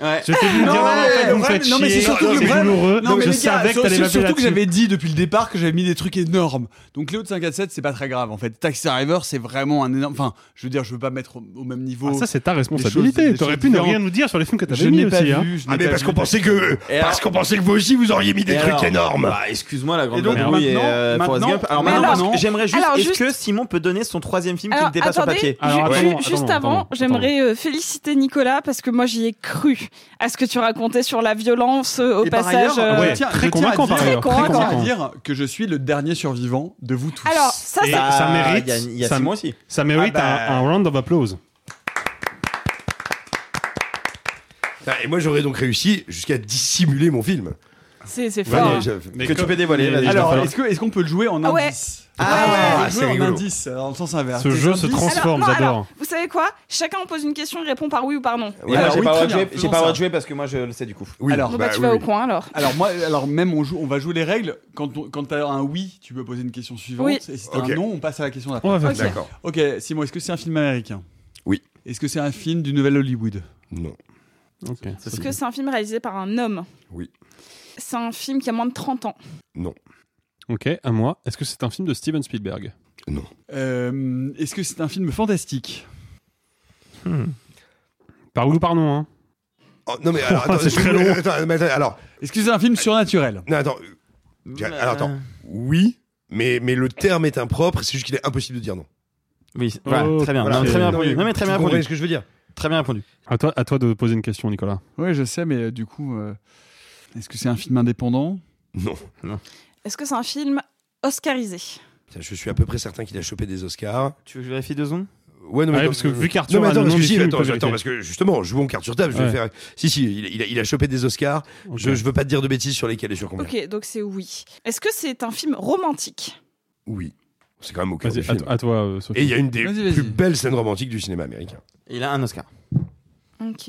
S5: Ouais.
S4: Je t'ai vu me dire, non, en fait, vous me faites
S2: non, mais c'est
S4: chier,
S2: surtout que le
S4: c'est
S2: problème-
S4: douloureux.
S2: Non, mais
S4: je
S2: les gars,
S4: savais que
S2: sur-
S4: t'allais
S2: sur-
S4: m'appeler
S2: Surtout
S4: là-dessus.
S2: que j'avais dit depuis le départ que j'avais mis des trucs énormes. Donc Léo de 5 à 7, c'est pas très grave en fait. Taxi Driver, c'est vraiment un énorme. Enfin, je veux dire, je veux pas mettre au, au même niveau.
S4: Ah, ça, c'est ta
S2: des
S4: responsabilité.
S2: choses-
S4: T'aurais
S2: des
S4: pu ne
S2: choses
S4: rien nous dire sur les films que
S2: je
S4: t'avais mis
S2: n'ai pas
S4: aussi. hein.
S2: vu. je n'ai
S3: Ah, mais
S2: pas
S3: parce
S2: vu.
S3: qu'on pensait que.
S5: Et
S3: Parce
S5: alors-
S3: qu'on pensait que vous aussi, vous auriez mis des
S5: Et
S3: trucs
S5: alors-
S3: énormes.
S5: Bah, excuse-moi la grande
S2: Et donc,
S5: vadrouille et,
S2: maintenant-
S5: euh, Forrest
S2: maintenant-
S5: Gump. Alors
S2: mais
S5: maintenant,
S2: alors-
S5: parce que j'aimerais juste,
S6: alors,
S5: est-ce
S6: juste-
S5: que Simon peut donner son troisième film qui
S6: Alors,
S5: n'était pas sur
S6: attendez,
S5: papier
S4: Alors,
S6: ju-
S4: attendons,
S6: ju- juste
S4: attendons,
S6: avant,
S4: attendons.
S6: j'aimerais euh, féliciter Nicolas parce que moi j'y ai cru à ce que tu racontais sur la violence euh, au
S5: Et par
S6: passage.
S5: ailleurs,
S6: euh,
S4: ouais.
S2: Je tiens-
S4: Très
S2: je tiens à
S4: convaincant,
S2: dire-
S4: par
S6: ailleurs, très
S2: Je tiens à
S4: convaincant.
S2: dire que je suis le dernier survivant de vous tous.
S6: Alors, ça,
S4: Et-
S6: ça,
S4: ça mérite-
S5: bah, Il y a, il y a
S4: ça-
S5: Simon aussi.
S4: Ça mérite
S2: Ah bah.
S4: un, un round of applause.
S3: Ah, Et moi, j'aurais donc réussi jusqu'à dissimuler mon film.
S6: C'est c'est
S2: Ouais,
S6: fort.
S2: mais
S6: hein.
S2: je-
S5: Que tu peux dévoiler, vas-y.
S2: Alors,
S5: Il va
S2: est-ce que- est-ce qu'on peut le jouer en
S6: Ah ouais.
S2: indice
S6: Ah ouais.
S2: On peut
S5: Ah,
S2: jouer
S5: c'est
S2: en
S5: rigolo.
S2: indice, euh, dans le sens inverse.
S4: Ce
S2: Les
S4: jeu se
S2: indices-
S4: transforme,
S6: Alors, non,
S4: j'adore.
S6: alors, vous savez quoi Chacun on pose une question, il répond par oui ou par non.
S5: Et moi, j'ai
S2: Alors, Ah, oui,
S5: pas le
S2: très
S5: droit de
S2: bien,
S5: jouer- j'ai
S2: faisons
S5: pas le droit
S2: ça.
S5: de jouer parce que moi je le sais du coup.
S3: Oui.
S2: Alors,
S6: Bon, bah, tu vas au coin alors.
S2: Alors moi, alors même on joue, on va jouer les règles. Quand on- quand t'as un oui, tu peux poser une question suivante.
S6: Oui.
S2: Et si t'as
S3: Ok.
S2: un non, on passe à la question d'après.
S4: On va faire
S6: Ok.
S4: ça.
S3: D'accord.
S2: Ok, Simon, est-ce que c'est un film américain
S3: Oui.
S2: Est-ce que c'est un film du nouvel Hollywood
S3: Non.
S4: Ok.
S6: Est-ce que c'est un film réalisé par un homme
S3: Oui.
S6: C'est un film qui a moins de 30 ans.
S3: Non.
S4: Ok, à moi. Est-ce que c'est un film de Steven Spielberg
S3: Non.
S2: Euh, Est-ce que c'est un film fantastique
S4: Hmm. Par oui ou par non hein
S3: Oh, non, mais alors, attends,
S4: C'est
S3: je-
S4: très long.
S3: Attends, mais attends, alors,
S2: Est-ce que c'est un film surnaturel
S3: non, attends. euh, j'ai- Alors, attends. Oui, mais, mais le terme est impropre, c'est juste qu'il est impossible de dire non.
S5: Oui, voilà,
S4: Oh,
S5: très bien.
S4: voilà.
S5: Non, très bien
S4: Non,
S5: répondu.
S4: mais
S5: Non, mais très bien
S3: Vous comprenez
S5: répondu.
S3: ce que je veux dire
S5: Très bien répondu.
S4: à toi, à toi de poser une question, Nicolas.
S2: Oui, je sais, mais euh, du coup, euh, est-ce que c'est un film indépendant
S3: Non.
S6: Est-ce que c'est un film oscarisé
S3: Putain, Je suis à peu près certain qu'il a chopé des Oscars.
S5: Tu veux que je vérifie deux secondes
S3: Ouais, non,
S4: Ouais,
S3: attends,
S4: parce que
S3: euh,
S4: vu qu'Arthur
S3: non, mais
S4: a
S3: attends,
S4: le nom
S3: parce que,
S4: du
S3: si,
S4: film, on
S3: attends,
S4: peut
S3: je- attends, parce
S4: vérifier.
S3: que justement, jouons carte sur table. Je
S4: Ouais.
S3: vais faire. Si, si, il, il a, il a chopé des Oscars.
S4: Ok.
S3: Je, je veux pas te dire de bêtises sur lesquelles et sur combien.
S6: Ok, donc c'est oui. Est-ce que c'est un film romantique
S3: Oui. C'est quand même au cœur
S4: Vas-y,
S3: du
S4: à,
S3: film.
S4: à toi, euh, Sophie.
S3: Et il y a une des
S2: Vas-y, vas-y.
S3: plus belles scènes romantiques du cinéma américain.
S5: Il a un Oscar.
S6: Ok.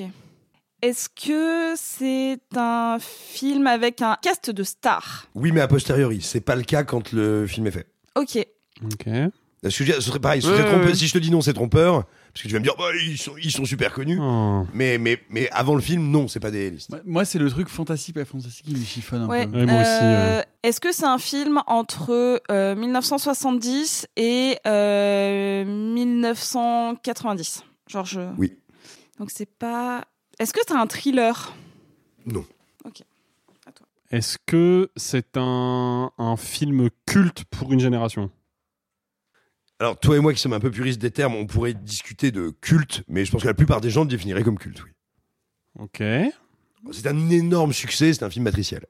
S6: Est-ce que c'est un film avec un cast de stars
S3: Oui, mais a posteriori. C'est pas le cas quand le film est fait.
S6: Ok.
S4: Ok.
S3: Parce que je veux dire, ce serait pareil. ce serait
S5: Ouais,
S3: trompeur-
S5: ouais.
S3: Si je te dis non, c'est trompeur. Parce que tu vas me dire, bah, ils, sont, ils sont super connus.
S4: Oh.
S3: Mais, mais, mais avant le film, non, c'est pas des listes.
S2: Ouais, Moi, c'est le truc fantastique, pas fantastique, qui me chiffonne un
S6: Ouais.
S2: peu.
S4: Ouais, moi aussi,
S6: Euh, Est-ce que c'est un film entre euh, 1970 et euh, 1990 Genre je.
S3: Oui.
S6: Donc c'est pas. Est-ce que c'est un thriller
S4: Est-ce que c'est un, un film culte pour une génération
S3: Alors, toi et moi qui sommes un peu puristes des termes, on pourrait discuter de culte, mais je pense que la plupart des gens le définiraient comme culte, oui.
S4: Ok.
S3: C'est un énorme succès, c'est un film matriciel.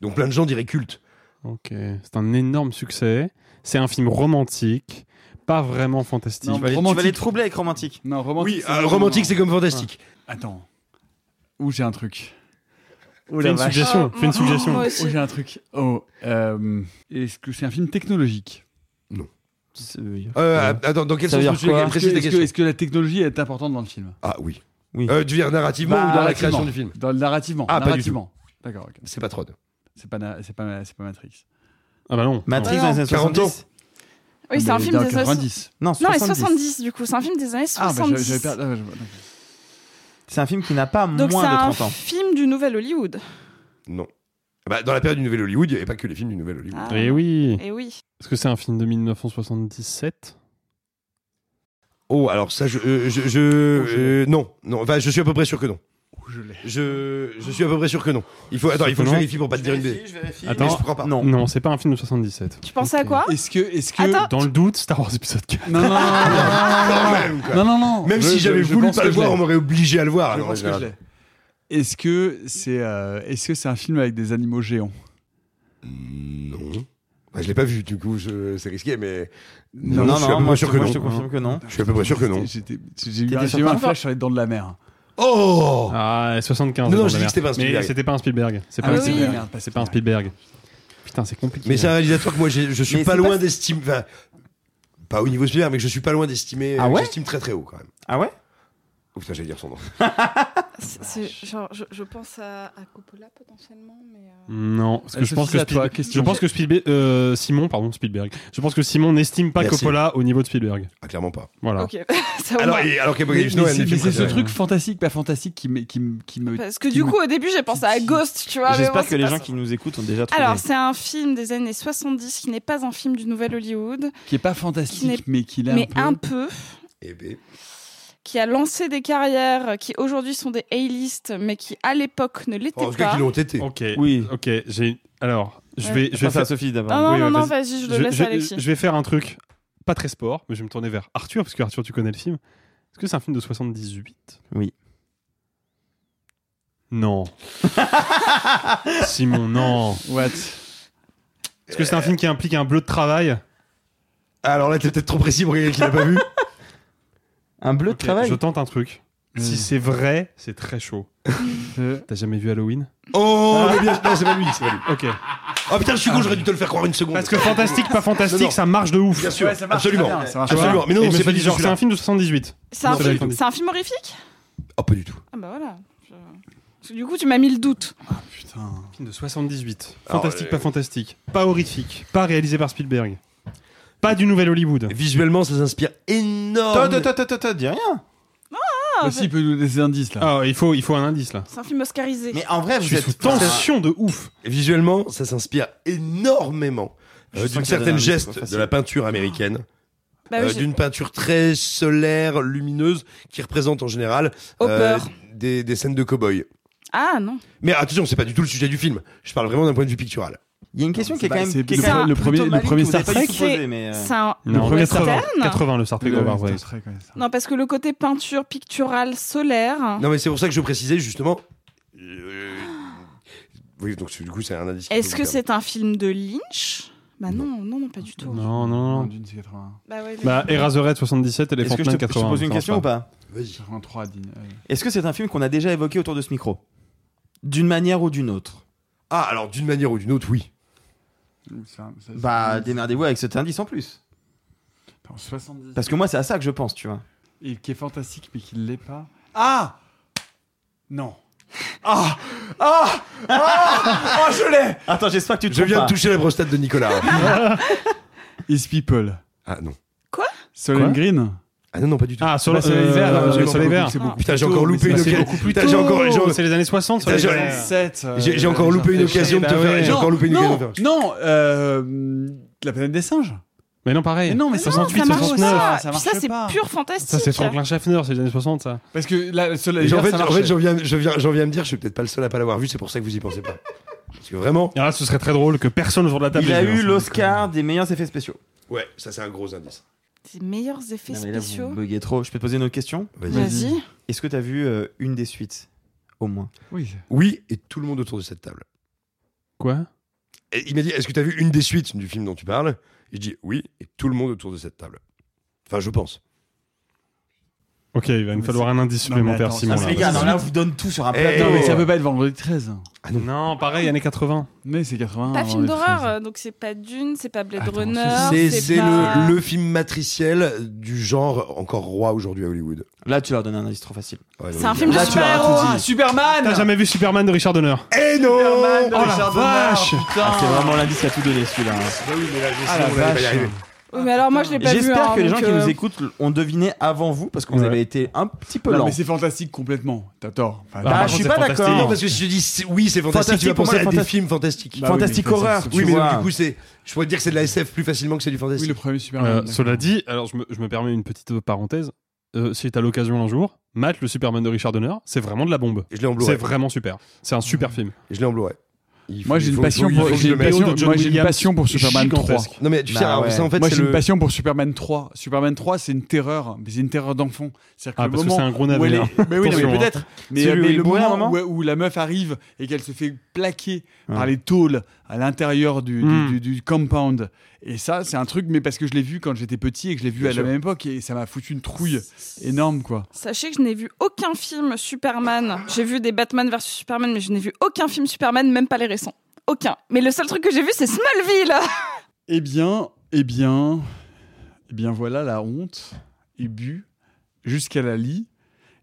S3: Donc plein de gens diraient culte.
S4: Ok. C'est un énorme succès. C'est un film romantique, pas vraiment fantastique.
S2: Non,
S5: Tu vas les- tu vas
S2: Romantique.
S5: les troubler avec romantique.
S2: Non, romantique.
S3: Oui,
S2: c'est
S3: euh,
S2: vraiment-
S3: romantique, c'est comme fantastique.
S2: Ah. Attends. Ou j'ai un truc. Ou
S4: Fais une suggestion.
S6: Oh,
S4: Fais
S6: moi-
S4: une suggestion.
S6: moi
S2: Oh,
S6: aussi.
S2: j'ai un truc. Oh, euh, est-ce que c'est un film technologique
S3: Euh, Attends, dans quel sens
S5: Ça veut dire
S3: tu veux
S5: quoi
S2: Est-ce que,
S3: préciser ta
S2: est-ce que-
S3: question
S2: est-ce que la technologie est importante dans le film
S3: Ah oui.
S5: Oui.
S3: Euh, tu veux dire narrativement
S2: Bah,
S3: ou dans la
S2: narrativement.
S3: création du film
S2: Dans le narrativement.
S3: Ah, pas du
S2: narrativement. D'accord. ok.
S3: C'est pas trop.
S2: C'est pas, na- c'est pas, c'est pas Matrix.
S4: Ah bah non.
S5: Matrix
S6: non.
S5: dans les années
S3: 40 ans.
S6: Oui,
S5: 70 Ah,
S6: c'est un
S2: Mais
S6: film
S2: dans
S6: des années.
S2: 90.
S5: Non,
S6: Non, mais
S5: 70.
S6: 70 du coup, c'est un film des années
S2: Ah, bah, j'avais-
S6: 70.
S2: j'avais perdu. ah, bah, je- d'accord.
S5: C'est un film qui n'a pas
S6: Donc c'est
S5: moins de
S6: un
S5: 30 ans.
S6: film du nouvel Hollywood.
S3: Non. Bah, dans la période du Nouvel Hollywood, il n'y avait pas que les films du Nouvel Hollywood.
S6: Ah.
S4: Eh oui.
S6: Et oui.
S4: Est-ce que c'est un film de 1977
S3: Oh, alors ça, je. euh, je, je- euh, non, non. Enfin, je suis à peu près sûr que non.
S5: Oh,
S2: Ouh, je l'ai.
S3: Je, je suis à peu près sûr que non. Il faut, attends, il faut que je
S4: Non.
S3: vérifie pour pas te dire une bêtise.
S5: je vérifie.
S4: Attends.
S3: Mais je crois pas.
S5: Non.
S4: Non, c'est pas un film de 77.
S6: Tu pensais
S4: Ok.
S6: à quoi Ah.
S2: Est-ce que. Est-ce que...
S6: Attends.
S4: Dans le doute, Star Wars épisode 4.
S2: Non, non, non,
S3: Quand
S2: non,
S3: même, quoi.
S2: non, non, non, non.
S3: Même si
S2: Je-
S3: j'avais
S2: je- je
S3: voulu
S2: pense
S3: pas
S2: que
S3: le
S2: je
S3: voir,
S2: l'ai.
S3: on m'aurait obligé à le voir.
S2: Je
S3: Alors,
S2: pense
S3: en
S2: que je
S3: général.
S2: l'ai. Est-ce que c'est euh, est-ce que c'est un film avec des animaux géants
S3: Non. Bah, je l'ai pas vu, du coup, je... c'est risqué, mais.
S5: Non, non,
S3: je suis à peu
S5: moi,
S3: près
S5: je,
S3: sûr que
S5: moi, je te
S3: non.
S5: confirme que non.
S3: Je suis à peu près sûr que non.
S2: J'étais- J'ai eu,
S5: T'étais
S2: un-
S5: sur
S2: j'ai eu
S5: quoi
S2: un flash sur les dents de la mer.
S3: Oh
S4: Ah, 75.
S3: Non, non,
S4: dans
S3: j'ai
S4: la
S3: dit que c'était pas un
S4: merde.
S3: Spielberg.
S4: Mais c'était pas un Spielberg. C'est
S2: Ah
S4: pas,
S6: oui,
S4: un
S6: oui.
S4: Spielberg.
S2: Merde, pas
S4: C'est pas un Spielberg. Putain, c'est compliqué.
S3: Mais c'est un réalisateur que moi, j'ai- je suis
S5: Mais
S3: pas
S5: c'est
S3: loin
S5: pas-
S3: d'estimer. Enfin, pas au niveau Spielberg, mais que je suis pas loin d'estimer. euh,
S5: Ah ouais
S3: J'estime très très haut quand même.
S5: Ah ouais
S3: Ouh, putain, j'allais dire son nom.
S5: Ah,
S6: C'est- c'est genre, je, je pense à, à Coppola potentiellement, mais. euh,
S4: Non, parce que
S2: Euh,
S4: je pense
S2: Sophie,
S4: que,
S2: à toi,
S4: Spielberg- je
S2: question.
S4: pense que Spielberg, euh, Simon, pardon, Spielberg. Je pense que Simon n'estime pas
S3: Merci.
S4: Coppola au niveau de Spielberg.
S3: Ah, clairement pas.
S4: Voilà.
S6: Ok, ça va.
S3: Alors, et, alors
S2: Mais,
S3: qu'Apocalypse
S2: mais
S3: Now est un de
S2: c'est
S3: mes
S2: mais
S3: films
S2: c'est ce
S3: préférés.
S2: truc fantastique, pas fantastique, qui me, qui me, qui me-
S6: Parce que
S2: qui
S6: du
S2: me-
S6: coup, au début, j'ai pensé à Ghost, tu vois. mais
S5: J'espère
S6: bon,
S5: que
S6: c'est
S5: les
S6: pas
S5: gens
S6: ça.
S5: qui nous écoutent ont déjà trouvé.
S6: Alors, c'est un film des années 70 qui n'est pas un film du Nouvel Hollywood,
S2: qui est pas
S6: qui n'est-
S2: fantastique, mais qui l'a un
S6: mais
S2: peu.
S6: un peu,
S3: Eh ben,
S6: qui a lancé des carrières qui aujourd'hui sont des A-list, mais qui à l'époque ne l'étaient
S3: oh, en tout cas,
S6: pas.
S3: qu'ils l'ont été.
S4: Ok.
S5: Oui.
S4: Ok. J'ai. Alors, je
S6: Ouais.
S4: vais, je vais
S5: Passe à
S4: faire.
S5: Sophie d'abord.
S6: Non, non,
S4: Oui,
S6: non,
S4: ouais,
S6: non,
S4: vas-y.
S6: vas-y, je le
S4: je-
S6: laisse
S4: je-
S6: à Alexis.
S4: je vais faire un truc pas très sport, mais je vais me tourner vers Arthur parce que Arthur, tu connais le film. Est-ce que c'est un film de 78
S5: Oui.
S4: Non. Simon, non.
S2: What
S4: Est-ce que c'est un film qui implique un bleu de travail
S3: Alors là, t'es peut-être trop précis pour quelqu'un qui l'a pas vu.
S5: Un bleu de
S4: Ok,
S5: travail
S4: Je tente un truc. Si c'est vrai, c'est très chaud. T'as jamais vu Halloween
S3: Oh, mais bien- non, c'est pas lui, c'est pas lui.
S4: Ok.
S3: Oh putain, je suis con, j'aurais dû te le faire croire une seconde.
S4: Parce que fantastique, pas fantastique,
S3: Non, non.
S4: ça marche de ouf.
S3: Bien sûr,
S2: Ouais, ça marche
S3: absolument.
S2: très bien, ça marche.
S4: Tu vois
S3: absolument. Mais
S4: Et
S3: non,
S4: je me
S3: c'est pas
S4: suis
S3: du
S4: dit, genre,
S3: genre
S4: c'est un film de 78.
S6: C'est un,
S4: Non,
S6: film-
S4: c'est pas-
S6: c'est un film horrifique
S3: Oh, pas du tout.
S6: Ah bah voilà. Je- Parce que du coup, tu m'as mis le doute.
S2: Putain.
S4: Film de 78.
S2: Ah
S3: Alors,
S4: Fantastique,
S3: euh,
S4: pas fantastique. Pas horrifique. Pas réalisé par Spielberg. Pas du nouvel Hollywood.
S3: Visuellement, ça s'inspire énormément.
S5: Todd, Todd, Todd, Todd, Todd, dis rien.
S6: Ah,
S4: Bah,
S2: Aussi, il Bah, peut nous laisser des indices là.
S4: Ah, il faut, il faut un indice là.
S6: C'est un film oscarisé.
S5: Mais en vrai,
S4: Je
S5: vous
S4: suis
S5: êtes
S4: sous tension de ouf.
S3: Visuellement, ça s'inspire énormément
S5: Je
S3: euh,
S5: sens
S3: d'une
S5: que ça donne un
S3: certaine
S5: indice,
S3: geste
S5: c'est pas facile.
S3: de la peinture américaine.
S6: Bah
S3: Euh,
S6: oui, j'ai-
S3: d'une peinture très solaire, lumineuse, qui représente en général euh,
S6: Hopper.
S3: des, des scènes de cow-boy.
S6: Ah non.
S3: Mais attention, c'est pas du tout le sujet du film. Je parle vraiment d'un point de vue pictural.
S5: Il y a une question qui est
S2: Bah,
S5: quand même.
S2: c'est
S5: qui est
S2: le
S5: quand même
S6: pre-
S2: le
S5: plutôt
S2: premier- le
S5: maligne
S2: premier
S5: que vous n'avez
S2: Star
S5: pas du
S6: Trek.
S5: tout posé, mais, euh,
S6: C'est un
S4: Non,
S6: western
S4: 80, 80 le Star Trek
S2: Ouais,
S4: Over,
S2: putain,
S4: ouais.
S2: c'est vrai, quoi, ça.
S6: Non, parce que le côté peinture picturale solaire.
S3: Non, mais c'est pour ça que je précisais justement. euh, Oui, donc c'est- du coup, c'est un indice. qui
S6: Est-ce
S3: peut
S6: que
S3: vous
S6: c'est un film de Lynch Bah non, non, non, pas du tout.
S4: Non, non,
S2: Non,
S4: non.
S2: d'une c'est 80.
S6: Bah ouais, mais-
S4: Bah, Eraserhead 77 et les
S5: Est-ce que je
S4: Fontenay
S5: te, je te
S4: 80.
S5: pose
S4: ça
S5: une
S4: marche
S5: question
S4: pas.
S5: ou pas
S3: perdre. Vas-y.
S2: 83, Dean. Euh,
S5: Est-ce que c'est un film qu'on a déjà évoqué autour de ce micro D'une manière ou d'une autre
S3: Ah, alors d'une manière ou d'une autre, oui.
S2: c'est un- c'est-
S5: Bah,
S2: c'est-
S5: démerdez-vous avec cet indice en plus.
S2: en 70.
S5: Parce que moi, c'est à ça que je pense, tu vois.
S2: Et qui est fantastique, mais qui ne l'est pas. Ah Non. Ah Ah Ah Oh, je l'ai
S5: Attends, j'espère que tu te
S3: Je
S5: trompes
S3: viens
S5: pas.
S3: de toucher la prostate de Nicolas.
S2: Is People.
S3: ah non.
S2: Solon Green
S3: Ah non, non, pas du tout.
S4: Ah, sur
S2: Bah,
S4: le
S2: Soleil Vert,
S4: euh,
S2: parce que
S4: sur les
S2: c'est
S4: verts.
S2: beaucoup- c'est beaucoup
S3: Ah, Putain, j'ai
S2: plus
S3: encore
S2: tôt,
S3: loupé
S2: mais
S3: une
S2: c'est
S3: occasion. euh,
S2: beaucoup plus
S3: Putain, j'ai encore. j'ai-
S4: C'est les années 60 sur
S3: Putain,
S4: les
S3: j'aurais-
S4: verts.
S2: 2007, euh,
S3: J'ai j'ai encore
S2: déjà
S3: loupé une
S2: fait
S3: occasion de te
S4: bah
S3: faire.
S4: ouais.
S3: J'ai encore loupé une occasion de
S2: Non,
S3: te faire.
S2: non, euh, la planète des singes.
S4: Mais non, pareil.
S2: Mais non,
S6: Mais
S2: mais
S6: non,
S2: 68,
S6: ça marche
S2: 69,
S5: Ah,
S6: pas.
S2: ça
S6: Puis
S2: marche
S6: ça, c'est
S2: pas.
S6: pur fantastique.
S4: Ça, c'est Franklin Schaffner, c'est les années 60, ça.
S2: Parce que la Soleil
S3: Et
S2: Vert,
S3: En fait,
S2: ça
S3: en fait,
S2: marchait.
S3: j'en viens, je viens, j'en viens à me dire, je suis peut-être pas le seul à pas l'avoir vu. C'est pour ça que vous y pensez pas. Parce que vraiment.
S4: Et là, Ah, ce serait très drôle que personne autour de la table.
S5: Il a
S4: ait vu,
S5: eu
S4: hein,
S5: l'Oscar des meilleurs effets spéciaux.
S3: Ouais, ça c'est un gros indice.
S6: Des meilleurs effets
S5: Non, mais là, vous
S6: spéciaux.
S5: buguez trop. Je peux te poser une autre question
S6: Vas-y.
S5: Est-ce que t'as vu euh, une des suites Au moins.
S2: Oui.
S3: Oui, et tout le monde autour de cette table.
S4: Quoi
S3: Et il m'a dit, est-ce que tu as vu une des suites du film dont tu parles Et je dis, oui, et tout le monde autour de cette table. Enfin, je pense.
S4: Ok, il va nous
S2: Mais
S4: falloir un indice
S2: Non, mais
S4: supplémentaire,
S2: attends,
S4: Simon.
S2: ça,
S4: là.
S2: les gars, non,
S5: là, on vous donne tout sur un
S3: Eh,
S2: Non, mais ça
S3: ouais.
S2: peut pas être vendredi 13.
S4: Non, pareil, années 80.
S2: Mais c'est 80.
S6: Pas film
S2: vendredi 13.
S6: d'horreur, euh, donc c'est pas Dune, c'est pas Blade
S2: Attends,
S6: Runner.
S3: c'est c'est
S6: pas-
S3: le, le film matriciel du genre encore roi aujourd'hui à Hollywood.
S5: Là, tu leur donnes un indice trop facile.
S3: Ouais,
S6: C'est
S3: non,
S6: un
S3: mais-
S6: film de
S5: Là, tu l'auras
S6: super-héros. hein.
S5: tout
S2: Ah, Superman
S4: T'as jamais vu Superman de Richard Donner
S3: Eh non
S2: Superman de
S4: Oh la
S2: Richard Donner,
S4: vache
S2: putain.
S5: Ah, c'est vraiment l'indice qui a tout donné, celui-là. hein.
S3: Bah oui, mais là, je sais,
S2: Ah, la
S3: on allait pas y
S2: vache.
S3: arriver.
S6: Oui, mais alors moi, je l'ai pas vu.
S5: J'espère
S6: hein,
S5: que les gens
S6: donc,
S5: qui
S6: euh,
S5: nous écoutent l- ont deviné avant vous parce que vous
S4: Ouais.
S5: avez été un petit peu
S2: Non,
S5: lent.
S2: mais c'est fantastique complètement. T'as tort. Enfin,
S5: Bah,
S4: Bah, par
S5: je
S4: contre,
S5: suis
S4: c'est
S5: pas
S4: fantastique.
S3: Non,
S5: d'accord.
S3: parce que si je dis c'est- oui, c'est fantastique,
S5: Fantastique,
S3: tu vas
S5: pour
S3: penser
S5: moi,
S3: à
S5: le
S3: des
S5: fanta-
S3: films fantastiques.
S2: Bah oui,
S5: Fantastique
S2: mais ça,
S5: horreur.
S2: c'est-
S5: tu
S3: oui, mais donc,
S5: vois.
S3: du coup, c'est. Je pourrais te dire que c'est de la SF plus facilement que c'est du
S2: oui,
S3: fantastique.
S2: le premier Superman.
S4: Euh,
S2: d'accord.
S4: Cela dit, alors je me, je me permets une petite parenthèse. Euh, si t'as l'occasion un jour, mate le Superman de Richard Donner, c'est vraiment de la bombe.
S3: Et je l'ai en
S4: C'est
S3: Blu-ray.
S4: vraiment super. C'est un super film.
S3: Je l'ai en Blu-ray. Il faut-
S2: Moi, j'ai
S3: il
S2: une
S3: faut- il
S2: passion
S3: faut- il
S2: pour-
S3: faut que
S2: j'ai
S3: je
S2: une
S3: le mette.
S2: passion- moi, j'ai une
S4: Williams,
S2: passion pour Superman
S4: gigantesque.
S3: Non, mais tu sais,
S5: Bah
S3: alors,
S5: ouais.
S3: ça, en fait,
S2: Moi,
S3: c'est
S2: j'ai
S3: le...
S2: une passion pour Superman 3. Superman 3, c'est une terreur, mais c'est une terreur d'enfant. C'est-à-dire que
S4: Ah,
S2: le
S4: parce que
S2: moment
S4: c'est un gros
S2: où elle
S4: navet. hein.
S2: est- Mais oui, non, mais
S4: Attention, hein.
S2: peut-être. Mais,
S5: Celui où
S2: mais
S5: il est
S2: le
S5: bourré,
S2: moment,
S5: à un moment
S2: où, où la meuf arrive et qu'elle se fait plaquer par
S5: Ouais.
S2: les tôles à l'intérieur du, du-
S3: Hmm.
S4: Mm.
S2: du- du compound. Et ça, c'est un truc, mais parce que je l'ai vu quand j'étais petit et que je l'ai vu
S3: Bien
S2: à
S3: sûr.
S2: la même époque et ça m'a foutu une trouille énorme, quoi.
S6: Sachez que je n'ai vu aucun film Superman. J'ai vu des Batman vs Superman, mais je n'ai vu aucun film Superman, même pas les récents. Aucun. Mais le seul truc que j'ai vu, c'est Smallville.
S2: Eh bien, eh bien, eh bien voilà la honte et bu jusqu'à la lie.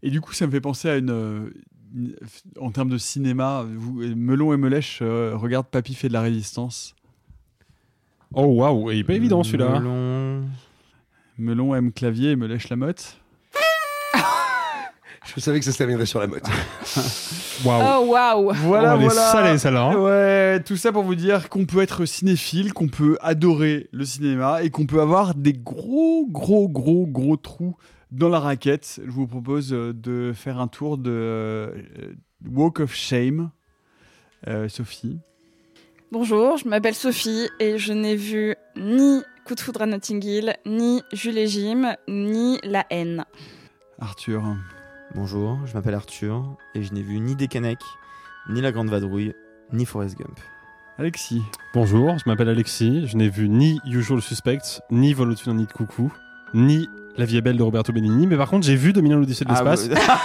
S2: Et du coup, ça me fait penser à une, euh, une- en termes de cinéma, vous- Melon et Melèche euh, regarde Papy fait de la résistance.
S4: Oh waouh, il est pas évident celui-là.
S5: Melon.
S2: Melon aime clavier et Melèche la motte.
S3: Je savais que ça se terminerait sur la motte.
S4: Waouh.
S6: Oh waouh.
S2: Voilà,
S4: Oh, elle est
S2: voilà.
S4: salée, celle-là, hein.
S2: Ouais, tout ça pour vous dire qu'on peut être cinéphile, qu'on peut adorer le cinéma et qu'on peut avoir des gros, gros, gros, gros trous dans la raquette. Je vous propose euh, de faire un tour de euh, Walk of Shame. Euh, Sophie.
S6: Bonjour, je m'appelle Sophie et je n'ai vu ni Coup de foudre à Notting Hill, ni Jules et Jim, ni La haine.
S2: Arthur.
S5: Bonjour, je m'appelle Arthur et je n'ai vu ni Décanec, ni La Grande Vadrouille, ni Forrest Gump.
S2: Alexis.
S4: Bonjour, je m'appelle Alexis. Je n'ai vu ni Usual Suspects, ni Vol au-dessus d'un nid de coucou, ni La vie est belle de Roberto Benigni, mais par contre, j'ai vu 2001 l'Odyssée de
S5: Ah,
S1: bah,
S4: l'espace.
S3: bah,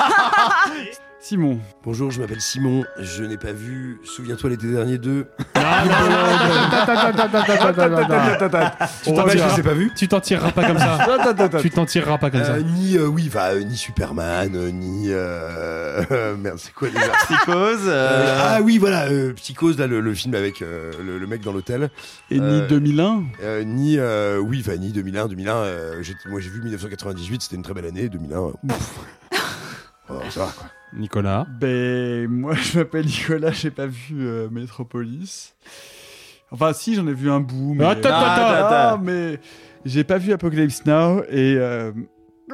S2: Simon.
S3: Bonjour, je m'appelle Simon. Je n'ai pas vu. Souviens-toi l'été dernier de.
S2: Ah,
S3: Ah,
S4: Tu t'en
S3: Dommage, je
S4: tireras-
S3: les ai pas vus.
S4: Tu t'en tireras Ah, pas comme ça. Tu t'en tireras pas comme ça.
S3: Euh, ni euh, oui, bah, euh, ni Superman, euh, ni euh, merde, c'est quoi déjà
S5: Psychose.
S3: Euh,
S5: euh,
S3: Ah oui, voilà, euh, Psychose, là, le, le film avec euh, le, le mec dans l'hôtel.
S2: Et
S3: Euh,
S2: ni 2001
S3: Euh, ni euh, oui, enfin, ni 2001, 2001. euh, j'ai- moi, j'ai vu 1998, c'était une très belle année. 2001, euh, ouf. Oh, ça va, quoi.
S4: Nicolas.
S2: Ben, moi, je m'appelle Nicolas, j'ai pas vu euh, Metropolis. Enfin, si, j'en ai vu un bout, mais...
S4: Attends,
S5: attends,
S2: Ah,
S5: attends,
S2: ah,
S5: attends.
S2: mais j'ai pas vu Apocalypse Now, et... euh,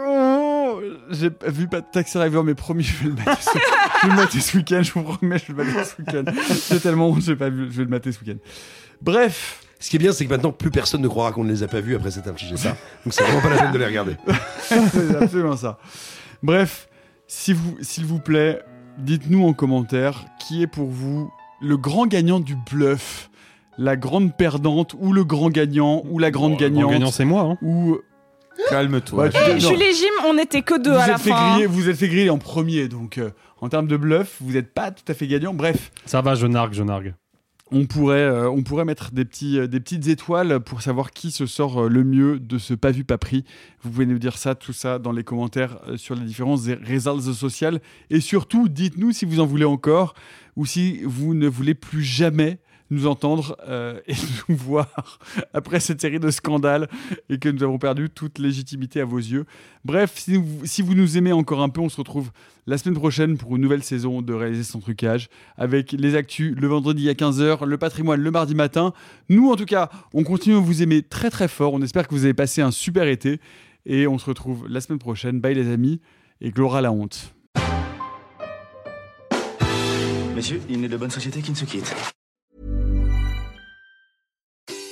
S2: oh, j'ai pas vu pas Taxi Driver, mais promis, je vais le mater ce, je vais le mater ce week-end, je vous promets, je vais le mater ce week-end. J'ai tellement honte, j'ai pas vu, je vais le mater ce week-end. Bref,
S3: Ce qui est bien, c'est que maintenant, plus personne ne croira qu'on ne les a pas vus après cet infligé ça. Donc, c'est vraiment pas la peine de les regarder.
S2: c'est absolument ça. Bref, si vous, s'il vous plaît, dites-nous en commentaire qui est pour vous le grand gagnant du bluff, la grande perdante ou le grand gagnant ou la grande
S4: Bon, le
S2: gagnante
S4: grand gagnant, c'est moi. hein.
S2: ou
S5: Calme-toi.
S2: Ouais, tu-
S6: Hey,
S2: non.
S6: Jules et Jim, on était que deux
S2: vous
S6: à la
S2: êtes fait
S6: fin.
S2: griller, vous êtes fait griller en premier donc euh, en termes de bluff vous n'êtes pas tout à fait gagnant. Bref,
S4: Ça va, je nargue, je nargue.
S2: on pourrait euh, on pourrait mettre des petits euh, des petites étoiles pour savoir qui se sort euh, le mieux de ce pas vu pas pris. Vous pouvez nous dire ça tout ça dans les commentaires euh, sur les différences des réseaux sociaux et surtout dites-nous si vous en voulez encore ou si vous ne voulez plus jamais nous entendre euh, et nous voir après cette série de scandales et que nous avons perdu toute légitimité à vos yeux. Bref, si vous, si vous nous aimez encore un peu, on se retrouve la semaine prochaine pour une nouvelle saison de Réaliser sans trucage avec les actus le vendredi à 15h, le patrimoine le mardi matin. Nous, en tout cas, on continue à vous aimer très très fort. On espère que vous avez passé un super été et on se retrouve la semaine prochaine. Bye les amis et Gloria la honte.
S10: Messieurs, il n'est de bonne société qui ne se quitte.